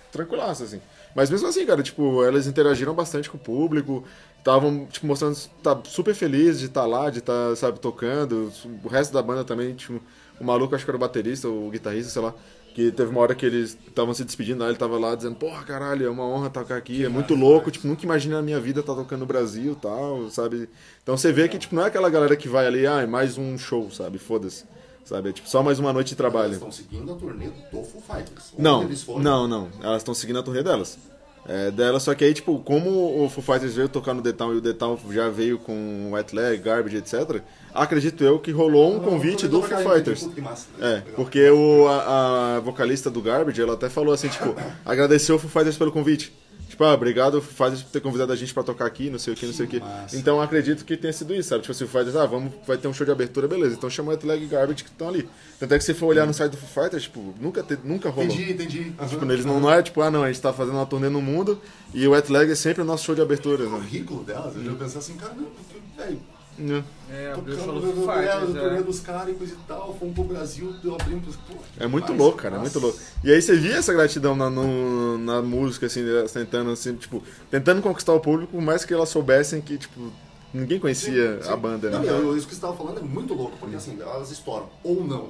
Speaker 2: tranquilaço, assim. Mas mesmo assim, cara, tipo, elas interagiram bastante com o público, estavam, tipo, mostrando, tá super feliz de estar lá, de estar, sabe, tocando. O resto da banda também, tipo, o maluco, acho que era o baterista, o guitarrista, sei lá, que teve uma hora que eles estavam se despedindo, aí ele tava lá dizendo, porra, caralho, é uma honra tocar aqui, é muito louco, tipo, nunca imaginei na minha vida estar tocando no Brasil e tal, sabe? Então você vê que, tipo, não é aquela galera que vai ali, ah, é mais um show, sabe? Foda-se. Sabe? É tipo só mais uma noite de
Speaker 4: Elas
Speaker 2: trabalho.
Speaker 4: estão seguindo a turnê do Foo Fighters. Onde
Speaker 2: Não,
Speaker 4: eles foram,
Speaker 2: não, não. Elas estão seguindo a turnê delas. É, delas, só que aí, tipo, como o Foo Fighters veio tocar no The Town e o The Town já veio com White Leg, Garbage, etc., acredito eu que rolou um convite do Foo Fighters.
Speaker 4: Que massa, né?
Speaker 2: É,
Speaker 4: Legal.
Speaker 2: porque o, a, a vocalista do Garbage, ela até falou assim, tipo, agradeceu o Foo Fighters pelo convite. Tipo, ah, obrigado Foo Fighters por ter convidado a gente pra tocar aqui, não sei o que, não sei o que.
Speaker 4: massa.
Speaker 2: Então acredito que tenha sido isso, sabe? Tipo, se o Foo Fighters, ah, vamos, vai ter um show de abertura, beleza. Então chama o Leg e Garbage que estão ali. Tanto é que se for olhar no site do Foo Fighters, tipo, nunca, te, nunca rolou.
Speaker 4: Entendi, entendi. né?
Speaker 2: Tipo, eles não, não é tipo, ah não, a gente tá fazendo uma turnê no mundo e o Wet Leg é sempre o nosso show de abertura,
Speaker 4: O
Speaker 2: né?
Speaker 4: currículo delas, eu já pensei assim, cara, não, porque, velho, Né.
Speaker 3: É, abriu o show
Speaker 4: tocando
Speaker 3: do Foo
Speaker 4: do Fighters,
Speaker 3: Fighters,
Speaker 4: do
Speaker 2: né?
Speaker 4: turnê
Speaker 3: é.
Speaker 4: dos caras e coisa e tal, fomos pro Brasil, deu abrimos, pô.
Speaker 2: É muito
Speaker 4: demais,
Speaker 2: louco, cara, é muito
Speaker 4: massa.
Speaker 2: louco. E aí você via essa gratidão na, no- na música, assim, delas tentando, assim, tipo, tentando conquistar o público, por mais que elas soubessem que, tipo, Ninguém conhecia
Speaker 4: Sim,
Speaker 2: a
Speaker 4: sim.
Speaker 2: banda.
Speaker 4: Não,
Speaker 2: né?
Speaker 4: eu, eu- isso que você estava falando é muito louco, porque assim, elas estouram ou não,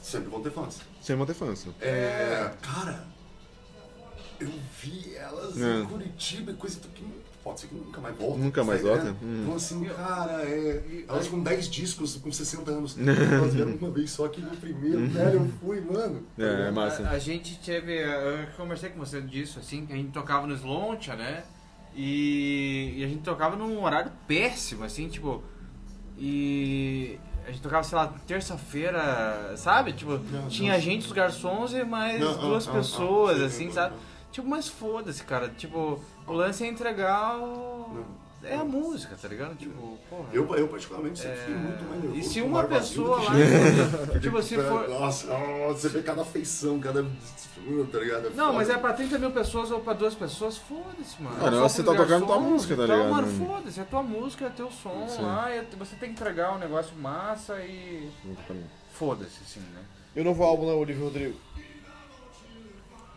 Speaker 4: sempre vão ter fãs.
Speaker 2: Sem manter fãs. né?
Speaker 4: É, cara, eu vi elas
Speaker 2: É.
Speaker 4: em Curitiba e coisa que pode ser que nunca mais voltem.
Speaker 2: Nunca mais
Speaker 4: sabe,
Speaker 2: voltem.
Speaker 4: né?
Speaker 2: Hum.
Speaker 4: Então assim, cara, é, elas com 10 discos, com 60 anos, elas vieram uma vez só aqui no primeiro, velho, eu fui, mano.
Speaker 2: Uhum. É, é massa.
Speaker 3: A, a gente teve. Eu conversei com você disso, assim, a gente tocava no Sloncha, né? E, e a gente tocava num horário péssimo, assim, tipo. E a gente tocava, sei lá, terça-feira, sabe? Tipo, tinha gente, os garçons e mais
Speaker 4: Não,
Speaker 3: duas
Speaker 4: não, não,
Speaker 3: pessoas,
Speaker 4: não, sim,
Speaker 3: assim,
Speaker 4: não,
Speaker 3: sabe?
Speaker 4: não.
Speaker 3: Tipo, mas foda-se, cara. Tipo, o lance é entregar o. É a música, tá ligado? Tipo, porra.
Speaker 4: Eu, eu particularmente sempre fui muito mais nervoso.
Speaker 3: É. e se
Speaker 4: com o
Speaker 3: uma
Speaker 4: bar vazio
Speaker 3: pessoa
Speaker 4: do que-
Speaker 3: lá. tipo, se for.
Speaker 4: Nossa, nossa, você vê cada feição, cada. Tá ligado? É
Speaker 3: Não,
Speaker 4: foda.
Speaker 3: mas é pra 30 mil pessoas ou pra duas pessoas, foda-se, mano. É
Speaker 2: Cara,
Speaker 3: Só
Speaker 2: você
Speaker 3: pros
Speaker 2: tá tocando tua
Speaker 3: garçons,
Speaker 2: música, tá
Speaker 3: então,
Speaker 2: ligado?
Speaker 3: mano, foda-se, é tua música, é teu som lá, e você tem que entregar um negócio massa e. Foda-se, assim, né?
Speaker 1: E o novo álbum, né, Olivia Rodrigo?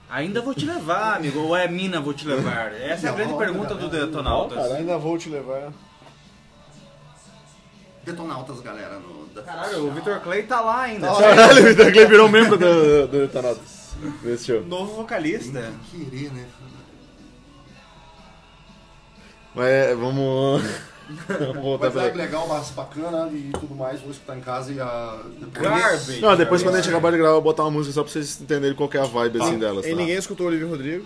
Speaker 3: Ainda vou te levar, amigo, ou é mina vou te levar? Essa é a grande pergunta do
Speaker 1: Cara,
Speaker 3: Detonautas.
Speaker 1: ainda vou te levar.
Speaker 4: Detonautas, galera. No, da...
Speaker 3: Caralho, o Victor Clay tá lá ainda.
Speaker 2: Caralho, o Vitor Clay virou membro do, do Detonautas. Nesse show.
Speaker 3: Novo vocalista.
Speaker 4: Querer, né?
Speaker 2: Mas é, vamos. vamos voltar
Speaker 4: Mas
Speaker 2: pra.
Speaker 4: é legal, mas bacana e tudo mais. Vou escutar em casa e a. depois-
Speaker 3: Garbage.
Speaker 2: Não, depois quando a gente acabar de gravar, eu vou botar uma música só pra vocês entenderem qual que é a vibe assim delas.
Speaker 1: E
Speaker 2: tá?
Speaker 1: ninguém escutou Olivia Rodrigo.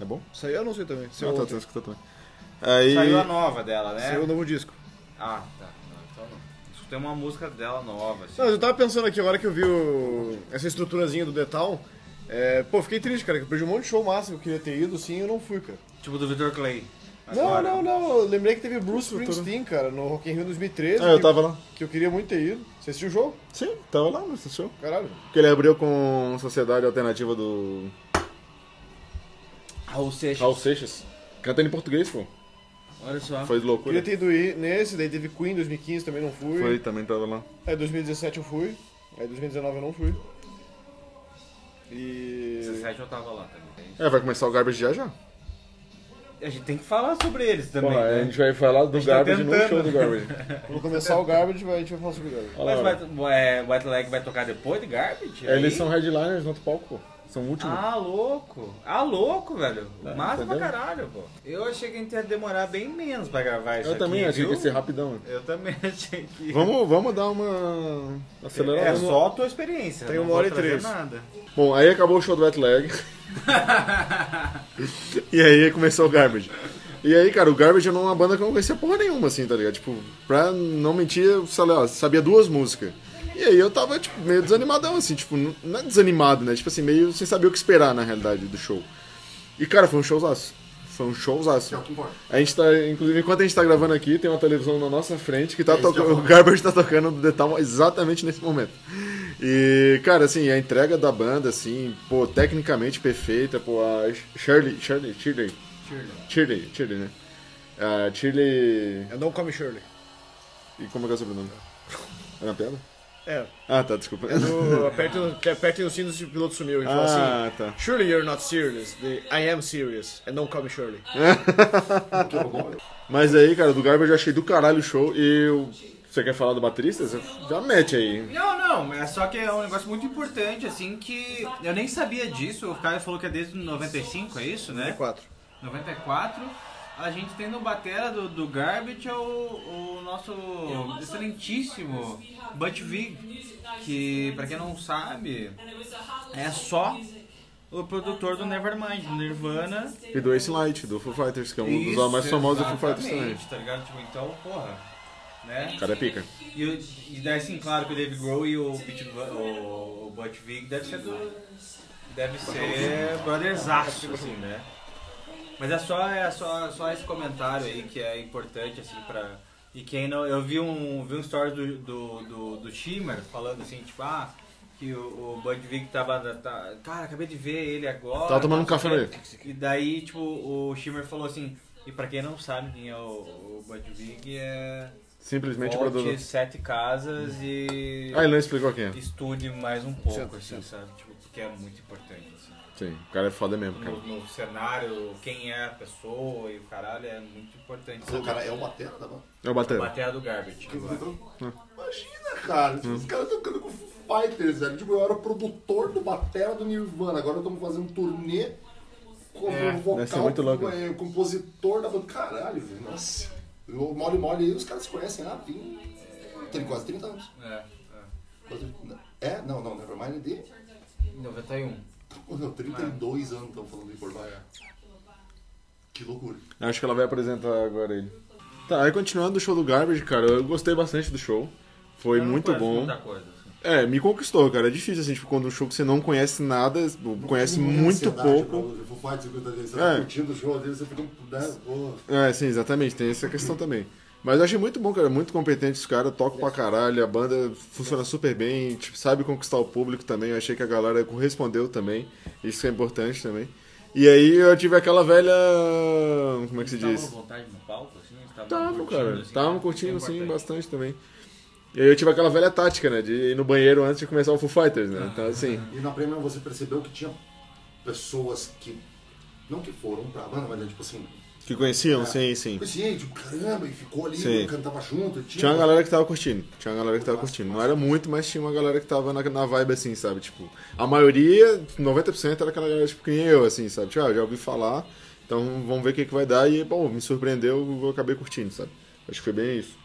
Speaker 2: É bom?
Speaker 1: Isso aí eu não sei também. Isso é
Speaker 2: Ah, tá,
Speaker 1: outro.
Speaker 2: tá escutando também. Aí.
Speaker 3: Saiu a nova dela,
Speaker 1: Saiu o
Speaker 3: né?
Speaker 1: novo disco.
Speaker 3: Ah, tá. Não, Então não. Escutei uma música dela nova, assim.
Speaker 1: Não, mas eu tava pensando aqui, agora que eu vi o- essa estruturazinha do Detal, é, pô, fiquei triste, cara, que eu perdi um monte de show massa que eu queria ter ido, sim, e eu não fui, cara.
Speaker 3: Tipo do Victor Clay.
Speaker 1: Não,
Speaker 3: Agora.
Speaker 1: não, não, eu lembrei que teve Bruce Springsteen, cara, no Rock in Rio 2013,
Speaker 2: Ah, eu
Speaker 1: que,
Speaker 2: tava lá.
Speaker 1: que eu queria muito ter ido. Você assistiu o jogo?
Speaker 2: Sim, tava lá nesse show.
Speaker 1: Caralho.
Speaker 2: Porque ele abriu com Sociedade Alternativa do
Speaker 3: Raul Seixas.
Speaker 2: Raul Seixas. Cantando em português, pô.
Speaker 3: Olha só.
Speaker 2: Foi
Speaker 1: Eu queria
Speaker 2: loucura.
Speaker 1: ter ido ir nesse, daí teve Queen 2015, também não fui.
Speaker 2: Foi, também tava lá.
Speaker 1: Aí 2017 eu fui, aí 2019 eu não fui. E...
Speaker 3: 17 eu tava lá também.
Speaker 2: É, vai começar o Garbage já já.
Speaker 3: A gente tem que falar sobre eles também,
Speaker 2: Bom,
Speaker 3: né?
Speaker 2: a gente vai falar do
Speaker 3: tá
Speaker 2: Garbage no
Speaker 3: tentando.
Speaker 2: show do Garbage.
Speaker 1: Quando começar o Garbage, vai- a gente vai falar sobre o Garbage.
Speaker 2: Olha
Speaker 3: Mas
Speaker 2: lá,
Speaker 3: vai, é, White Leg vai tocar depois de Garbage?
Speaker 2: É, Eles
Speaker 3: Aí?
Speaker 2: são headliners no outro palco, pô. São o último.
Speaker 3: Ah, louco! Ah, louco, velho! Massa
Speaker 2: É, entendeu?
Speaker 3: pra caralho, pô. Eu achei que a gente ia demorar bem menos pra gravar isso
Speaker 2: eu também
Speaker 3: aqui,
Speaker 2: achei
Speaker 3: viu?
Speaker 2: que ia ser rapidão.
Speaker 3: Eu também achei que...
Speaker 2: Vamos, vamos dar uma acelerada.
Speaker 3: É só a tua experiência.
Speaker 1: Tem
Speaker 3: não
Speaker 1: uma
Speaker 3: vou
Speaker 1: hora e
Speaker 3: trazer
Speaker 1: três.
Speaker 3: Nada.
Speaker 2: Bom, aí acabou o show do Wet Leg. e aí começou o Garbage. E aí, cara, o Garbage era uma banda que eu não conhecia porra nenhuma, assim, tá ligado? Tipo, pra não mentir, eu sei lá, sabia duas músicas. E aí eu tava, tipo, meio desanimadão, assim, tipo, n- não é desanimado, né? Tipo assim, meio sem saber o que esperar, na realidade, do show. E, cara, foi um showzaço. Foi um showzaço.
Speaker 4: É o que importa.
Speaker 2: A gente tá, inclusive, enquanto a gente tá gravando aqui, tem uma televisão na nossa frente que tá
Speaker 4: isso que eu
Speaker 2: tocando.
Speaker 4: ia
Speaker 2: O
Speaker 4: falar.
Speaker 2: Garbage tá tocando do Detal exatamente nesse momento. E, cara, assim, a entrega da banda, assim, pô, tecnicamente perfeita, pô, a Shirley. Shirley, Shirley. Shirley, Shirley, né? A Shirley.
Speaker 1: Eu não come Shirley.
Speaker 2: E como é que é o sobrenome? Era uma piada?
Speaker 1: É,
Speaker 2: Ah, tá, desculpa.
Speaker 1: no, apertem, o- que apertem os sinos e o piloto sumiu. E fala assim,
Speaker 2: Ah, tá.
Speaker 1: Surely you're not serious. The, I am serious. And don't call me Shirley.
Speaker 2: Mas aí, cara, do Garbage eu achei do caralho o show e. o- Você quer falar do baterista? Você já mete aí.
Speaker 3: Não, não, é só que é um negócio muito importante, assim, que eu nem sabia disso. O Caio falou que é desde 95, é isso, né?
Speaker 1: 4.
Speaker 3: 94. A gente tem no batera do, do Garbage o, o nosso excelentíssimo Butch Vig, que pra quem não sabe, é só o produtor do Nevermind, do Nirvana.
Speaker 2: E do Ace Light, do Foo Fighters, que é um dos mais famosos do Foo Fighters também.
Speaker 3: exatamente, tá ligado? Tipo, então, porra, né?
Speaker 2: O cara é pica.
Speaker 3: E, o- e daí sim, claro que o Dave Grohl e o, Pete Va- o, o Butch Vig deve ser do. Deve ser brothers assim, né? Mas é só, é só, só esse comentário aí que é importante, assim, pra. E quem não. Eu vi um, vi um story do, do, do, do Shimmer falando assim, tipo, ah, que o, o Bud Vig tava. na- tá- cara, acabei de ver ele agora.
Speaker 2: Tava tomando um
Speaker 3: tá,
Speaker 2: café
Speaker 3: sei o
Speaker 2: no
Speaker 3: quê. E daí, tipo, o Shimmer falou assim. E pra quem não sabe quem é o, o Bud Vig, é.
Speaker 2: Simplesmente
Speaker 3: Volte
Speaker 2: produtor.
Speaker 3: sete casas e
Speaker 2: Ah, ele não explicou quem é.
Speaker 3: estude mais um pouco, assim, sabe? Tipo, porque é muito importante, assim.
Speaker 2: Sim, o cara é foda mesmo, cara.
Speaker 3: no, no cenário, quem é a pessoa e o caralho é muito importante.
Speaker 4: O cara é o batera da banda.
Speaker 2: É o Batera.
Speaker 3: Bateria do Garbage. agora.
Speaker 4: Imagina, cara. Os
Speaker 2: Hum.
Speaker 4: caras estão ficando com Foo Fighters, velho. Tipo, eu era o produtor do Batera do Nirvana. Agora estamos fazendo um turnê como
Speaker 3: É,
Speaker 4: vocal,
Speaker 2: deve ser muito louco.
Speaker 4: como, é, compositor da banda. Caralho, velho. Nossa. O Mole Mole aí, os caras se conhecem há 20... Tem quase 30 anos.
Speaker 3: É,
Speaker 4: Quase- É? Não, não. Nevermind é de...
Speaker 3: é. 91.
Speaker 4: Não, 32 anos estão falando de Corvair. Que loucura.
Speaker 2: Acho que ela vai apresentar agora ele. Tá, aí continuando o show do Garbage, cara, eu gostei bastante do show. Foi
Speaker 3: Eu não
Speaker 2: muito
Speaker 3: conheço
Speaker 2: bom.
Speaker 3: Muita coisa, assim.
Speaker 2: É, me conquistou, cara. É difícil, assim, tipo, quando um show que você não conhece nada, conhece muito pouco.
Speaker 4: O Foo Fighters, você
Speaker 2: É.
Speaker 4: tá curtindo o show dele, você fica... Né? Pô.
Speaker 2: É, sim, exatamente, tem essa questão também. Mas eu achei muito bom, cara, muito competente os caras, toco pra caralho, a banda funciona super bem, tipo, sabe conquistar o público também, eu achei que a galera correspondeu também, isso é importante também. E aí eu tive aquela velha. Como é que se
Speaker 3: Eles
Speaker 2: diz?
Speaker 3: estavam à vontade no palco, assim? Eles estavam
Speaker 2: Tava,
Speaker 3: curtindo,
Speaker 2: cara.
Speaker 3: assim,
Speaker 2: Tava
Speaker 3: né?
Speaker 2: curtindo,
Speaker 3: Isso é
Speaker 2: sim,
Speaker 3: importante.
Speaker 2: bastante também. E aí eu tive aquela velha tática, né? De ir no banheiro antes de começar o Foo Fighters, né? Então, assim...
Speaker 4: E na Premium você percebeu que tinha pessoas que. Não que foram pra banda, mas é tipo assim.
Speaker 2: Que conheciam, sim, sim.
Speaker 4: Assim, tipo, caramba, e ficou ali,
Speaker 2: Sim.
Speaker 4: e cantava junto. e
Speaker 2: Tinha uma galera que tava curtindo. Tinha uma galera que tava curtindo. Não era muito, mas tinha uma galera que tava na, na vibe, assim, sabe? Tipo, a maioria, 90% era aquela galera, tipo, que nem eu, assim, sabe? Tipo, ah, já ouvi falar, então vamos ver o que, que vai dar. E, bom, me surpreendeu, eu acabei curtindo, sabe? Acho que foi bem isso.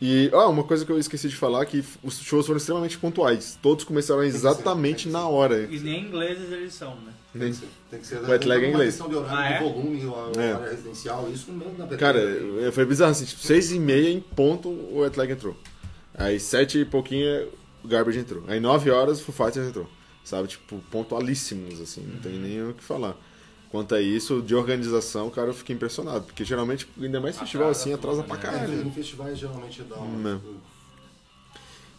Speaker 2: E, ah, uma coisa que eu esqueci de falar, que os shows foram extremamente pontuais. Todos começaram exatamente na hora.
Speaker 3: E nem ingleses eles são, né?
Speaker 4: Tem que ser. Tem que ser.
Speaker 2: Wet leg
Speaker 4: uma
Speaker 2: inglês.
Speaker 4: questão de horário,
Speaker 3: Ah, é?
Speaker 4: de volume, a
Speaker 2: É.
Speaker 4: área residencial, isso mesmo na verdade.
Speaker 2: Cara, é, foi bizarro, assim, tipo, seis e meia em ponto o Atlag entrou. Aí sete e pouquinho o Garbage entrou. Aí nove horas o Foo Fighters entrou. Sabe, tipo, pontualíssimos, assim, não tem nem o que falar. Quanto a isso, de organização, cara, eu fiquei impressionado. Porque geralmente, ainda mais festival
Speaker 3: Atrasa
Speaker 2: assim,
Speaker 3: tudo,
Speaker 2: atrasa
Speaker 3: né?
Speaker 2: pra
Speaker 4: É,
Speaker 2: caralho.
Speaker 4: em festivais geralmente dá
Speaker 2: Não.
Speaker 4: uma.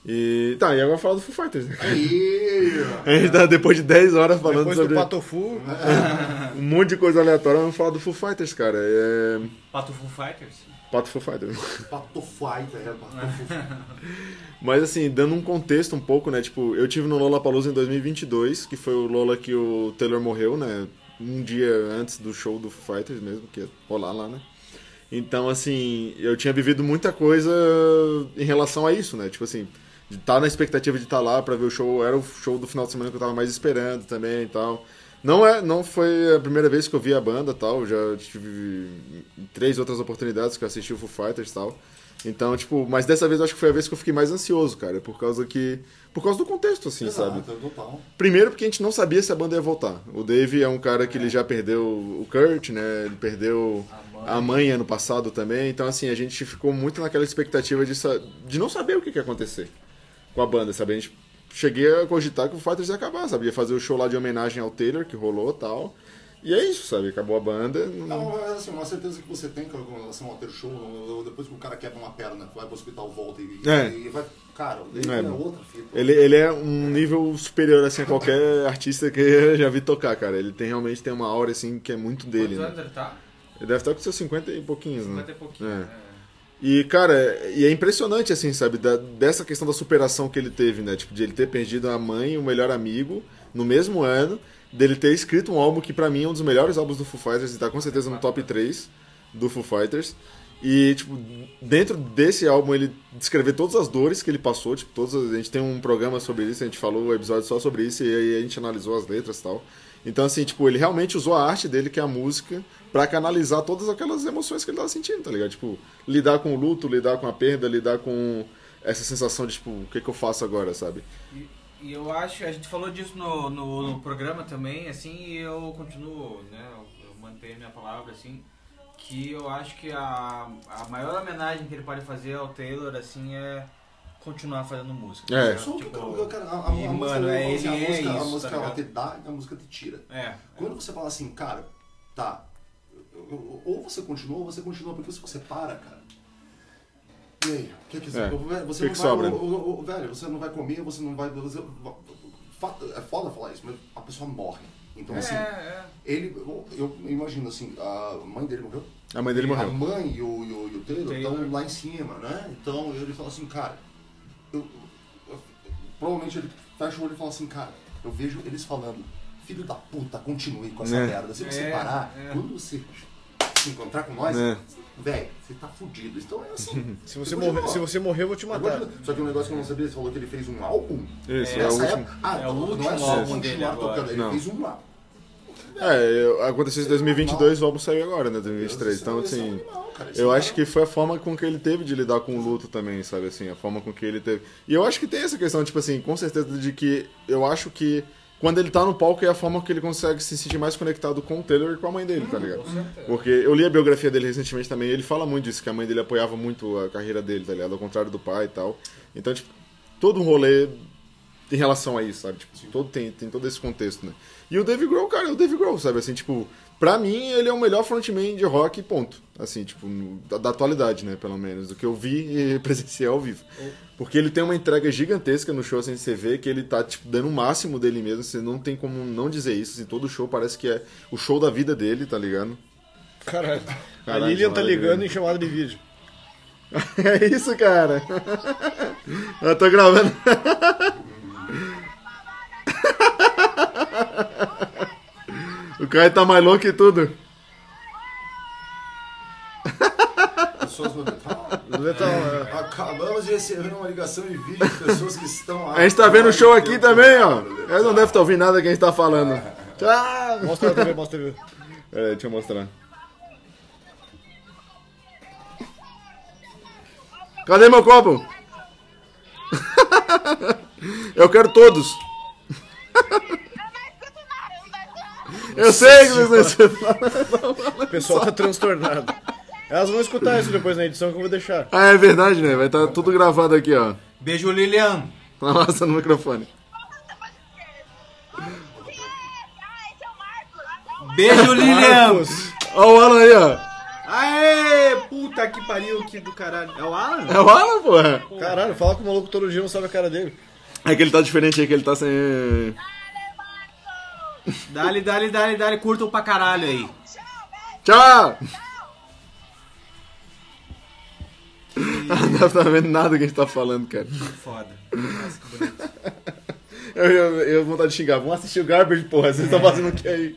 Speaker 2: E tá, e agora falar do Foo Fighters, né?
Speaker 4: Aí!
Speaker 2: A gente tá depois de 10 horas falando
Speaker 1: Depois do
Speaker 2: sobre
Speaker 1: Patofu,
Speaker 2: um monte de coisa aleatória, vamos falar do Foo Fighters, cara. É...
Speaker 3: Pato Foo Fighters?
Speaker 2: Pato Foo Fighters.
Speaker 4: Patofaita, é, Patofaita.
Speaker 2: Mas assim, dando um contexto um pouco, né? Tipo, eu tive no Lollapalooza em 2022, que foi o Lola que o Taylor morreu, né? Um dia antes do show do Foo Fighters mesmo, que ia rolar lá, né? Então, assim, eu tinha vivido muita coisa em relação a isso, né? Tipo assim, de estar na expectativa de estar lá pra ver o show, era o show do final de semana que eu tava mais esperando também e tal. Não, é, não foi a primeira vez que eu vi a banda e tal, já tive três outras oportunidades que eu assisti o Foo Fighters e tal. Então, tipo, mas dessa vez eu acho que foi a vez que eu fiquei mais ansioso, cara, por causa que. Por causa do contexto, assim, sabe?
Speaker 4: Exato, total.
Speaker 2: Primeiro porque a gente não sabia se a banda ia voltar. O Dave é um cara que ele já perdeu o Kurt, né? Ele perdeu a mãe ano passado também. Então, assim, a gente ficou muito naquela expectativa de, sa- de não saber o que que ia acontecer com a banda, sabe? A gente cheguei a cogitar que o Fighters ia acabar, sabe? Ia fazer o show lá de homenagem ao Taylor, que rolou e tal. E é isso, sabe? Acabou a banda.
Speaker 4: Não, mas assim, uma certeza que você tem com relação ao ter show, depois que o cara quebra uma perna, vai pro hospital, volta e,
Speaker 2: É.
Speaker 4: e vai. Cara, ele
Speaker 2: É.
Speaker 4: é, outra fita.
Speaker 2: Ele, ele é um nível superior assim, a qualquer artista que eu já vi tocar, cara. Ele tem realmente tem uma aura assim que é muito dele.
Speaker 3: Quantos
Speaker 2: né?
Speaker 3: anos ele tá?
Speaker 2: Ele deve estar com seus 50 e pouquinhos, né?
Speaker 3: 50 e pouquinho.
Speaker 2: É.
Speaker 3: né?
Speaker 2: E, cara, e é impressionante, assim, sabe, da- dessa questão da superação que ele teve, né? Tipo, de ele ter perdido a mãe e o melhor amigo no mesmo ano, dele ter escrito um álbum que, pra mim, é um dos melhores álbuns do Foo Fighters e tá com certeza no top 3 do Foo Fighters. E, tipo, dentro desse álbum ele descrever todas as dores que ele passou, tipo, todas as- a gente tem um programa sobre isso, a gente falou um episódio só sobre isso e aí a gente analisou as letras e tal. Então, assim, tipo, ele realmente usou a arte dele, que é a música, pra canalizar todas aquelas emoções que ele tava sentindo, tá ligado? Tipo, lidar com o luto, lidar com a perda, lidar com essa sensação de, tipo, o que que eu faço agora, sabe?
Speaker 3: E, e eu acho, a gente falou disso no, no, no programa também, assim, e eu continuo, né, eu, eu mantenho minha palavra, assim, que eu acho que a, a maior homenagem que ele pode fazer ao Taylor, assim, é continuar fazendo música.
Speaker 2: É.
Speaker 3: né?
Speaker 4: Só o que
Speaker 3: Tipo,
Speaker 4: eu- eu quero- a- a- a
Speaker 3: e,
Speaker 4: música-
Speaker 3: mano, é,
Speaker 4: assim,
Speaker 3: ele
Speaker 4: a
Speaker 3: é isso,
Speaker 4: música- A música
Speaker 3: tá
Speaker 4: ela te
Speaker 3: ligado?
Speaker 4: dá e a música te tira.
Speaker 3: É,
Speaker 4: Quando você fala assim, cara, tá, eu- eu- ou você continua ou você continua, porque se você para, cara. E aí, o que é que,
Speaker 2: É,
Speaker 4: você
Speaker 2: o que
Speaker 4: não
Speaker 2: que
Speaker 4: vai,
Speaker 2: sobra?
Speaker 4: o- o- o- velho, você não vai comer, você não vai, você- fato- é foda falar isso, mas a pessoa morre. Então
Speaker 3: é,
Speaker 4: assim,
Speaker 3: é.
Speaker 4: ele, eu, eu imagino assim, a mãe dele morreu.
Speaker 2: A mãe dele
Speaker 4: A
Speaker 2: morreu.
Speaker 4: mãe e o, e o, e o Taylor
Speaker 3: Taylor.
Speaker 4: estão lá em cima, né? Então ele fala assim, cara, eu- eu- eu- provavelmente ele fecha o olho e fala assim, cara, eu vejo eles falando, filho da puta, continue com essa
Speaker 2: É.
Speaker 4: merda. Se você
Speaker 3: É,
Speaker 4: parar,
Speaker 3: é.
Speaker 4: quando você se encontrar com nós,
Speaker 2: É.
Speaker 4: velho, você tá fudido. Então é assim.
Speaker 1: Se você,
Speaker 4: eu vou de
Speaker 1: morrer,
Speaker 4: boa.
Speaker 1: se você morrer, eu vou te
Speaker 4: Eu
Speaker 1: matar.
Speaker 4: vou de- Só que um negócio que eu não sabia, você falou que ele fez um álbum?
Speaker 2: Isso, é, o
Speaker 4: Nessa
Speaker 2: último.
Speaker 4: época- Ah,
Speaker 3: É o
Speaker 4: não, não é
Speaker 3: último
Speaker 4: só
Speaker 3: álbum
Speaker 4: continuar
Speaker 3: dele agora.
Speaker 4: tocando, ele
Speaker 2: Não.
Speaker 4: fez um álbum.
Speaker 2: É, eu- aconteceu isso em 2022, o álbum saiu agora, né? 2023. Então, assim. Eu acho que foi a forma com que ele teve de lidar com o luto também, sabe assim, a forma com que ele teve. E eu acho que tem essa questão, tipo assim, com certeza de que eu acho que quando ele tá no palco é a forma que ele consegue se sentir mais conectado com o Taylor e com a mãe dele, tá ligado? Porque eu li a biografia dele recentemente também, ele fala muito disso, que a mãe dele apoiava muito a carreira dele, tá ligado? Ao contrário do pai e tal. Então, tipo, todo um rolê em relação a isso, sabe? Tipo, todo, tem, tem todo esse contexto, né? E o Dave Grohl, cara, é o Dave Grohl, sabe? Assim, tipo, pra mim, ele é o melhor frontman de rock, ponto. Assim, tipo, no- da, da atualidade, né? Pelo menos, do que eu vi e presenciei ao vivo. Porque ele tem uma entrega gigantesca no show, assim, você vê que ele tá, tipo, dando o máximo dele mesmo, você não tem como não dizer isso, assim, todo show parece que é o show da vida dele, tá ligado?
Speaker 1: Caralho.
Speaker 2: Caralho,
Speaker 1: a Lilian tá
Speaker 2: olha.
Speaker 1: ligando em chamada de vídeo.
Speaker 2: É isso, cara. Eu Ah, tô gravando. O cara tá mais louco que tudo.
Speaker 4: Pessoas "Tá, no metal.
Speaker 2: então,
Speaker 1: Letal, é.
Speaker 4: Acabamos de receber uma ligação em vídeo de pessoas que estão
Speaker 2: A gente tá vendo o show aqui também, ó. Eles não devem estar ouvindo nada que a gente tá falando. Tchau.
Speaker 1: Mostra a TV, mostra a TV.
Speaker 2: Pera aí, deixa eu mostrar. Cadê meu copo? Eu quero todos. Eu sei que vocês não
Speaker 1: O pessoal tá transtornado. Elas vão escutar isso depois na edição que eu vou deixar.
Speaker 2: Ah, é verdade, né? Vai estar tudo gravado aqui, ó.
Speaker 3: Beijo, Lilian.
Speaker 2: Na massa no microfone.
Speaker 3: Beijo, Lilian.
Speaker 1: Marcos,
Speaker 2: Ó o Alan aí, ó.
Speaker 3: Aê, puta que pariu, que do caralho. É o Alan?
Speaker 2: É o Alan, porra.
Speaker 1: Caralho, fala com o maluco todo dia, não sabe a cara dele.
Speaker 2: É que ele tá diferente aí, que ele tá sem...
Speaker 3: Dale, dale, dale, dale, curtam pra caralho aí.
Speaker 2: Tchau! Ela não tá vendo nada que a gente tá falando, cara.
Speaker 3: Que foda. Nossa, que bonito.
Speaker 2: Eu, eu, eu vontade de xingar. Vamos assistir o Garbage, porra. Vocês estão fazendo o que aí?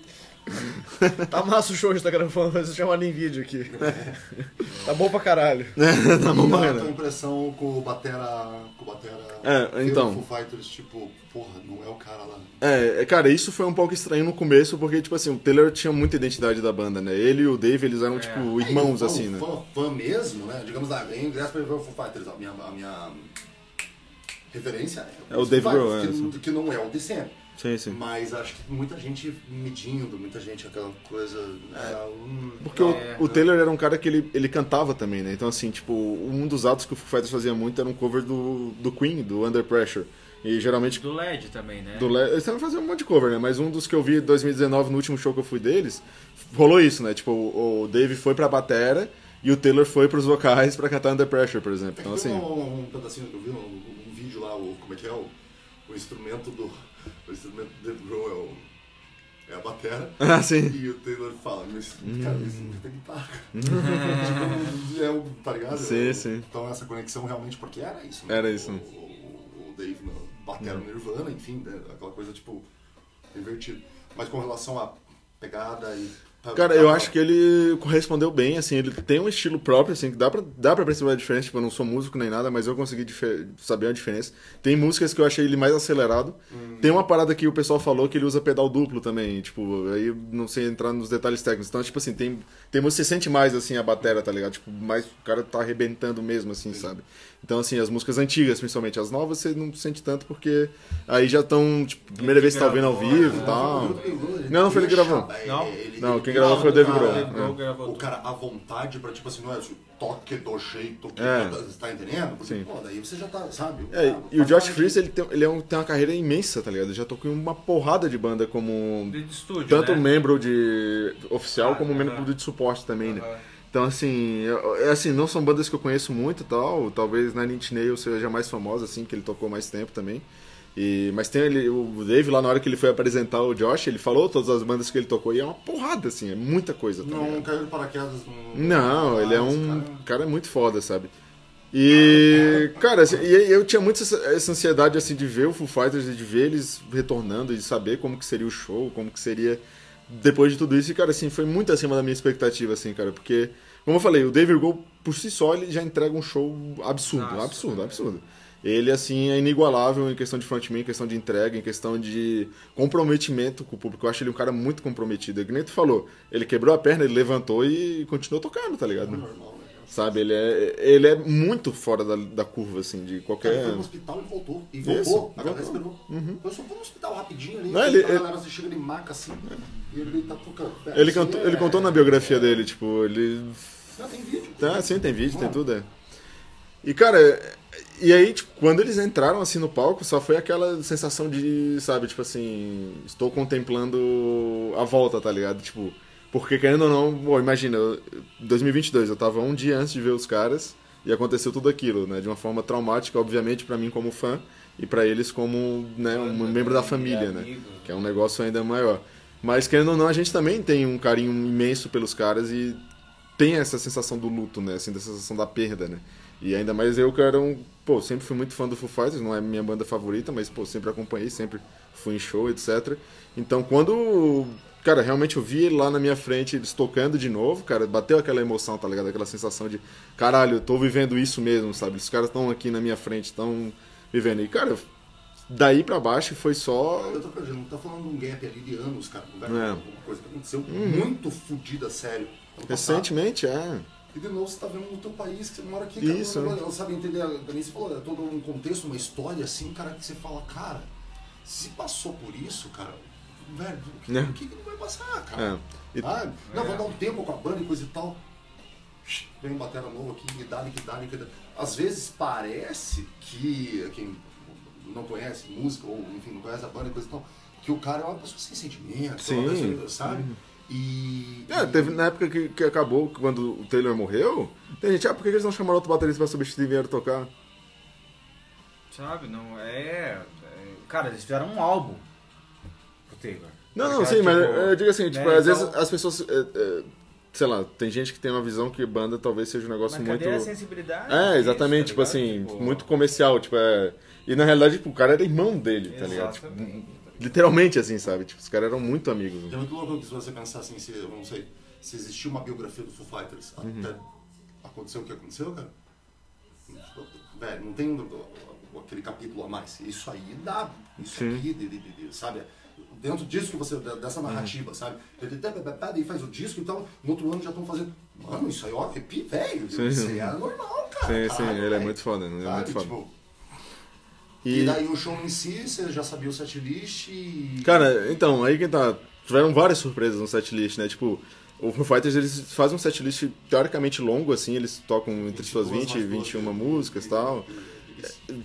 Speaker 1: Tá massa o show que você tá gravando, mas chamada em vídeo aqui. Tá bom pra caralho.
Speaker 2: tá bom,
Speaker 4: Não, eu tenho
Speaker 2: cara.
Speaker 4: impressão com o Batera. Com o Batera.
Speaker 2: É,
Speaker 4: Veio
Speaker 2: então.
Speaker 4: no Foo Fighters, tipo, porra, não é o cara lá.
Speaker 2: É, é, cara, isso foi um pouco estranho no começo, porque, tipo assim, o Taylor tinha muita identidade da banda, né? Ele e o Dave, eles eram, tipo, irmãos,
Speaker 4: É,
Speaker 2: assim, né?
Speaker 4: Fã, fã mesmo, né? Digamos lá, em ingresso pra ver o Foo Fighters, a minha, a minha referência
Speaker 2: É o
Speaker 4: os
Speaker 2: Dave
Speaker 4: Foo
Speaker 2: Grohl,
Speaker 4: Fighters,
Speaker 2: é,
Speaker 4: que, que não é o DCM.
Speaker 2: Sim, sim.
Speaker 4: Mas acho que muita gente medindo, muita gente aquela coisa.
Speaker 2: É.
Speaker 4: né, hum,
Speaker 2: Porque o- o, Taylor era um cara que ele, ele cantava também, né? Então, assim, tipo, um dos atos que o Foo Fighters fazia muito era um cover do, do Queen, do Under Pressure. E geralmente
Speaker 3: Do LED também, né?
Speaker 2: Do Le... Eles também faziam um monte de cover, né? Mas um dos que eu vi em 2019, no último show que eu fui deles, rolou isso, né? Tipo, o, o Dave foi pra batera e o Taylor foi pros vocais pra cantar Under Pressure, por exemplo.
Speaker 4: É que
Speaker 2: Então,
Speaker 4: tem
Speaker 2: assim...
Speaker 4: um, um pedacinho que eu vi, um, um vídeo lá, o, como é que é? O, o instrumento do. O instrumento do Dave Grohl é, o, é a batera.
Speaker 2: Ah, sim.
Speaker 4: E o Taylor fala, meu
Speaker 2: Hum.
Speaker 4: instrumento, cara, meu instrumento é guitarra. tipo, é o, tá ligado?
Speaker 2: Sim,
Speaker 4: É o-
Speaker 2: sim.
Speaker 4: Então essa conexão realmente, porque era isso.
Speaker 2: Era isso, Hum.
Speaker 4: O,
Speaker 2: né?
Speaker 4: o, o Dave no, batera no Nirvana, enfim, né? aquela coisa tipo. invertida. Mas com relação à pegada e. tá
Speaker 2: Cara, eu acho que ele correspondeu bem, assim, ele tem um estilo próprio, assim, que dá pra, dá pra perceber a diferença, tipo, eu não sou músico nem nada, mas eu consegui dife- saber a diferença. Tem músicas que eu achei ele mais acelerado, tem uma parada que o pessoal falou que ele usa pedal duplo também, tipo, aí eu não sei entrar nos detalhes técnicos, então, tipo assim, tem, tem música que você sente mais, assim, a batera, tá ligado? Tipo, mais o cara tá arrebentando mesmo, assim, sabe? Então, assim, as músicas antigas, principalmente, as novas, você não sente tanto, porque aí já estão, tipo, primeira vez que tá ouvindo ao vivo
Speaker 4: né?
Speaker 2: e
Speaker 4: Então,
Speaker 2: tal. Não, não foi ele que gravou.
Speaker 3: Não?
Speaker 2: Não, quem gravou foi o Dave Grohl. né?
Speaker 3: Dave Grohl gravou
Speaker 4: O cara à vontade pra, tipo assim, não é assim, toque do jeito que
Speaker 2: É.
Speaker 4: você tá entendendo? Porque,
Speaker 2: Sim.
Speaker 4: pô, daí você já tá, sabe?
Speaker 2: É,
Speaker 4: cara,
Speaker 2: e o Josh
Speaker 4: tá-
Speaker 2: Freese, ele, tem, ele é um- tem uma carreira imensa, tá ligado? Ele já tocou em uma porrada de banda como...
Speaker 3: De estúdio,
Speaker 2: Tanto
Speaker 3: né?
Speaker 2: membro de oficial
Speaker 3: Ah,
Speaker 2: como
Speaker 3: aham.
Speaker 2: membro de suporte também, né?
Speaker 3: Aham.
Speaker 2: Então, assim, eu- é assim, não são bandas que eu conheço muito e tal. Talvez na Nint Nail seja mais famosa, assim, que ele tocou mais tempo também. E, mas tem ele, o Dave lá na hora que ele foi apresentar o Josh, ele falou todas as bandas que ele tocou e é uma porrada, assim, é muita coisa, tá ligado?
Speaker 4: Não caiu de paraquedas no...
Speaker 2: Não, ele é
Speaker 4: Ah, esse
Speaker 2: um
Speaker 4: cara-
Speaker 2: cara muito foda, sabe? E, cara, assim, e eu tinha muito essa, essa ansiedade assim de ver o Foo Fighters e de ver eles retornando e de saber como que seria o show, como que seria depois de tudo isso. E, cara, assim, foi muito acima da minha expectativa, assim, cara, porque, como eu falei, o David Grohl, por si só, ele já entrega um show absurdo,
Speaker 3: Nossa,
Speaker 2: absurdo, É um absurdo. Ele, assim, é inigualável em questão de frontman, em questão de entrega, em questão de comprometimento com o público. Eu acho ele um cara muito comprometido. É que nem tu falou, ele quebrou a perna, ele levantou e continuou tocando, tá ligado?
Speaker 4: Normal, né?
Speaker 2: Sabe, ele é, ele é muito fora da, da curva, assim, de
Speaker 4: Cara, ele
Speaker 2: qualquer.
Speaker 4: foi pro hospital e voltou. E
Speaker 2: Isso,
Speaker 4: voltou, a galera
Speaker 2: voltou. Uhum.
Speaker 4: esperou. Então, Eu só vou no hospital rapidinho ali.
Speaker 2: Não, ele-
Speaker 4: a galera se chega, ele maca assim. E ele tá tocando. É,
Speaker 2: Ele,
Speaker 4: assim,
Speaker 2: cantou,
Speaker 4: é-
Speaker 2: ele contou na biografia dele, tipo, ele.
Speaker 4: Não, tem vídeo.
Speaker 2: Tá, sim, tem vídeo, tem tudo, é. E, cara, e aí, tipo, quando eles entraram, assim, no palco, só foi aquela sensação de, sabe, tipo assim, estou contemplando a volta, tá ligado? Tipo, porque querendo ou não, pô, imagina, eu- 2022, eu tava um dia antes de ver os caras e aconteceu tudo aquilo, né? De uma forma traumática, obviamente, pra mim como fã e pra eles como, né, um membro da família, né?
Speaker 3: amigo.
Speaker 2: que é um negócio ainda maior. Mas querendo ou não, a gente também tem um carinho imenso pelos caras e tem essa sensação do luto, né? Assim, da sensação da perda, né? E ainda mais eu que era um, pô, sempre fui muito fã do Foo Fighters, não é minha banda favorita, mas pô, sempre acompanhei, sempre fui em show, etc. Então, quando, cara, realmente eu vi ele lá na minha frente eles tocando de novo, cara, bateu aquela emoção, tá ligado? Aquela sensação de, caralho, eu tô vivendo isso mesmo, sabe? Os caras estão aqui na minha frente, estão vivendo. E cara, daí pra baixo foi só
Speaker 4: Eu tô perdendo, não tá falando de um gap ali de anos, cara. Não vai
Speaker 2: É. Uhum.
Speaker 4: alguma coisa que aconteceu muito fodida, sério. ano passado.
Speaker 2: Recentemente, é.
Speaker 4: E de novo, você tá vendo no teu país, que você mora aqui,
Speaker 2: Isso. é.
Speaker 4: cara. Não, não sabe entender, também você falou, é todo um contexto, uma história assim, cara, que você fala, cara, se passou por isso, cara, velho, o que,
Speaker 2: Né?
Speaker 4: o que, que não vai passar, cara?
Speaker 2: é. E-
Speaker 4: Ah, não, vou dar um tempo com a banda e coisa e tal. Vem um batera novo aqui, que dá, que dá, que dá. Às vezes parece que quem não conhece música, ou enfim, não conhece a banda e coisa e tal, que o cara é uma pessoa sem sentimento, é
Speaker 2: Sim.
Speaker 4: uma pessoa, sabe? E.
Speaker 2: É, teve na época que, que acabou, quando o Taylor morreu, tem gente, ah, por que eles não chamaram outro baterista pra substituir e vieram tocar?
Speaker 3: Sabe? Não é, é- Cara, eles fizeram um álbum pro Taylor.
Speaker 2: Não,
Speaker 3: Tá
Speaker 2: não,
Speaker 3: ligado?
Speaker 2: sim, mas
Speaker 3: Tipo,
Speaker 2: eu digo assim, tipo,
Speaker 3: né,
Speaker 2: às
Speaker 3: então-
Speaker 2: vezes as pessoas. é, é, sei lá, tem gente que tem uma visão que banda talvez seja um negócio
Speaker 3: Mas
Speaker 2: muito.
Speaker 3: cadê a sensibilidade?
Speaker 2: É,
Speaker 3: Isso, tá
Speaker 2: exatamente, tipo
Speaker 3: ligado?
Speaker 2: assim,
Speaker 3: Tipo,
Speaker 2: muito comercial, tipo, é. E na realidade, tipo, o cara era irmão dele, tá ligado? Tipo,
Speaker 3: Exatamente.
Speaker 2: literalmente assim, sabe? Tipo, os caras eram muito amigos.
Speaker 4: É muito louco que se você pensar assim, se, eu não sei, se existia uma biografia do Foo Fighters
Speaker 2: Uhum.
Speaker 4: até aconteceu o que aconteceu, cara. Velho, não tem um- aquele capítulo a mais. Isso aí dá. Isso
Speaker 2: Sim. Uhum.
Speaker 4: aqui, de- de- de- de- sabe? Dentro disso que você, da- dessa narrativa, sabe? E faz o disco, então no outro ano já estão fazendo. Mano, isso aí, é ó, repi, velho.
Speaker 2: Sim.
Speaker 4: Isso aí é normal, cara.
Speaker 2: Sim, sim,
Speaker 4: caralho,
Speaker 2: ele é
Speaker 4: velho.
Speaker 2: muito foda, né? Ele é
Speaker 4: Sabe,
Speaker 2: muito foda.
Speaker 4: tipo, e...
Speaker 2: E-
Speaker 4: daí o show em si, você já sabia o setlist e.
Speaker 2: Cara, então, aí que tá. Tiveram várias surpresas no setlist, né? Tipo, o Foo Fighters eles fazem um setlist teoricamente longo, assim, eles tocam entre suas 20 e 21 músicas e tal.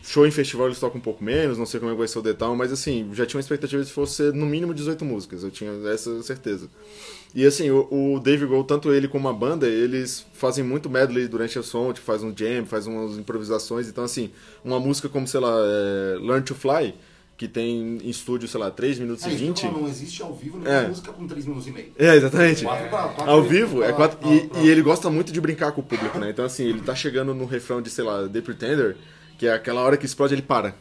Speaker 2: Show em festival eles tocam um pouco menos, não sei como é que vai ser o detalhe, mas assim, já tinha uma expectativa de fosse ser no mínimo 18 músicas, eu tinha essa certeza. E assim, o, o Dave Grohl, tanto ele como a banda, eles fazem muito medley durante o som, tipo, faz um jam, faz umas improvisações, então assim, uma música como, sei lá, é, Learn to Fly, que tem em estúdio, sei lá, 3 minutos e
Speaker 4: É, isso que eu
Speaker 2: 20.
Speaker 4: falo, não existe ao vivo nenhuma
Speaker 2: É.
Speaker 4: música com 3 minutos e meio.
Speaker 2: É, exatamente.
Speaker 4: Quatro pra- quatro
Speaker 2: Ao
Speaker 4: pra-
Speaker 2: vivo, é
Speaker 4: pra-
Speaker 2: quatro.
Speaker 4: pra-
Speaker 2: e,
Speaker 4: pra-
Speaker 2: e ele gosta muito de brincar com o público, né? Então, assim, ele tá chegando no refrão de, sei lá, The Pretender, que é aquela hora que explode, ele para.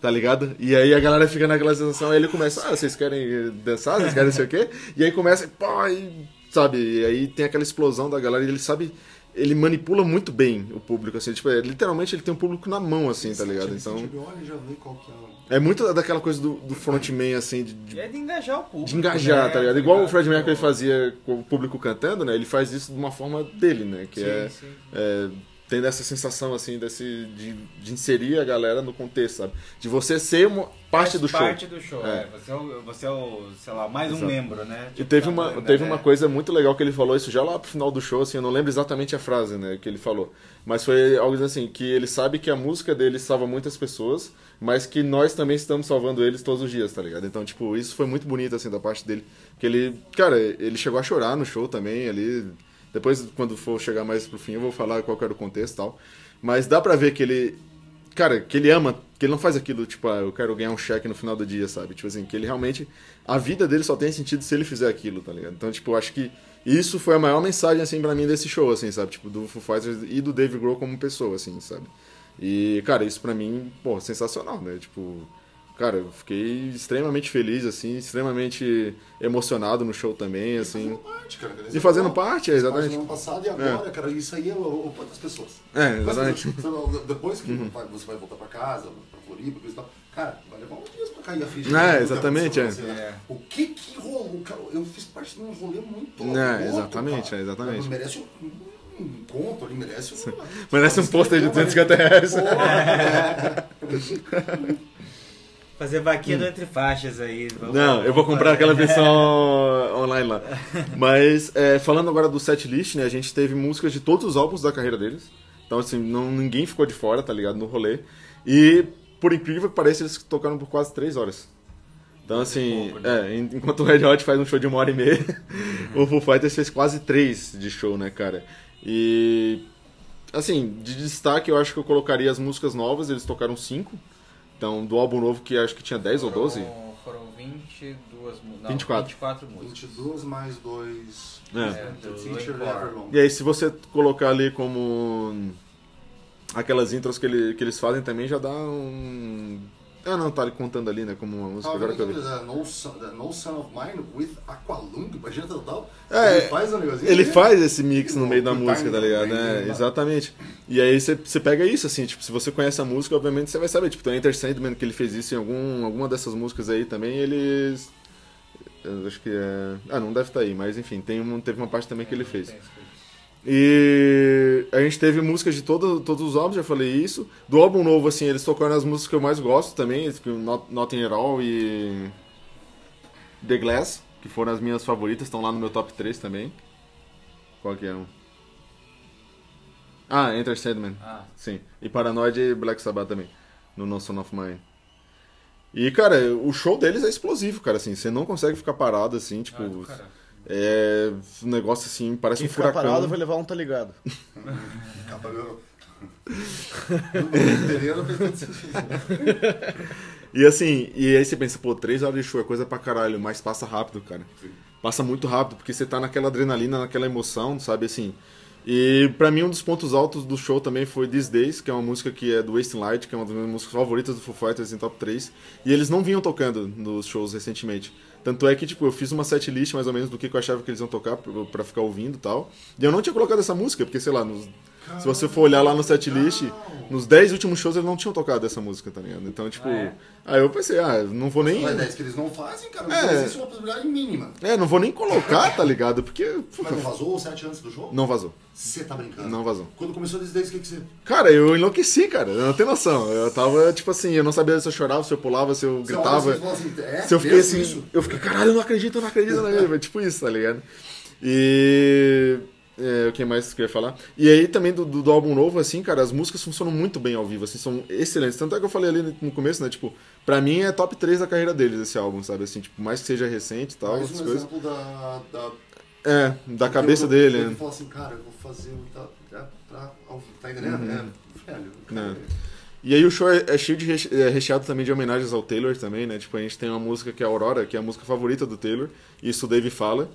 Speaker 2: Tá ligado? E aí a galera fica naquela sensação, aí ele começa, ah, vocês querem eh, dançar, vocês querem não sei o quê? E aí começa, pô, e, sabe? E aí tem aquela explosão da galera e ele sabe. Ele manipula muito bem o público, assim, tipo, é, literalmente ele tem o público na mão, assim, tá ligado? Então.
Speaker 4: Ele olha e já vê qual que é o...
Speaker 2: É muito daquela coisa do, do frontman, assim, de- de
Speaker 3: E é de engajar o público.
Speaker 2: de engajar,
Speaker 3: né?
Speaker 2: tá ligado? Igual o Fred
Speaker 3: Tipo,
Speaker 2: Mercury fazia com o público cantando, né? Ele faz isso de uma forma dele, né? Que
Speaker 3: Sim,
Speaker 2: é,
Speaker 3: sim.
Speaker 2: é tendo essa sensação, assim, desse, de, de inserir a galera no contexto, sabe? De você ser uma parte
Speaker 3: Faz
Speaker 2: do show.
Speaker 3: Parte do show,
Speaker 2: É.
Speaker 3: é. Você, é o, você é o, sei lá, mais um
Speaker 2: Exato.
Speaker 3: membro, né?
Speaker 2: E
Speaker 3: Tipo,
Speaker 2: teve
Speaker 3: da
Speaker 2: uma,
Speaker 3: banda,
Speaker 2: teve
Speaker 3: né?
Speaker 2: uma coisa muito legal que ele falou isso já lá pro final do show, assim, eu não lembro exatamente a frase, né, que ele falou. Mas foi algo assim, que ele sabe que a música dele salva muitas pessoas, mas que nós também estamos salvando eles todos os dias, tá ligado? Então, tipo, isso foi muito bonito, assim, da parte dele. Que ele, cara, ele chegou a chorar no show também, ali. Depois, quando for chegar mais pro fim, eu vou falar qual que era o contexto e tal. Mas dá pra ver que ele cara, que ele ama, que ele não faz aquilo, tipo, ah, eu quero ganhar um cheque no final do dia, sabe? Tipo assim, que ele realmente. A vida dele só tem sentido se ele fizer aquilo, tá ligado? Então, tipo, eu acho que Isso foi a maior mensagem, assim, pra mim desse show, assim, sabe? Tipo, do Foo Fighters e do Dave Grohl como pessoa, assim, sabe? E, cara, isso pra mim, pô, sensacional, né? Tipo, cara, eu fiquei extremamente feliz, assim, extremamente emocionado no show também, assim.
Speaker 4: Fazendo parte, cara, cara,
Speaker 2: E fazendo
Speaker 4: exatamente.
Speaker 2: parte, é,
Speaker 4: Parte
Speaker 2: exatamente.
Speaker 4: do ano passado e agora, cara, isso aí é o, o, das pessoas.
Speaker 2: É,
Speaker 4: Mas, assim,
Speaker 2: exatamente. Uhum.
Speaker 4: sabe, Depois que vai- você vai voltar pra casa, pra Floripa, coisa e tal, cara, vai levar uns dias pra cair a ficha.
Speaker 2: É,
Speaker 4: do que aconteceu
Speaker 2: exatamente,
Speaker 4: com
Speaker 2: é.
Speaker 4: você, né? O que que rolou? Cara, eu fiz parte de um rolê muito
Speaker 2: É,
Speaker 4: louco,
Speaker 2: exatamente,
Speaker 4: cara.
Speaker 2: é, exatamente.
Speaker 4: Merece um, um conto ali, merece um...
Speaker 2: Merece um pôster de 250 reais.
Speaker 6: Fazer vaquinha do entre faixas aí. vamos-
Speaker 2: Hum. Não, eu vou comprar aquela versão online lá. Mas, é, falando agora do setlist, né? A gente teve músicas de todos os álbuns da carreira deles. Então, assim, não, ninguém ficou de fora, tá ligado? No rolê. E, por incrível que pareça, eles tocaram por quase três horas. Então, assim, é, en- enquanto o Red Hot faz um show de uma hora e meia, o Foo Fighters fez quase três de show, né, cara? E, assim, de destaque, eu acho que eu colocaria as músicas novas, eles tocaram cinco. Então, do álbum novo, que acho que tinha 10 ou 12.
Speaker 3: Foram, foram 22 músicas.
Speaker 2: 24.
Speaker 3: 24 músicas.
Speaker 4: 22 mais 2...
Speaker 2: É.
Speaker 3: É, do
Speaker 4: Teacher
Speaker 3: Encore.
Speaker 4: Everlong.
Speaker 2: E aí, se você colocar ali como aquelas intros que, ele- que eles fazem também, já dá um. Ah, não, tá contando ali, né? Como uma música.
Speaker 4: Tava vendo
Speaker 2: Agora que eu
Speaker 4: aquele
Speaker 2: vi.
Speaker 4: da No Son, da no Son of Mine with Aqualung, imagina total.
Speaker 2: É,
Speaker 4: ele faz um negocinho.
Speaker 2: Ele
Speaker 4: ali.
Speaker 2: faz esse mix no meio da
Speaker 4: Time
Speaker 2: música, tá ligado?
Speaker 4: também,
Speaker 2: né?
Speaker 4: né?
Speaker 2: Exatamente. E aí você- você pega isso, assim, tipo, se você conhece a música, obviamente você vai saber. Tipo, tem o Enter Sandman que ele fez isso em algum, alguma dessas músicas aí também, eles. eu acho que é. Ah, não deve estar aí, mas enfim, tem um, teve uma parte também que ele fez. E a gente teve músicas de todo, todos os álbuns, já falei isso. Do álbum novo, assim, eles tocaram as músicas que eu mais gosto também, tipo Not, Nothing At All e The Glass, que foram as minhas favoritas, estão lá no meu top 3 também. Qual que é um? Ah, Enter Sandman.
Speaker 3: Ah.
Speaker 2: Sim. E Paranoid e Black Sabbath também, no No Son of Mine. E, cara, o show deles é explosivo, cara, assim, você não consegue ficar parado, assim,
Speaker 3: Ah,
Speaker 2: tipo... é um negócio assim, parece
Speaker 1: Quem
Speaker 2: um
Speaker 1: ficar
Speaker 2: furacão.
Speaker 1: parado vai levar um tá ligado.
Speaker 4: Cavaleiro. Terreiro fez todo sentido.
Speaker 2: E assim, e aí você pensa, pô, três horas de show é coisa pra caralho, mas passa rápido, cara. Passa muito rápido, porque você tá naquela adrenalina, naquela emoção, sabe, assim. E pra mim um dos pontos altos do show também foi These Days, que é uma música que é do Wasting Light, que é uma das minhas músicas favoritas do Foo Fighters em top 3. E eles não vinham tocando nos shows recentemente. Tanto é que, tipo, eu fiz uma setlist mais ou menos do que que eu achava que eles iam tocar pra pra ficar ouvindo e tal. E eu não tinha colocado essa música, porque, sei lá, nos- se você for olhar lá no setlist, nos 10 últimos shows eles não tinham tocado essa música, tá ligado? Então, tipo, aí eu pensei, ah, não vou nem...
Speaker 4: Mas é isso que eles não fazem, cara. Não
Speaker 2: É.
Speaker 4: existe uma possibilidade mínima.
Speaker 2: É, não vou nem colocar, tá ligado? Porque...
Speaker 4: Mas não vazou sete antes do jogo?
Speaker 2: Não vazou,
Speaker 4: Você tá brincando?
Speaker 2: não vazou.
Speaker 4: Quando começou a desde o que que você.
Speaker 2: Cara, eu enlouqueci, cara. Eu não tenho noção. Eu tava, tipo assim, eu não sabia se eu chorava, se eu pulava, se eu
Speaker 4: Você olha,
Speaker 2: gritava.
Speaker 4: você fala assim, é,
Speaker 2: Se eu fiquei
Speaker 4: mesmo
Speaker 2: assim.
Speaker 4: isso?
Speaker 2: Eu fiquei, caralho, eu não acredito, eu não acredito, né? Foi tipo isso, tá ligado? E. É, o que mais que eu ia falar? E aí também do, do, do álbum novo, assim, cara, as músicas funcionam muito bem ao vivo, assim, são excelentes. Tanto é que eu falei ali no começo, né? Tipo, pra mim é top 3 da carreira deles esse álbum, sabe? Assim, tipo, mais que seja recente e tal,
Speaker 4: Mais
Speaker 2: essas
Speaker 4: um
Speaker 2: coisas.
Speaker 4: exemplo da. da
Speaker 2: É, da cabeça dele,
Speaker 4: Ele
Speaker 2: né?
Speaker 4: fala assim, cara, eu vou fazer o. Tá, pra, pra, ao vivo. tá entendendo?
Speaker 2: Uhum.
Speaker 4: É, velho.
Speaker 2: Né. E aí o show é, é cheio de reche- é recheado também de homenagens ao Taylor também, né? Tipo, a gente tem uma música que é Aurora, que é a música favorita do Taylor, isso o Dave fala,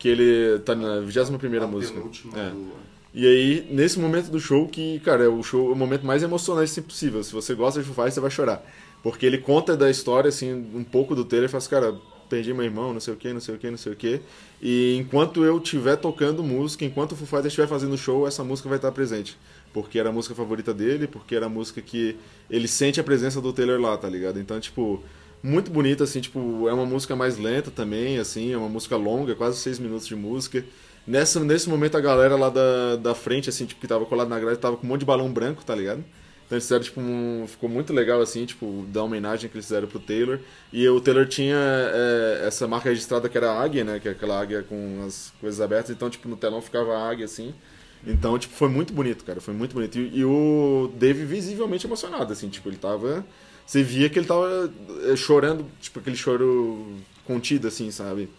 Speaker 2: que ele tá na 21ª
Speaker 4: A
Speaker 2: música.
Speaker 4: penúltima
Speaker 2: É.
Speaker 4: do-
Speaker 2: E aí, nesse momento do show, que, cara, é o show é o momento mais emocionante assim, possível. Se você gosta de Foo Fighters, você vai chorar. Porque ele conta da história, assim, um pouco do Taylor e fala assim, cara, perdi meu irmão, não sei o que, não sei o que, não sei o que. E enquanto eu estiver tocando música, enquanto o Foo Fighters estiver fazendo show, essa música vai estar presente. Porque era a música favorita dele, porque era a música que ele sente a presença do Taylor lá, tá ligado? Então, tipo, muito bonita, assim, tipo, é uma música mais lenta também, assim, é uma música longa, quase seis minutos de música. Nessa, nesse momento a galera lá da, da frente, assim, tipo, que tava colado na grade, tava com um monte de balão branco, tá ligado? Então eles fizeram, tipo, um- ficou muito legal, assim, tipo, da homenagem que eles fizeram pro Taylor. E o Taylor tinha é, essa marca registrada que era a águia, né? Que é aquela águia com as coisas abertas, então, tipo, no telão ficava a águia, assim. Então, tipo, foi muito bonito, cara, foi muito bonito. E, e o Dave visivelmente emocionado, assim, tipo, ele tava... Você via que ele tava é, chorando, tipo, aquele choro contido, assim, sabe?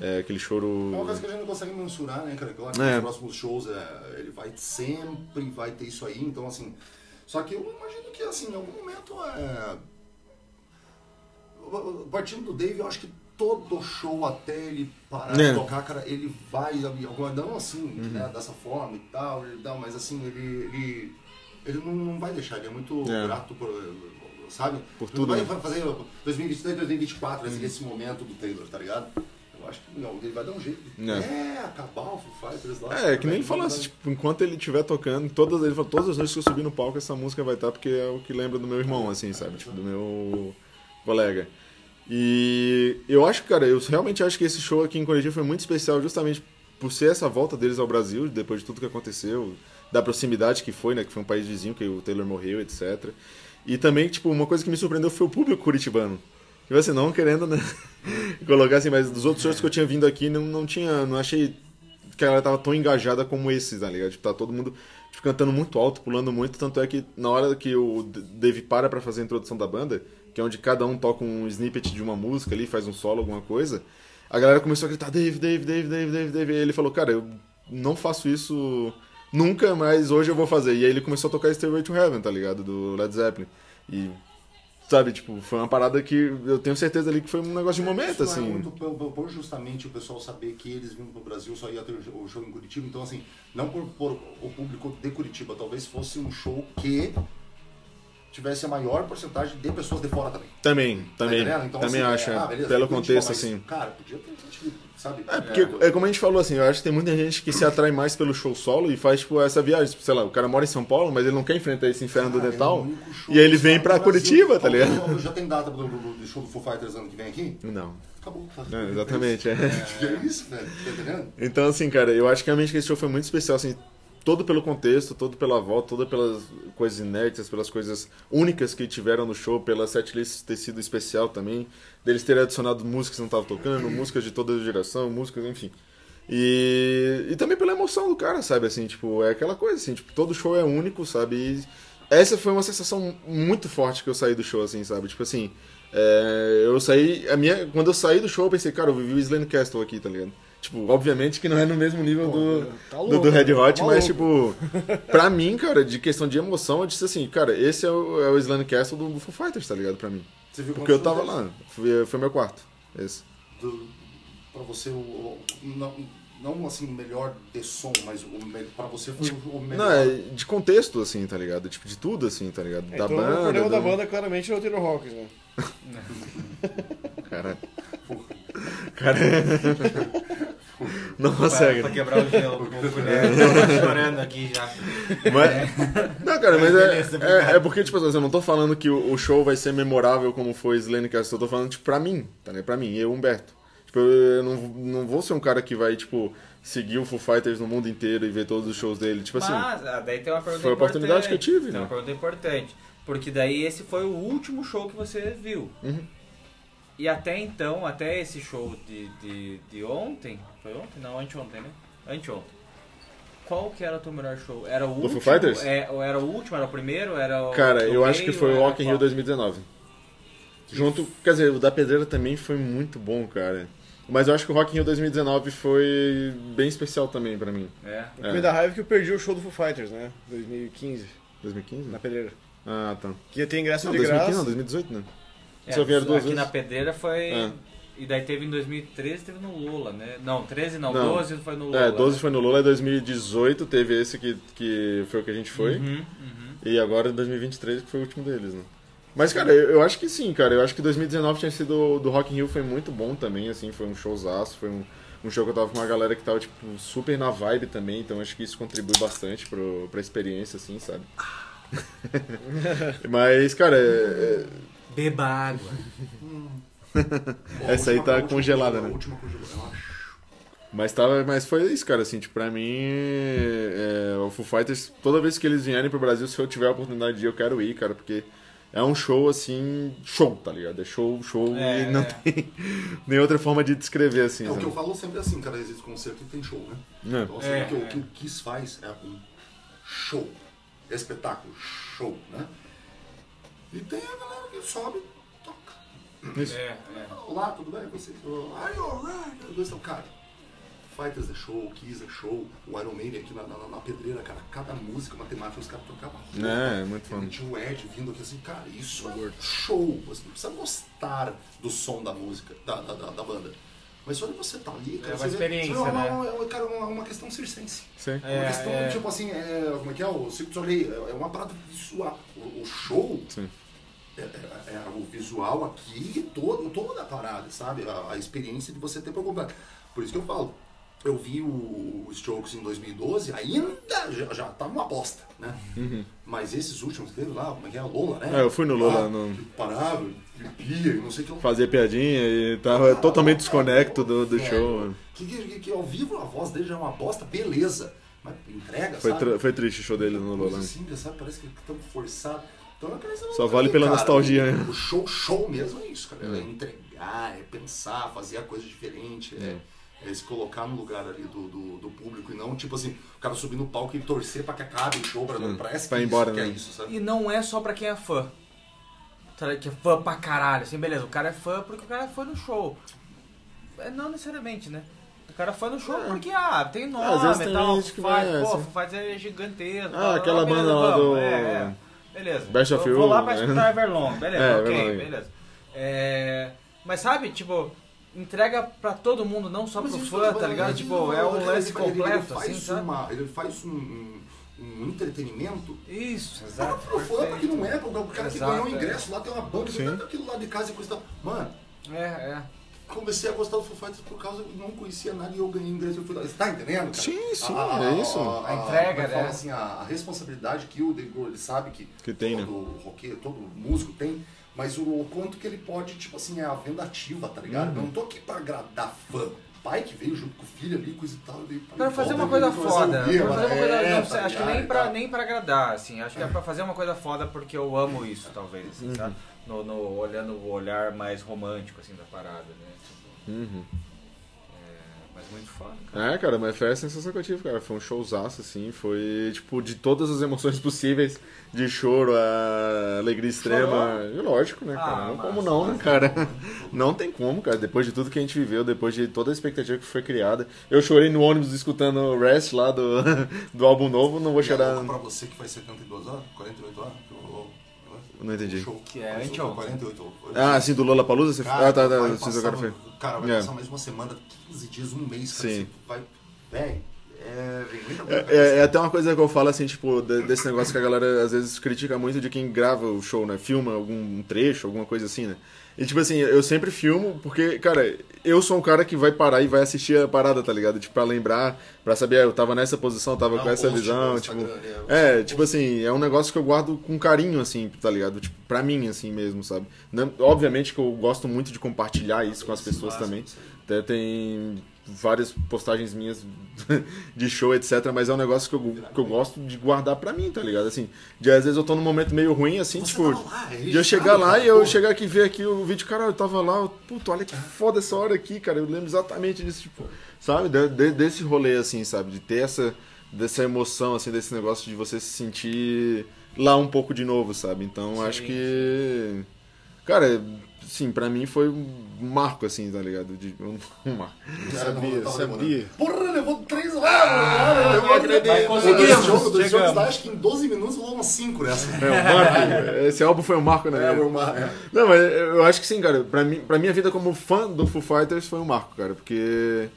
Speaker 2: É, aquele choro...
Speaker 4: É uma coisa que a gente não consegue mensurar, né, cara? Que eu acho
Speaker 2: É.
Speaker 4: que os próximos shows é, ele vai sempre vai ter isso aí, então assim. Só que eu imagino que assim, em algum momento é. Partindo do Dave, eu acho que todo show até ele parar
Speaker 2: É. Uhum.
Speaker 4: de tocar, cara, ele vai, sabe, alguma- não assim, né, dessa forma e tal, e tal, mas assim, ele, ele, ele não, não vai deixar, ele é muito
Speaker 2: É.
Speaker 4: grato por, sabe?
Speaker 2: Por
Speaker 4: Ele
Speaker 2: tudo,
Speaker 4: Vai,
Speaker 2: né?
Speaker 4: vai fazer 2023, 2024, assim, esse momento do Taylor, tá ligado? Eu acho que não, ele vai dar um jeito.
Speaker 2: É.
Speaker 4: É, acabar o Foo Fighters lá.
Speaker 2: É, que nem
Speaker 4: Vai-
Speaker 2: ele falou
Speaker 4: vai-
Speaker 2: assim, tipo, enquanto ele estiver tocando, todas, ele falou, todas as noites que eu subir no palco, essa música vai estar, porque é o que lembra do meu irmão, assim, sabe? Tipo, do meu colega. E eu acho, cara, eu realmente acho que esse show aqui em Curitiba foi muito especial justamente por ser essa volta deles ao Brasil, depois de tudo que aconteceu, da proximidade que foi, né? Que foi um país vizinho, que o Taylor morreu, etc. E também, tipo, uma coisa que me surpreendeu foi o público curitibano. Tipo assim, não querendo, né? colocar assim, mas dos outros shows que eu tinha vindo aqui, não, não tinha, não achei que ela tava tão engajada como esse, tá ligado? Tipo, tá todo mundo tipo, cantando muito alto, pulando muito, tanto é que na hora que o D- Dave para pra fazer a introdução da banda, que é onde cada um toca um snippet de uma música ali, faz um solo, alguma coisa, a galera começou a gritar, Dave, Dave, Dave, Dave, Dave, Dave, e ele falou, cara, eu não faço isso nunca, mas hoje eu vou fazer. E aí ele começou a tocar Stairway to Heaven, tá ligado? Do Led Zeppelin. E... Sabe, tipo, foi uma parada que eu tenho certeza ali que foi um negócio de momento,
Speaker 4: Isso
Speaker 2: assim.
Speaker 4: É muito bom, bom- bom justamente o pessoal saber que eles vindo pro Brasil só ia ter o show- o show em Curitiba. Então, assim, não por, por o público de Curitiba, talvez fosse um show que tivesse a maior porcentagem de pessoas de fora também. tá
Speaker 2: Também, também.
Speaker 4: entendendo? Então,
Speaker 2: também
Speaker 4: assim,
Speaker 2: acho,
Speaker 4: é,
Speaker 2: é,
Speaker 4: ah, beleza,
Speaker 2: pelo
Speaker 4: Curitiba,
Speaker 2: contexto,
Speaker 4: mas,
Speaker 2: assim.
Speaker 4: Cara, podia ter gente, sabe?
Speaker 2: É, porque, é como a gente falou, assim, eu acho que tem muita gente que se atrai mais pelo show solo e faz, tipo, essa viagem. Tipo, sei lá, o cara mora em São Paulo, mas ele não quer enfrentar esse inferno do
Speaker 4: Cara, é o
Speaker 2: dental.
Speaker 4: único show
Speaker 2: E aí ele
Speaker 4: que
Speaker 2: vem
Speaker 4: sai
Speaker 2: pra
Speaker 4: do Brasil.
Speaker 2: Curitiba, tá ligado?
Speaker 4: Já tem data do, do- do show do Foo Fighters ano que vem aqui?
Speaker 2: Não.
Speaker 4: Acabou.
Speaker 2: É, exatamente, é.
Speaker 4: É isso, velho. Tá entendendo?
Speaker 2: Então, assim, cara, eu acho que realmente que esse show foi muito especial, assim, todo pelo contexto, todo pela volta, toda pelas coisas inéditas, pelas coisas únicas que tiveram no show, pela setlist ter sido especial também, deles terem adicionado músicas que não estavam tocando, músicas de toda geração, músicas, enfim. E, e também pela emoção do cara, sabe, assim, tipo, é aquela coisa, assim, tipo, todo show é único, sabe, e essa foi uma sensação muito forte que eu saí do show, assim, sabe, tipo assim, é, eu saí, a minha, quando eu saí do show eu pensei, cara, eu vivi o Slane Castle aqui, tá ligado? Tipo, obviamente que não é no mesmo nível do,
Speaker 1: tá
Speaker 2: do-
Speaker 1: louco,
Speaker 2: do Red
Speaker 1: tá
Speaker 2: Hot, mas
Speaker 1: maluco.
Speaker 2: tipo, tipo, pra mim, cara, de questão de emoção, eu disse assim, cara, esse é o, é o Slam Castle do Foo Fighters, tá ligado? Pra mim.
Speaker 4: Você viu
Speaker 2: Porque eu
Speaker 4: quantos
Speaker 2: tava
Speaker 4: shows
Speaker 2: lá, foi, foi meu quarto. Esse.
Speaker 4: do, pra você o, o- não, não assim o melhor de som, mas o me- pra você foi o, o melhor.
Speaker 2: Não, é de contexto, assim, tá ligado? Tipo, de tudo, assim, tá ligado? Da
Speaker 1: então, o
Speaker 2: banda.
Speaker 1: problema da
Speaker 2: do-
Speaker 1: banda claramente é o Taylor Hawkins, né?
Speaker 2: Cara. Cara. Não consegue.
Speaker 6: Pra,
Speaker 2: né?
Speaker 6: pra quebrar o gel um pouco, né? Eu tô chorando aqui já.
Speaker 2: Tipo Mas... Não, cara, mas
Speaker 6: Beleza,
Speaker 2: é, é, é porque, tipo assim, eu não tô falando que o, o show vai ser memorável como foi Slane Castle, eu tô falando, tipo, pra mim, tá ligado? Pra mim, eu, Humberto. Tipo, eu eu não, não vou ser um cara que vai, tipo, seguir o Foo Fighters no mundo inteiro e ver todos os shows dele. Tipo assim,
Speaker 6: Mas, ah, daí tem uma pergunta
Speaker 2: foi a oportunidade
Speaker 6: importante.
Speaker 2: que eu tive,
Speaker 6: Tem
Speaker 2: né?
Speaker 6: uma pergunta importante. Porque daí esse foi o último show que você viu.
Speaker 2: Uhum.
Speaker 6: E até então, até esse show de, de, de ontem, foi ontem? Não, anteontem, né? Anteontem. Qual que era o teu melhor show? Era o
Speaker 2: Foo
Speaker 6: último?
Speaker 2: Fighters?
Speaker 6: É, ou era o último, era o primeiro, era o do
Speaker 2: cara, eu acho que
Speaker 6: meio,
Speaker 2: foi o
Speaker 6: era
Speaker 2: Rock in Rio
Speaker 6: qual?
Speaker 2: 2019. Junto, quer dizer, o da Pedreira também foi muito bom, cara. Mas eu acho que o Rock in Rio 2019 foi bem especial também pra mim.
Speaker 6: É.
Speaker 1: O
Speaker 2: É.
Speaker 1: que me dá raiva é que eu perdi o show do Foo Fighters, né? 2015,
Speaker 2: 2015?
Speaker 1: na pedreira.
Speaker 2: Ah, tá.
Speaker 1: Que ia ter ingresso
Speaker 2: Não,
Speaker 1: de
Speaker 2: 2015 não,
Speaker 1: graça.
Speaker 2: 2018 né?
Speaker 6: É,
Speaker 2: Só vieram duas
Speaker 6: aqui
Speaker 2: vezes.
Speaker 6: na pedreira foi.
Speaker 2: É.
Speaker 6: E daí teve em 2013, teve no Lula, né? Não, 13 não,
Speaker 2: Não.
Speaker 6: 12 foi no Lula. né?
Speaker 2: É, 12 foi no Lula, em 2018 teve esse que, que foi o que a gente foi.
Speaker 6: Uhum, uhum.
Speaker 2: E agora em 2023 que foi o último deles, né? Mas, cara, eu, eu acho que sim, cara. Eu acho que 2019 tinha sido do Rock in Rio foi muito bom também, assim, foi um showzaço, foi um, um show que eu tava com uma galera que tava, tipo, super na vibe também, então acho que isso contribui bastante pro, pra experiência, assim, sabe?
Speaker 6: Ah.
Speaker 2: Mas, cara, é-
Speaker 6: Beba água.
Speaker 4: Ó,
Speaker 2: essa aí
Speaker 4: última-
Speaker 2: tá
Speaker 4: última-
Speaker 2: congelada, né?
Speaker 4: A última congelada, eu acho.
Speaker 2: Mas, tava, mas foi isso, cara. Assim, tipo, pra mim, é, o Foo Fighters, toda vez que eles vierem pro Brasil, se eu tiver a oportunidade de ir, eu quero ir, cara, porque é um show, assim, show, tá ligado? É show, show,
Speaker 6: É,
Speaker 2: e não
Speaker 6: é.
Speaker 2: tem nem outra forma de descrever, assim.
Speaker 4: É o que eu
Speaker 2: sabe?
Speaker 4: falo sempre assim, cara, existe concerto e tem show, né?
Speaker 2: É.
Speaker 4: Então, assim,
Speaker 6: É,
Speaker 4: o, que, o
Speaker 6: é.
Speaker 4: que o Kiss faz é um show, espetáculo, show, né? E tem a galera que sobe e toca.
Speaker 6: É, é.
Speaker 4: Olá, tudo bem? Você? Are you alright? Eu dou esse- Cara, Fighters é show, Kiss é show, o Iron Maiden aqui na, na- na pedreira, cara, cada música, matemática, os caras tocavam roupa.
Speaker 2: É, é muito
Speaker 4: E
Speaker 2: foda.
Speaker 4: tinha o Ed vindo aqui assim, cara, isso é show. Você não precisa gostar do som da música, da, da, da- da banda. Mas olha você tá ali, cara.
Speaker 3: É uma
Speaker 4: você "Ah, vê-
Speaker 3: experiência,
Speaker 4: você vê uma-
Speaker 3: né?
Speaker 4: uma- uma- cara, é uma, uma questão circense.
Speaker 2: Sim.
Speaker 4: É uma
Speaker 3: É,
Speaker 4: questão,
Speaker 3: é.
Speaker 4: tipo assim, é, como é que é? O Cirque du Soleil, é é uma parada visual. O, o show
Speaker 2: Sim.
Speaker 4: é, é- é o visual aqui e todo, toda a parada, sabe? A, a experiência de você ter pra comprar. Por isso que eu falo, eu vi o, o Strokes em 2012, ainda já, já tava uma bosta, né? Mas esses últimos que teve lá, como é que é? Lola, né?
Speaker 2: Uhum. É, eu fui no Lola,
Speaker 4: Ah,
Speaker 2: no-
Speaker 4: que Parava, que pia, e não sei o que. eu-
Speaker 2: Fazia piadinha e tava totalmente desconecto do, do
Speaker 4: É.
Speaker 2: show, mano.
Speaker 4: Que, que, que ao vivo a voz dele já é uma bosta, beleza. Mas entrega,
Speaker 2: Foi,
Speaker 4: sabe?
Speaker 2: tr- foi triste o show dele no Lola.
Speaker 4: Coisa simples, assim, sabe? Parece que estão forçados. Então, parece
Speaker 2: Só vale pela nostalgia, né?
Speaker 4: O show, show mesmo é isso, cara. É, entregar, é pensar, fazer a coisa diferente, é, é se colocar no lugar ali do, do, do público e não, tipo assim, o cara subir no palco e torcer pra que acabe o show, pra não parece
Speaker 2: pra
Speaker 4: que,
Speaker 2: ir embora,
Speaker 4: isso, que
Speaker 2: né?
Speaker 4: é isso, sabe?
Speaker 6: E não é só pra quem é fã. Tá, Que é fã pra caralho, assim, beleza. O cara é fã porque o cara foi no show. É, não necessariamente, né? O cara foi no show porque, ah, tem nome,
Speaker 2: É. às vezes tem
Speaker 6: tal,
Speaker 2: gente que
Speaker 6: Foo Fighters,
Speaker 2: vai,
Speaker 6: pô,
Speaker 2: assim.
Speaker 6: Foo Fighters é gigantesco.
Speaker 2: Ah,
Speaker 6: tal,
Speaker 2: aquela
Speaker 6: beleza,
Speaker 2: banda lá
Speaker 6: vamos,
Speaker 2: do-
Speaker 6: é, é. Beleza.
Speaker 2: Best of
Speaker 6: eu vou
Speaker 2: You,
Speaker 6: lá pra
Speaker 2: né?
Speaker 6: escutar Everlong, beleza,
Speaker 2: É,
Speaker 6: ok,
Speaker 2: Everlong.
Speaker 6: beleza. É, mas sabe, tipo, entrega pra todo mundo, não só pro fã, tá ligado? Tipo, é
Speaker 4: né?
Speaker 6: um lance completo, assim, sabe?
Speaker 4: Ele faz um, um, um entretenimento
Speaker 6: Isso,
Speaker 4: Para
Speaker 6: exato.
Speaker 4: pro fã, pra que
Speaker 6: perfeito.
Speaker 4: não é, pro cara que
Speaker 6: Exato,
Speaker 4: ganhou o
Speaker 6: é.
Speaker 4: ingresso lá, tem uma banda,
Speaker 2: Sim.
Speaker 4: tem aquilo lá de casa e coisa e tal. Mano,
Speaker 6: É, é.
Speaker 4: comecei a gostar do Foo Fighters por causa que eu não conhecia nada e eu ganhei ingresso. Eu fui lá. Você tá entendendo? Cara?
Speaker 2: Sim, sim, é isso.
Speaker 6: A entrega,
Speaker 4: como é que fala
Speaker 6: né?
Speaker 4: assim, a, a responsabilidade que o Dave Grohl ele sabe que,
Speaker 2: Que tem, né?
Speaker 4: todo roqueiro, todo músico tem, mas o, o quanto que ele pode, tipo assim, é a venda ativa, tá ligado?
Speaker 2: Uhum.
Speaker 4: Eu não tô aqui pra agradar fã. Pai que veio junto com o filho ali, coisa e tal. daí, pai,
Speaker 6: Pra fazer
Speaker 4: volta,
Speaker 6: uma coisa
Speaker 4: ele começa a
Speaker 6: foda.
Speaker 4: ouvir,
Speaker 6: Pra
Speaker 4: mano,
Speaker 6: fazer uma coisa.
Speaker 4: é,
Speaker 6: não,
Speaker 4: tá
Speaker 6: acho que
Speaker 4: ligado,
Speaker 6: nem
Speaker 4: e
Speaker 6: pra,
Speaker 4: tal.
Speaker 6: nem pra agradar, assim. Acho que é pra fazer uma coisa foda porque eu amo isso, talvez, assim,
Speaker 4: Uhum.
Speaker 6: sabe? No, no- olhando o olhar mais romântico, assim, da parada, né? Tipo,
Speaker 4: Uhum.
Speaker 6: é, mas muito foda, cara.
Speaker 2: É, cara, mas foi a sensação que eu tive, cara. Foi um showzaço, assim. Foi, tipo, de todas as emoções possíveis. De choro, a alegria extrema. E lógico, né, cara?
Speaker 6: Ah,
Speaker 2: não
Speaker 6: massa,
Speaker 2: como não, né, cara? Não tem como, cara. Depois de tudo que a gente viveu, depois de toda a expectativa que foi criada. Eu chorei no ônibus escutando o Rest lá do, do álbum novo. Não vou
Speaker 4: E é
Speaker 2: chorar.
Speaker 4: louco pra você que faz 72 horas, 48 horas? que eu- eu-
Speaker 2: Não entendi.
Speaker 4: o Show
Speaker 6: Que é
Speaker 4: começou com
Speaker 6: anteontem.
Speaker 4: 48 horas.
Speaker 2: Ah, assim, do Lola Palusa? Você...
Speaker 4: Cara,
Speaker 2: ah, tá, tá.
Speaker 4: vai
Speaker 2: Vocês agora
Speaker 4: passar-
Speaker 2: foi.
Speaker 4: Cara, vai
Speaker 2: É.
Speaker 4: passar mais uma semana, 15 dias, um mês, cara.
Speaker 2: Sim.
Speaker 4: Você vai. Véi, é. Vem muita coisa. pra
Speaker 2: É, é até uma coisa que eu falo, assim, tipo, de- desse negócio que a galera às vezes critica muito de quem grava o show, né? Filma algum trecho, alguma coisa assim, né? E, tipo assim, eu sempre filmo porque, cara, eu sou um cara que vai parar e vai assistir a parada, tá ligado? Tipo, pra lembrar, pra saber, ah, eu tava nessa posição, tava
Speaker 4: Dá
Speaker 2: com
Speaker 4: um
Speaker 2: essa
Speaker 4: post
Speaker 2: visão,
Speaker 4: no
Speaker 2: tipo...
Speaker 4: Instagram, né?
Speaker 2: É, tipo assim, é um negócio que eu guardo com carinho, assim, tá ligado? Tipo, pra mim, assim mesmo, sabe? Não- obviamente que eu gosto muito de compartilhar isso com as pessoas também. Até tem várias postagens minhas de show, etc. Mas é um negócio que eu, que eu gosto de guardar pra mim, tá ligado? Assim, de, às vezes eu tô num momento meio ruim, assim,
Speaker 4: Você
Speaker 2: tipo.
Speaker 4: tava lá, é
Speaker 2: de eu
Speaker 4: isso,
Speaker 2: chegar
Speaker 4: cara,
Speaker 2: lá
Speaker 4: cara,
Speaker 2: e eu
Speaker 4: porra.
Speaker 2: chegar aqui e ver aqui o vídeo, cara, eu tava lá, eu, puto, olha que foda essa hora aqui, cara. Eu lembro exatamente disso, tipo, sabe? De- de- desse rolê, assim, sabe? De ter essa. Dessa emoção, assim, desse negócio de você se sentir lá um pouco de novo, sabe? Então acho que. Cara, sim, pra mim foi um marco, assim, tá ligado? De, um, um marco.
Speaker 4: Cara, não,
Speaker 1: Sabia,
Speaker 4: eu tava
Speaker 1: sabia.
Speaker 4: demorando. Porra, levou 3 horas,
Speaker 2: Ah,
Speaker 4: cara. Eu não
Speaker 6: Mas
Speaker 4: acredito.
Speaker 6: conseguimos,
Speaker 4: Dois jogos, dois jogos
Speaker 6: chegamos.
Speaker 4: dá, acho que em 12 minutos rolou uns 5 nessa.
Speaker 2: É, um marco. Esse álbum foi um marco, né?
Speaker 4: É, uma.
Speaker 2: Não, mas eu acho que sim, cara. Pra, mim, pra minha vida como fã do Foo Fighters foi um marco, cara. Porque.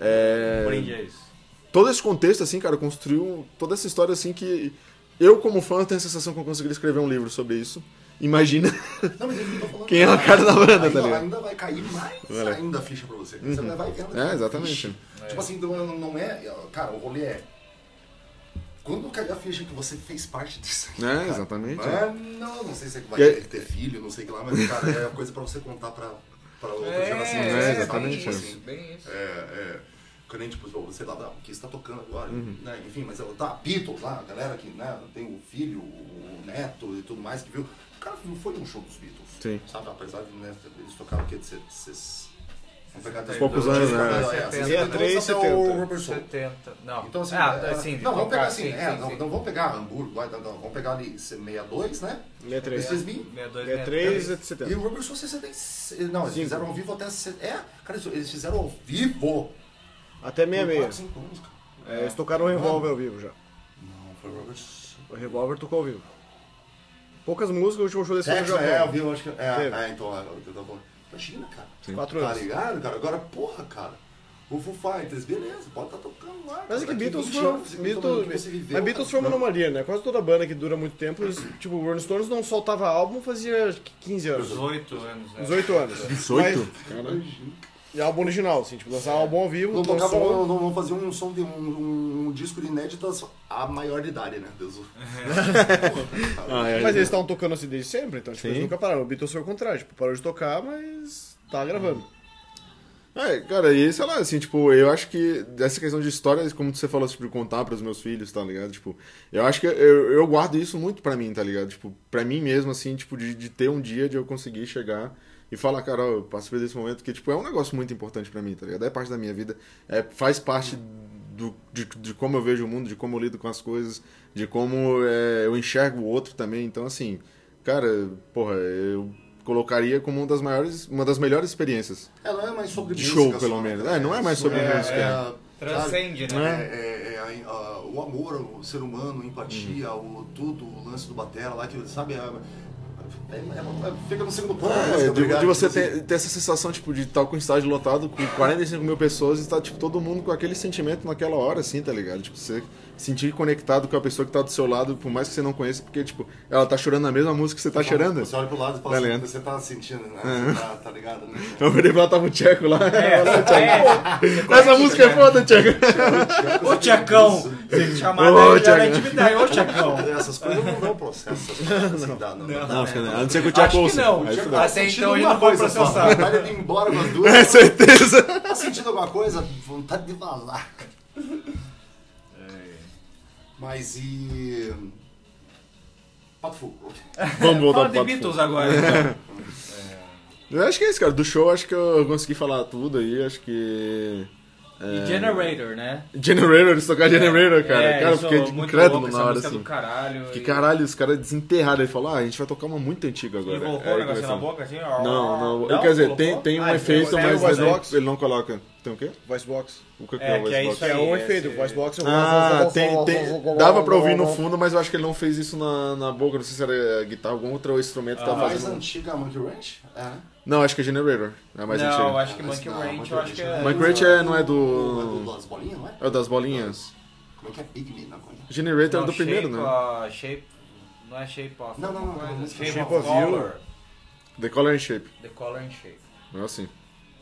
Speaker 2: é,
Speaker 6: Brinde é isso.
Speaker 2: todo esse contexto, assim, cara, construiu toda essa história, assim, que eu, como fã, tenho a sensação que eu conseguiria escrever um livro sobre isso. Imagina.
Speaker 4: Não, mas eu não tô falando
Speaker 2: Quem é o cara da banda, tá
Speaker 4: ainda,
Speaker 2: ligado?
Speaker 4: Ainda vai cair mais ainda a ficha pra você. Você vai vendo.
Speaker 2: É, exatamente.
Speaker 4: Ixi. Tipo assim, não, não é. Cara, o rolê é. Quando cair a ficha que você fez parte disso aqui,
Speaker 2: É,
Speaker 4: cara,
Speaker 2: exatamente,
Speaker 4: Mas, não, não sei se é que vai
Speaker 2: E aí-
Speaker 4: ter filho, não sei o que lá, mas, cara, é uma coisa pra você contar pra, pra outra geração.
Speaker 2: é,
Speaker 4: né? Sabe?
Speaker 2: exatamente
Speaker 4: Tipo
Speaker 6: bem
Speaker 2: isso.
Speaker 6: isso, bem isso.
Speaker 4: é, é. Quando a gente, tipo, sei lá, ah, o que está tocando agora,
Speaker 2: Uhum.
Speaker 4: né? Enfim, mas eu- tá, Beatles lá, a galera que né, tem o filho, o neto e tudo mais que viu. O cara não foi um show dos Beatles.
Speaker 2: Sim.
Speaker 4: Sabe? Apesar de né, eles tocaram o quê? De ser- de ser- Vamos pegar até-
Speaker 2: poucos anos, né?
Speaker 4: É,
Speaker 1: 73,
Speaker 4: 73 até o Rubber Soul.
Speaker 6: 70. Não.
Speaker 4: Então, assim,
Speaker 6: ah,
Speaker 4: é,
Speaker 6: sim, de
Speaker 4: não, vamos
Speaker 6: tocar,
Speaker 4: pegar assim,
Speaker 6: sim,
Speaker 4: é,
Speaker 6: sim,
Speaker 4: não,
Speaker 6: sim.
Speaker 4: não vamos pegar Hamburgo, vai, não, não, vamos pegar ali 62, né?
Speaker 1: Meia três.
Speaker 4: Esse 2000.
Speaker 6: 62,
Speaker 1: É 3 de
Speaker 4: E
Speaker 1: setembro.
Speaker 4: o Rubber Soul 66. Não, eles fizeram ao vivo até. se- É, cara, eles- eles fizeram ao vivo
Speaker 1: Até
Speaker 4: Foi quatro,
Speaker 1: 66.
Speaker 4: cinco músicas.
Speaker 1: É, eles tocaram o Revolver ao vivo já.
Speaker 4: Não, foi Roberts.
Speaker 1: O Revolver tocou ao vivo. Poucas músicas, o último show desse foi no
Speaker 4: Texas, é, eu
Speaker 1: Japão.
Speaker 4: vi, eu acho que. É,
Speaker 1: né? Teve.
Speaker 4: é então, é, o que eu tava falando. Imagina, cara.
Speaker 1: Quatro
Speaker 4: Tá
Speaker 1: anos.
Speaker 4: ligado, cara? Agora, porra, cara. O Foo Fighters, beleza, pode estar tocando
Speaker 1: Mas
Speaker 4: lá.
Speaker 1: é
Speaker 4: cara.
Speaker 1: que
Speaker 4: Daqui
Speaker 1: Beatles
Speaker 4: 20
Speaker 1: foi,
Speaker 4: anos, você conta o que
Speaker 1: Beatles,
Speaker 4: você viveu,
Speaker 1: mas
Speaker 4: cara.
Speaker 1: Beatles foi uma
Speaker 4: Não.
Speaker 1: anomalia, né? Quase toda banda que dura muito tempo, eles, tipo, o Rolling Stones não soltava álbum fazia 15 anos,
Speaker 6: 18 anos, né?
Speaker 1: 18 anos.
Speaker 2: 18?
Speaker 1: Mas- E álbum original, assim, tipo, lançar um álbum ao vivo,
Speaker 4: Não,
Speaker 1: lançou-
Speaker 4: tocava, não, não vão fazer um som de um, um disco de inéditas a maior de idade, né? Deus. o-
Speaker 2: Ah, é.
Speaker 1: Mas eles estavam tocando assim desde sempre, então tipo, eles
Speaker 2: Sim.
Speaker 1: nunca pararam. O Beatles foi o contrário, tipo, parou de tocar, mas tá gravando.
Speaker 2: É, cara, e sei lá, assim, tipo, eu acho que essa questão de história, como você falou, tipo, de contar pros meus filhos, tá ligado? Tipo, eu acho que eu, eu guardo isso muito pra mim, tá ligado? Tipo, pra mim mesmo, assim, tipo, de, de ter um dia de eu conseguir chegar e falar, cara, ó, eu passei por esse momento, que, tipo, é um negócio muito importante pra mim, tá ligado? É parte da minha vida, é, faz parte do, de, de como eu vejo o mundo, de como eu lido com as coisas, de como é, eu enxergo o outro também, então, assim, cara, porra, eu colocaria como uma das maiores, uma das melhores experiências
Speaker 4: É, não é mais sobre
Speaker 2: De
Speaker 4: música
Speaker 2: show,
Speaker 4: só,
Speaker 2: pelo
Speaker 4: né,
Speaker 2: menos.
Speaker 4: cara?
Speaker 2: É, não é mais sobre música.
Speaker 6: Transcende,
Speaker 4: sabe?
Speaker 6: né?
Speaker 4: É, é, é a- a- o amor, o ser humano, a empatia,
Speaker 2: Uhum.
Speaker 4: o tudo, o lance do batera lá, que sabe. É, é- é- fica no segundo plano. a música,
Speaker 2: É, de,
Speaker 4: obrigado,
Speaker 2: de você
Speaker 4: tipo assim.
Speaker 2: ter, ter essa sensação, tipo, de estar com o estádio lotado com 45 mil pessoas e tá, tipo, todo mundo com aquele sentimento naquela hora, assim, tá ligado? Tipo, você sentir conectado com a pessoa que tá do seu lado, por mais que você não conheça, porque, tipo, ela tá chorando a mesma música que você tá chorando.
Speaker 4: Você olha pro lado e fala
Speaker 2: Tá
Speaker 4: assim,
Speaker 2: ligado? É. Então,
Speaker 4: você tá sentindo, né? Você tá, tá ligado? Né?
Speaker 2: Eu virei pra ela, tava o Tcheco lá.
Speaker 6: É.
Speaker 2: Olha, Tcheco. Essa
Speaker 6: conecta,
Speaker 2: música é
Speaker 6: né?
Speaker 2: foda, Tcheco.
Speaker 6: Ô, Tiacão! Tem que chamar né?
Speaker 2: Ô,
Speaker 6: ele já na
Speaker 2: Tiacão.
Speaker 6: intimidade. Ô, Tiacão!
Speaker 4: Então, Essas coisas não dão processo. Essas coisas assim dá, não.
Speaker 6: Não.
Speaker 2: Não, fica, né? A não ser que o Tcheco
Speaker 6: Acho que
Speaker 2: ouça.
Speaker 6: não.
Speaker 2: Aí fudeu.
Speaker 4: Tá
Speaker 6: Até
Speaker 4: sentindo
Speaker 6: então ele
Speaker 4: uma
Speaker 6: não foi
Speaker 4: coisa só,
Speaker 6: processado.
Speaker 4: Vontade de ir embora com as
Speaker 2: É
Speaker 4: duas.
Speaker 2: certeza.
Speaker 4: Tá sentindo alguma coisa? Vontade de falar.
Speaker 6: É.
Speaker 4: Mas e. Pato Fogo.
Speaker 2: Vamos
Speaker 6: Fala
Speaker 2: voltar pro
Speaker 6: de
Speaker 2: papo.
Speaker 6: Beatles agora,
Speaker 4: É.
Speaker 6: então.
Speaker 2: Eu acho que é isso, cara. Do show, acho que eu consegui falar tudo aí. Acho que. é,
Speaker 6: E Generator, né?
Speaker 2: Generator, eles tocaram Generator, cara.
Speaker 6: É,
Speaker 2: cara, eu
Speaker 6: isso,
Speaker 2: fiquei
Speaker 6: muito
Speaker 2: incrédulo
Speaker 6: louco,
Speaker 2: na
Speaker 6: essa
Speaker 2: hora,
Speaker 6: música é
Speaker 2: assim.
Speaker 6: do caralho.
Speaker 2: Que
Speaker 6: e-
Speaker 2: caralho, os caras desenterraram. Ele falou, ah, a gente vai tocar uma muito antiga
Speaker 6: E
Speaker 2: agora. É,
Speaker 6: colocou
Speaker 2: Aí
Speaker 6: o negócio na
Speaker 2: começou.
Speaker 6: boca assim, ó.
Speaker 2: Não, não. quer dizer, tem,
Speaker 6: colocou?
Speaker 2: tem um
Speaker 1: Ah,
Speaker 2: efeito,
Speaker 1: tem o-
Speaker 2: mas,
Speaker 1: tem o
Speaker 2: mas não,
Speaker 1: Voicebox.
Speaker 2: ele não coloca. Tem o quê?
Speaker 1: Voice Box.
Speaker 2: O que que
Speaker 6: É,
Speaker 2: é o
Speaker 6: que é
Speaker 2: Voicebox?
Speaker 6: isso aí.
Speaker 1: É um
Speaker 6: esse-
Speaker 1: efeito, o Voice Box é um
Speaker 2: Ah, tem, tem, dava pra ouvir no fundo, mas eu acho que ele não fez isso na, na boca, não sei se era guitarra, algum outro instrumento que
Speaker 4: A
Speaker 6: Ah,
Speaker 2: tava
Speaker 4: É mais
Speaker 2: fazendo.
Speaker 4: antiga Monkey Ranch? É.
Speaker 2: Não, acho que é Generator, é a mais
Speaker 6: Não,
Speaker 2: antiga.
Speaker 6: acho que Monkey Ranch, eu acho que é.
Speaker 2: Monkey Ranch é- não é
Speaker 4: É do
Speaker 2: do...
Speaker 4: das bolinhas, não é?
Speaker 2: É o das bolinhas.
Speaker 4: Como é que é Pigme na coisa?
Speaker 2: Generator é
Speaker 6: Não,
Speaker 2: do primeiro,
Speaker 6: shape,
Speaker 2: né?
Speaker 6: ó, shape, não é shape of.
Speaker 4: Não, não, não,
Speaker 6: coisa,
Speaker 4: não, é não,
Speaker 6: shape, of
Speaker 1: Shape of You.
Speaker 6: color.
Speaker 2: The Color and Shape.
Speaker 6: The color and shape.
Speaker 2: É assim.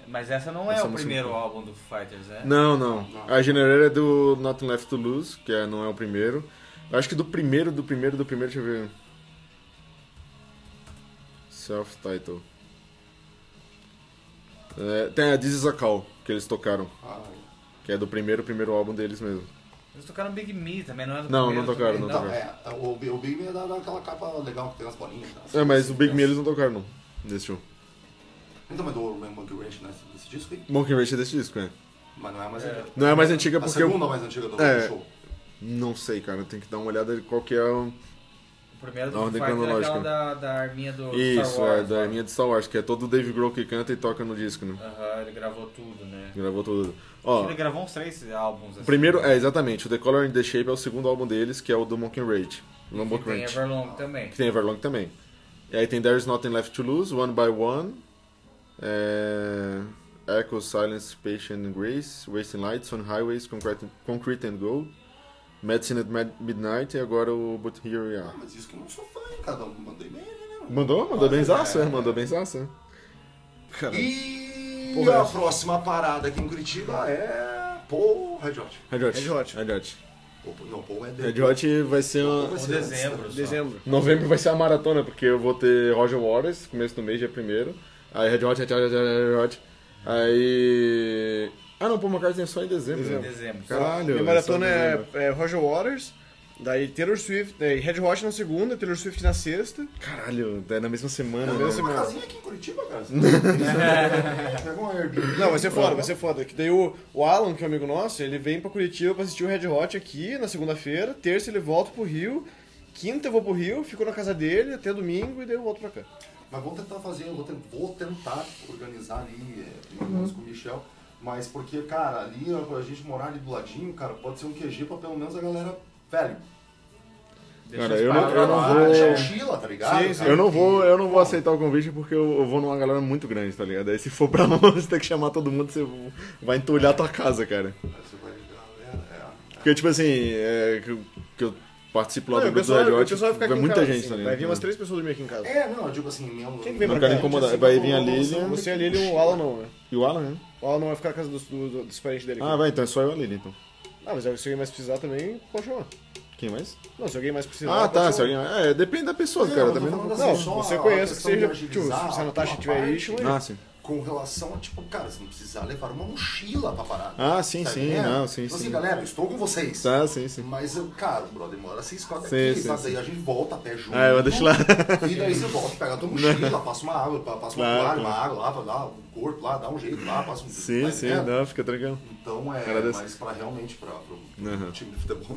Speaker 6: Mas essa não é
Speaker 2: Essa
Speaker 6: o
Speaker 2: música
Speaker 6: primeiro
Speaker 2: não.
Speaker 6: álbum do Foo Fighters, né?
Speaker 2: Não, não. A Generator é do Nothing Left to Lose, que é- não é o primeiro. Eu acho que do primeiro, do primeiro, do primeiro, deixa eu ver. Self-title. É, tem a This Is a Call, que eles tocaram.
Speaker 4: Ah,
Speaker 2: Que é do primeiro, primeiro álbum deles mesmo.
Speaker 6: Eles tocaram Big Me também, não é do
Speaker 2: Não,
Speaker 6: primeiro
Speaker 2: não tocaram,
Speaker 6: também,
Speaker 2: não
Speaker 4: não, é. O, Bi- o Bigme é da- daquela capa legal que tem as bolinhas. tá?
Speaker 2: É, mas o Big Me eles não tocaram, não. Desse show.
Speaker 4: Então, mas do Monkey Ranch, né? Desse disco aí.
Speaker 2: Monkey Ranch é desse disco, né?
Speaker 4: Mas não é mais antiga.
Speaker 2: Não é a mais antiga
Speaker 4: A
Speaker 2: porque eu...
Speaker 4: segunda mais antiga do
Speaker 2: É.
Speaker 4: show.
Speaker 2: Não sei, cara. Tem que dar uma olhada qual que é o...
Speaker 6: O primeiro do
Speaker 2: Na
Speaker 6: Foo
Speaker 2: ordem
Speaker 6: Fighters é aquela
Speaker 2: cronológica.
Speaker 6: da, da arminha do Star
Speaker 2: Isso,
Speaker 6: Wars. né?
Speaker 2: é da
Speaker 6: lá.
Speaker 2: Arminha de Star Wars, que é todo o Dave Grohl que canta e toca no disco, né?
Speaker 6: Aham, ele gravou tudo, né?
Speaker 2: Gravou tudo. Ó,
Speaker 6: Ele gravou uns três álbuns.
Speaker 2: O
Speaker 6: Assim,
Speaker 2: Primeiro,
Speaker 6: né?
Speaker 2: é, exatamente. O The Color and the Shape é o segundo álbum deles, que é o do Monkey Rage. Lombok
Speaker 6: Tem
Speaker 2: Ranch.
Speaker 6: Everlong também.
Speaker 2: Que tem Everlong também. E aí tem There's Nothing Left to Lose, One by One, é... Echo, Silence, Patient and Grace, Wasting Lights, On Highways, Concrete, Concrete and Gold, Medicine at Mad- Midnight e agora o But Here We
Speaker 4: Ah,
Speaker 2: Are.
Speaker 4: mas isso que eu não sou fã, hein, cara. Mandei bem, né? mano?
Speaker 2: Mandou? Mandou bem benzaço, é? Mandou benzaço, é?
Speaker 4: E
Speaker 2: Porra,
Speaker 4: a
Speaker 2: essa.
Speaker 4: próxima parada aqui em Curitiba é. Paul Red Hot.
Speaker 2: Red Hot.
Speaker 1: Red Hot.
Speaker 2: Red Hot.
Speaker 4: Ou- Não, Paul é
Speaker 2: Red Hot vai ser uma...
Speaker 6: Ou dezembro. só.
Speaker 1: Dezembro.
Speaker 2: Novembro vai ser a maratona, porque eu vou ter Roger Waters, começo do mês, dia 1 Aí Red Hot, Red Hot, Red Hot, Red Hot. Aí... Ah não, Paul McCartney é só em dezembro.
Speaker 6: Em
Speaker 2: né?
Speaker 6: Dezembro. só.
Speaker 2: Caralho.
Speaker 1: Minha
Speaker 2: só em
Speaker 1: maratona é,
Speaker 2: dezembro.
Speaker 1: é Roger Waters, daí Taylor Swift, daí Red Hot na segunda, Taylor Swift na sexta.
Speaker 2: Caralho, é na mesma semana.
Speaker 1: mesma
Speaker 2: né?
Speaker 1: semana.
Speaker 4: Uma casinha aqui em Curitiba, cara. Pega um Airbnb.
Speaker 1: Não, vai ser foda, vai ser foda. Que daí o, o Alan, que é um amigo nosso, ele vem pra Curitiba pra assistir o Red Hot aqui na segunda-feira, terça ele volta pro Rio, quinta eu vou pro Rio, fico na casa dele até domingo e daí eu volto pra cá.
Speaker 4: Mas vamos tentar fazer, eu vou, ten- vou tentar organizar ali, é, pelo menos um com o Michel, Mas porque, cara, ali, ó, pra gente morar ali do ladinho, cara, pode ser um QG pra pelo menos a galera, velho,
Speaker 2: Cara, eu não,
Speaker 4: pra
Speaker 2: eu não
Speaker 4: lá, deixar
Speaker 2: vou. é.
Speaker 4: o Chila, tá ligado?
Speaker 1: Sim, sim.
Speaker 4: cara?
Speaker 2: Eu não vou,
Speaker 4: E-
Speaker 2: eu não vou aceitar o convite porque eu, eu vou numa galera muito grande, tá ligado? Aí se for pra lá, você tem que chamar todo mundo, você vai entulhar a tua casa, cara.
Speaker 4: Você vai, galera, é.
Speaker 2: Porque, tipo assim, é, que, eu- que eu participo lá
Speaker 1: Não,
Speaker 2: do
Speaker 1: o
Speaker 2: grupo do
Speaker 1: pessoal,
Speaker 2: Red
Speaker 1: o
Speaker 2: Hot,
Speaker 1: pessoal vai ficar aqui
Speaker 2: vai
Speaker 1: em
Speaker 2: muita
Speaker 1: casa,
Speaker 2: gente,
Speaker 1: assim,
Speaker 2: tá ligado?
Speaker 1: Vai vir umas três pessoas dormir aqui em casa.
Speaker 4: É, não, eu digo assim, meu.
Speaker 1: Quem que vem
Speaker 2: Não quero
Speaker 1: pra cá?
Speaker 4: assim,
Speaker 2: incomodar, vai vir a Lilian
Speaker 1: né? Você, a Lilian e o Alan não, né?
Speaker 2: e o Alan, né?
Speaker 1: O Alan não vai ficar na casa dos, do- dos parentes dele aqui.
Speaker 2: Ah, vai, então é só eu e a Lilian, então.
Speaker 1: Ah, mas se alguém mais precisar também, pode chamar.
Speaker 2: Quem mais?
Speaker 1: Não, se alguém mais precisar.
Speaker 2: Ah,
Speaker 1: pode
Speaker 2: tá,
Speaker 1: chamar.
Speaker 2: se alguém... É, depende da pessoa, cara, também não...
Speaker 4: assim,
Speaker 1: Não, você conhece que seja, tipo, se a Natasha tiver aí, é- chama
Speaker 2: Ah, sim.
Speaker 4: Com relação a, tipo, cara, você não precisar levar uma mochila pra parada.
Speaker 2: Ah, sim,
Speaker 4: tá
Speaker 2: sim,
Speaker 4: entendendo?
Speaker 2: não, sim,
Speaker 4: Então, assim,
Speaker 2: sim.
Speaker 4: galera, eu estou com vocês.
Speaker 2: Tá, sim, sim.
Speaker 4: Mas, eu, cara, o brother mora seis quatro
Speaker 2: Sim,
Speaker 4: aqui,
Speaker 2: sim,
Speaker 4: mas
Speaker 2: sim.
Speaker 4: aí a gente volta até junto.
Speaker 2: Ah, eu deixo lá.
Speaker 4: E daí você volta, pega a tua mochila, passa uma água, pa- passa uma
Speaker 2: Claro,
Speaker 4: toalha, uma
Speaker 2: claro.
Speaker 4: água lá, vai lá, um corpo lá, dá um jeito lá, passa um...
Speaker 2: Sim,
Speaker 4: vai
Speaker 2: sim,
Speaker 4: vendo?
Speaker 2: não, fica tranquilo.
Speaker 4: Então é,
Speaker 2: Agradeço.
Speaker 4: mas pra realmente, pra, pro
Speaker 2: Aham.
Speaker 4: time de futebol.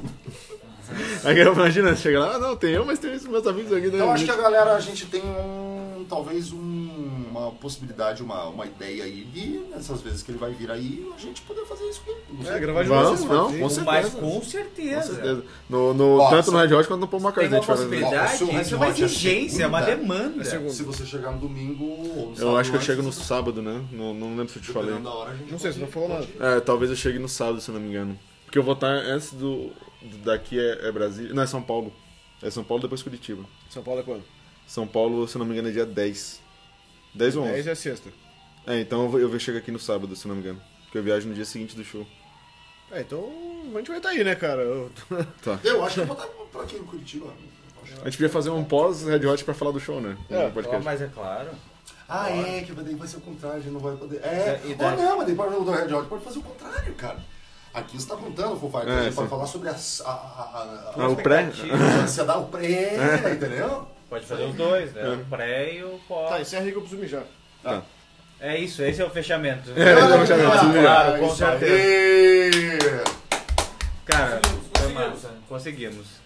Speaker 2: Aí É eu imagino, chega lá, ah, não, tem eu, mas tem os meus amigos aqui. né?
Speaker 4: Então acho que a galera, a gente tem um, talvez um- uma possibilidade, uma, uma ideia aí de, nessas vezes que ele vai vir aí, a gente poder fazer isso né? com ele. Não sei.
Speaker 1: É, gravar de
Speaker 2: Vamos,
Speaker 1: vocês,
Speaker 2: não,
Speaker 1: fazer.
Speaker 2: com certeza.
Speaker 6: Mas com
Speaker 2: Com
Speaker 6: certeza.
Speaker 2: certeza. No, no-
Speaker 4: Ó,
Speaker 2: tanto no
Speaker 4: sabe-
Speaker 2: Red Hot quanto no Paul
Speaker 6: Tem uma
Speaker 2: McCartney. a gente né? fazendo isso.
Speaker 6: possibilidade,
Speaker 4: Ó,
Speaker 6: isso é uma
Speaker 4: se o
Speaker 6: exigência, é uma
Speaker 4: Red Hot é
Speaker 6: demanda.
Speaker 1: segunda.
Speaker 4: Se você chegar no domingo ou no sábado,
Speaker 2: Eu acho que eu
Speaker 4: antes,
Speaker 2: chego no sábado, né? Não, não lembro se eu te falei.
Speaker 4: dependendo da hora, a gente
Speaker 1: Não sei,
Speaker 4: pode-
Speaker 1: você não falou nada.
Speaker 2: É, talvez eu chegue no sábado, se eu não me engano. Porque eu vou estar antes do. do- Daqui é, é Brasília. Não, é São Paulo. É São Paulo depois Curitiba.
Speaker 1: São Paulo é quando?
Speaker 2: São Paulo, se eu não me engano, é dia 10. 10 ou 11?
Speaker 1: 10 é sexta.
Speaker 2: É, então eu vou, eu vou chegar aqui no sábado, se eu não me engano. Porque eu viajo no dia seguinte do show.
Speaker 1: É, então a gente vai estar aí, né, cara? Eu-
Speaker 2: Tá.
Speaker 4: Eu acho que eu vou botar pra aqui no Curitiba. Acho que-
Speaker 2: A gente podia fazer um pós-Red Hot pra falar do show, né? No
Speaker 1: É,
Speaker 6: Ó,
Speaker 2: podcast.
Speaker 6: mas é claro.
Speaker 4: Ah, é, que daí vai ser o contrário, a gente não vai poder. É,
Speaker 6: E
Speaker 4: ou
Speaker 6: daí?
Speaker 4: não, mas daí pode do Red Hot, pode fazer o contrário, cara. Aqui você tá contando, Fofai,
Speaker 2: É,
Speaker 4: a gente
Speaker 2: sim.
Speaker 4: pode falar sobre as- a, a, a,
Speaker 2: Ah, o pré? É.
Speaker 4: a, você dá o pré, entendeu?
Speaker 6: Pode fazer os dois, né? O pré e o pós.
Speaker 1: Tá, encerra aí que eu preciso mijar.
Speaker 2: Tá.
Speaker 6: É isso, esse é o fechamento.
Speaker 2: É, esse é o fechamento,
Speaker 6: Claro,
Speaker 2: sim,
Speaker 6: Claro, com
Speaker 4: Isso
Speaker 6: certeza.
Speaker 4: aí.
Speaker 2: é.
Speaker 6: Cara, foi massa. Conseguimos.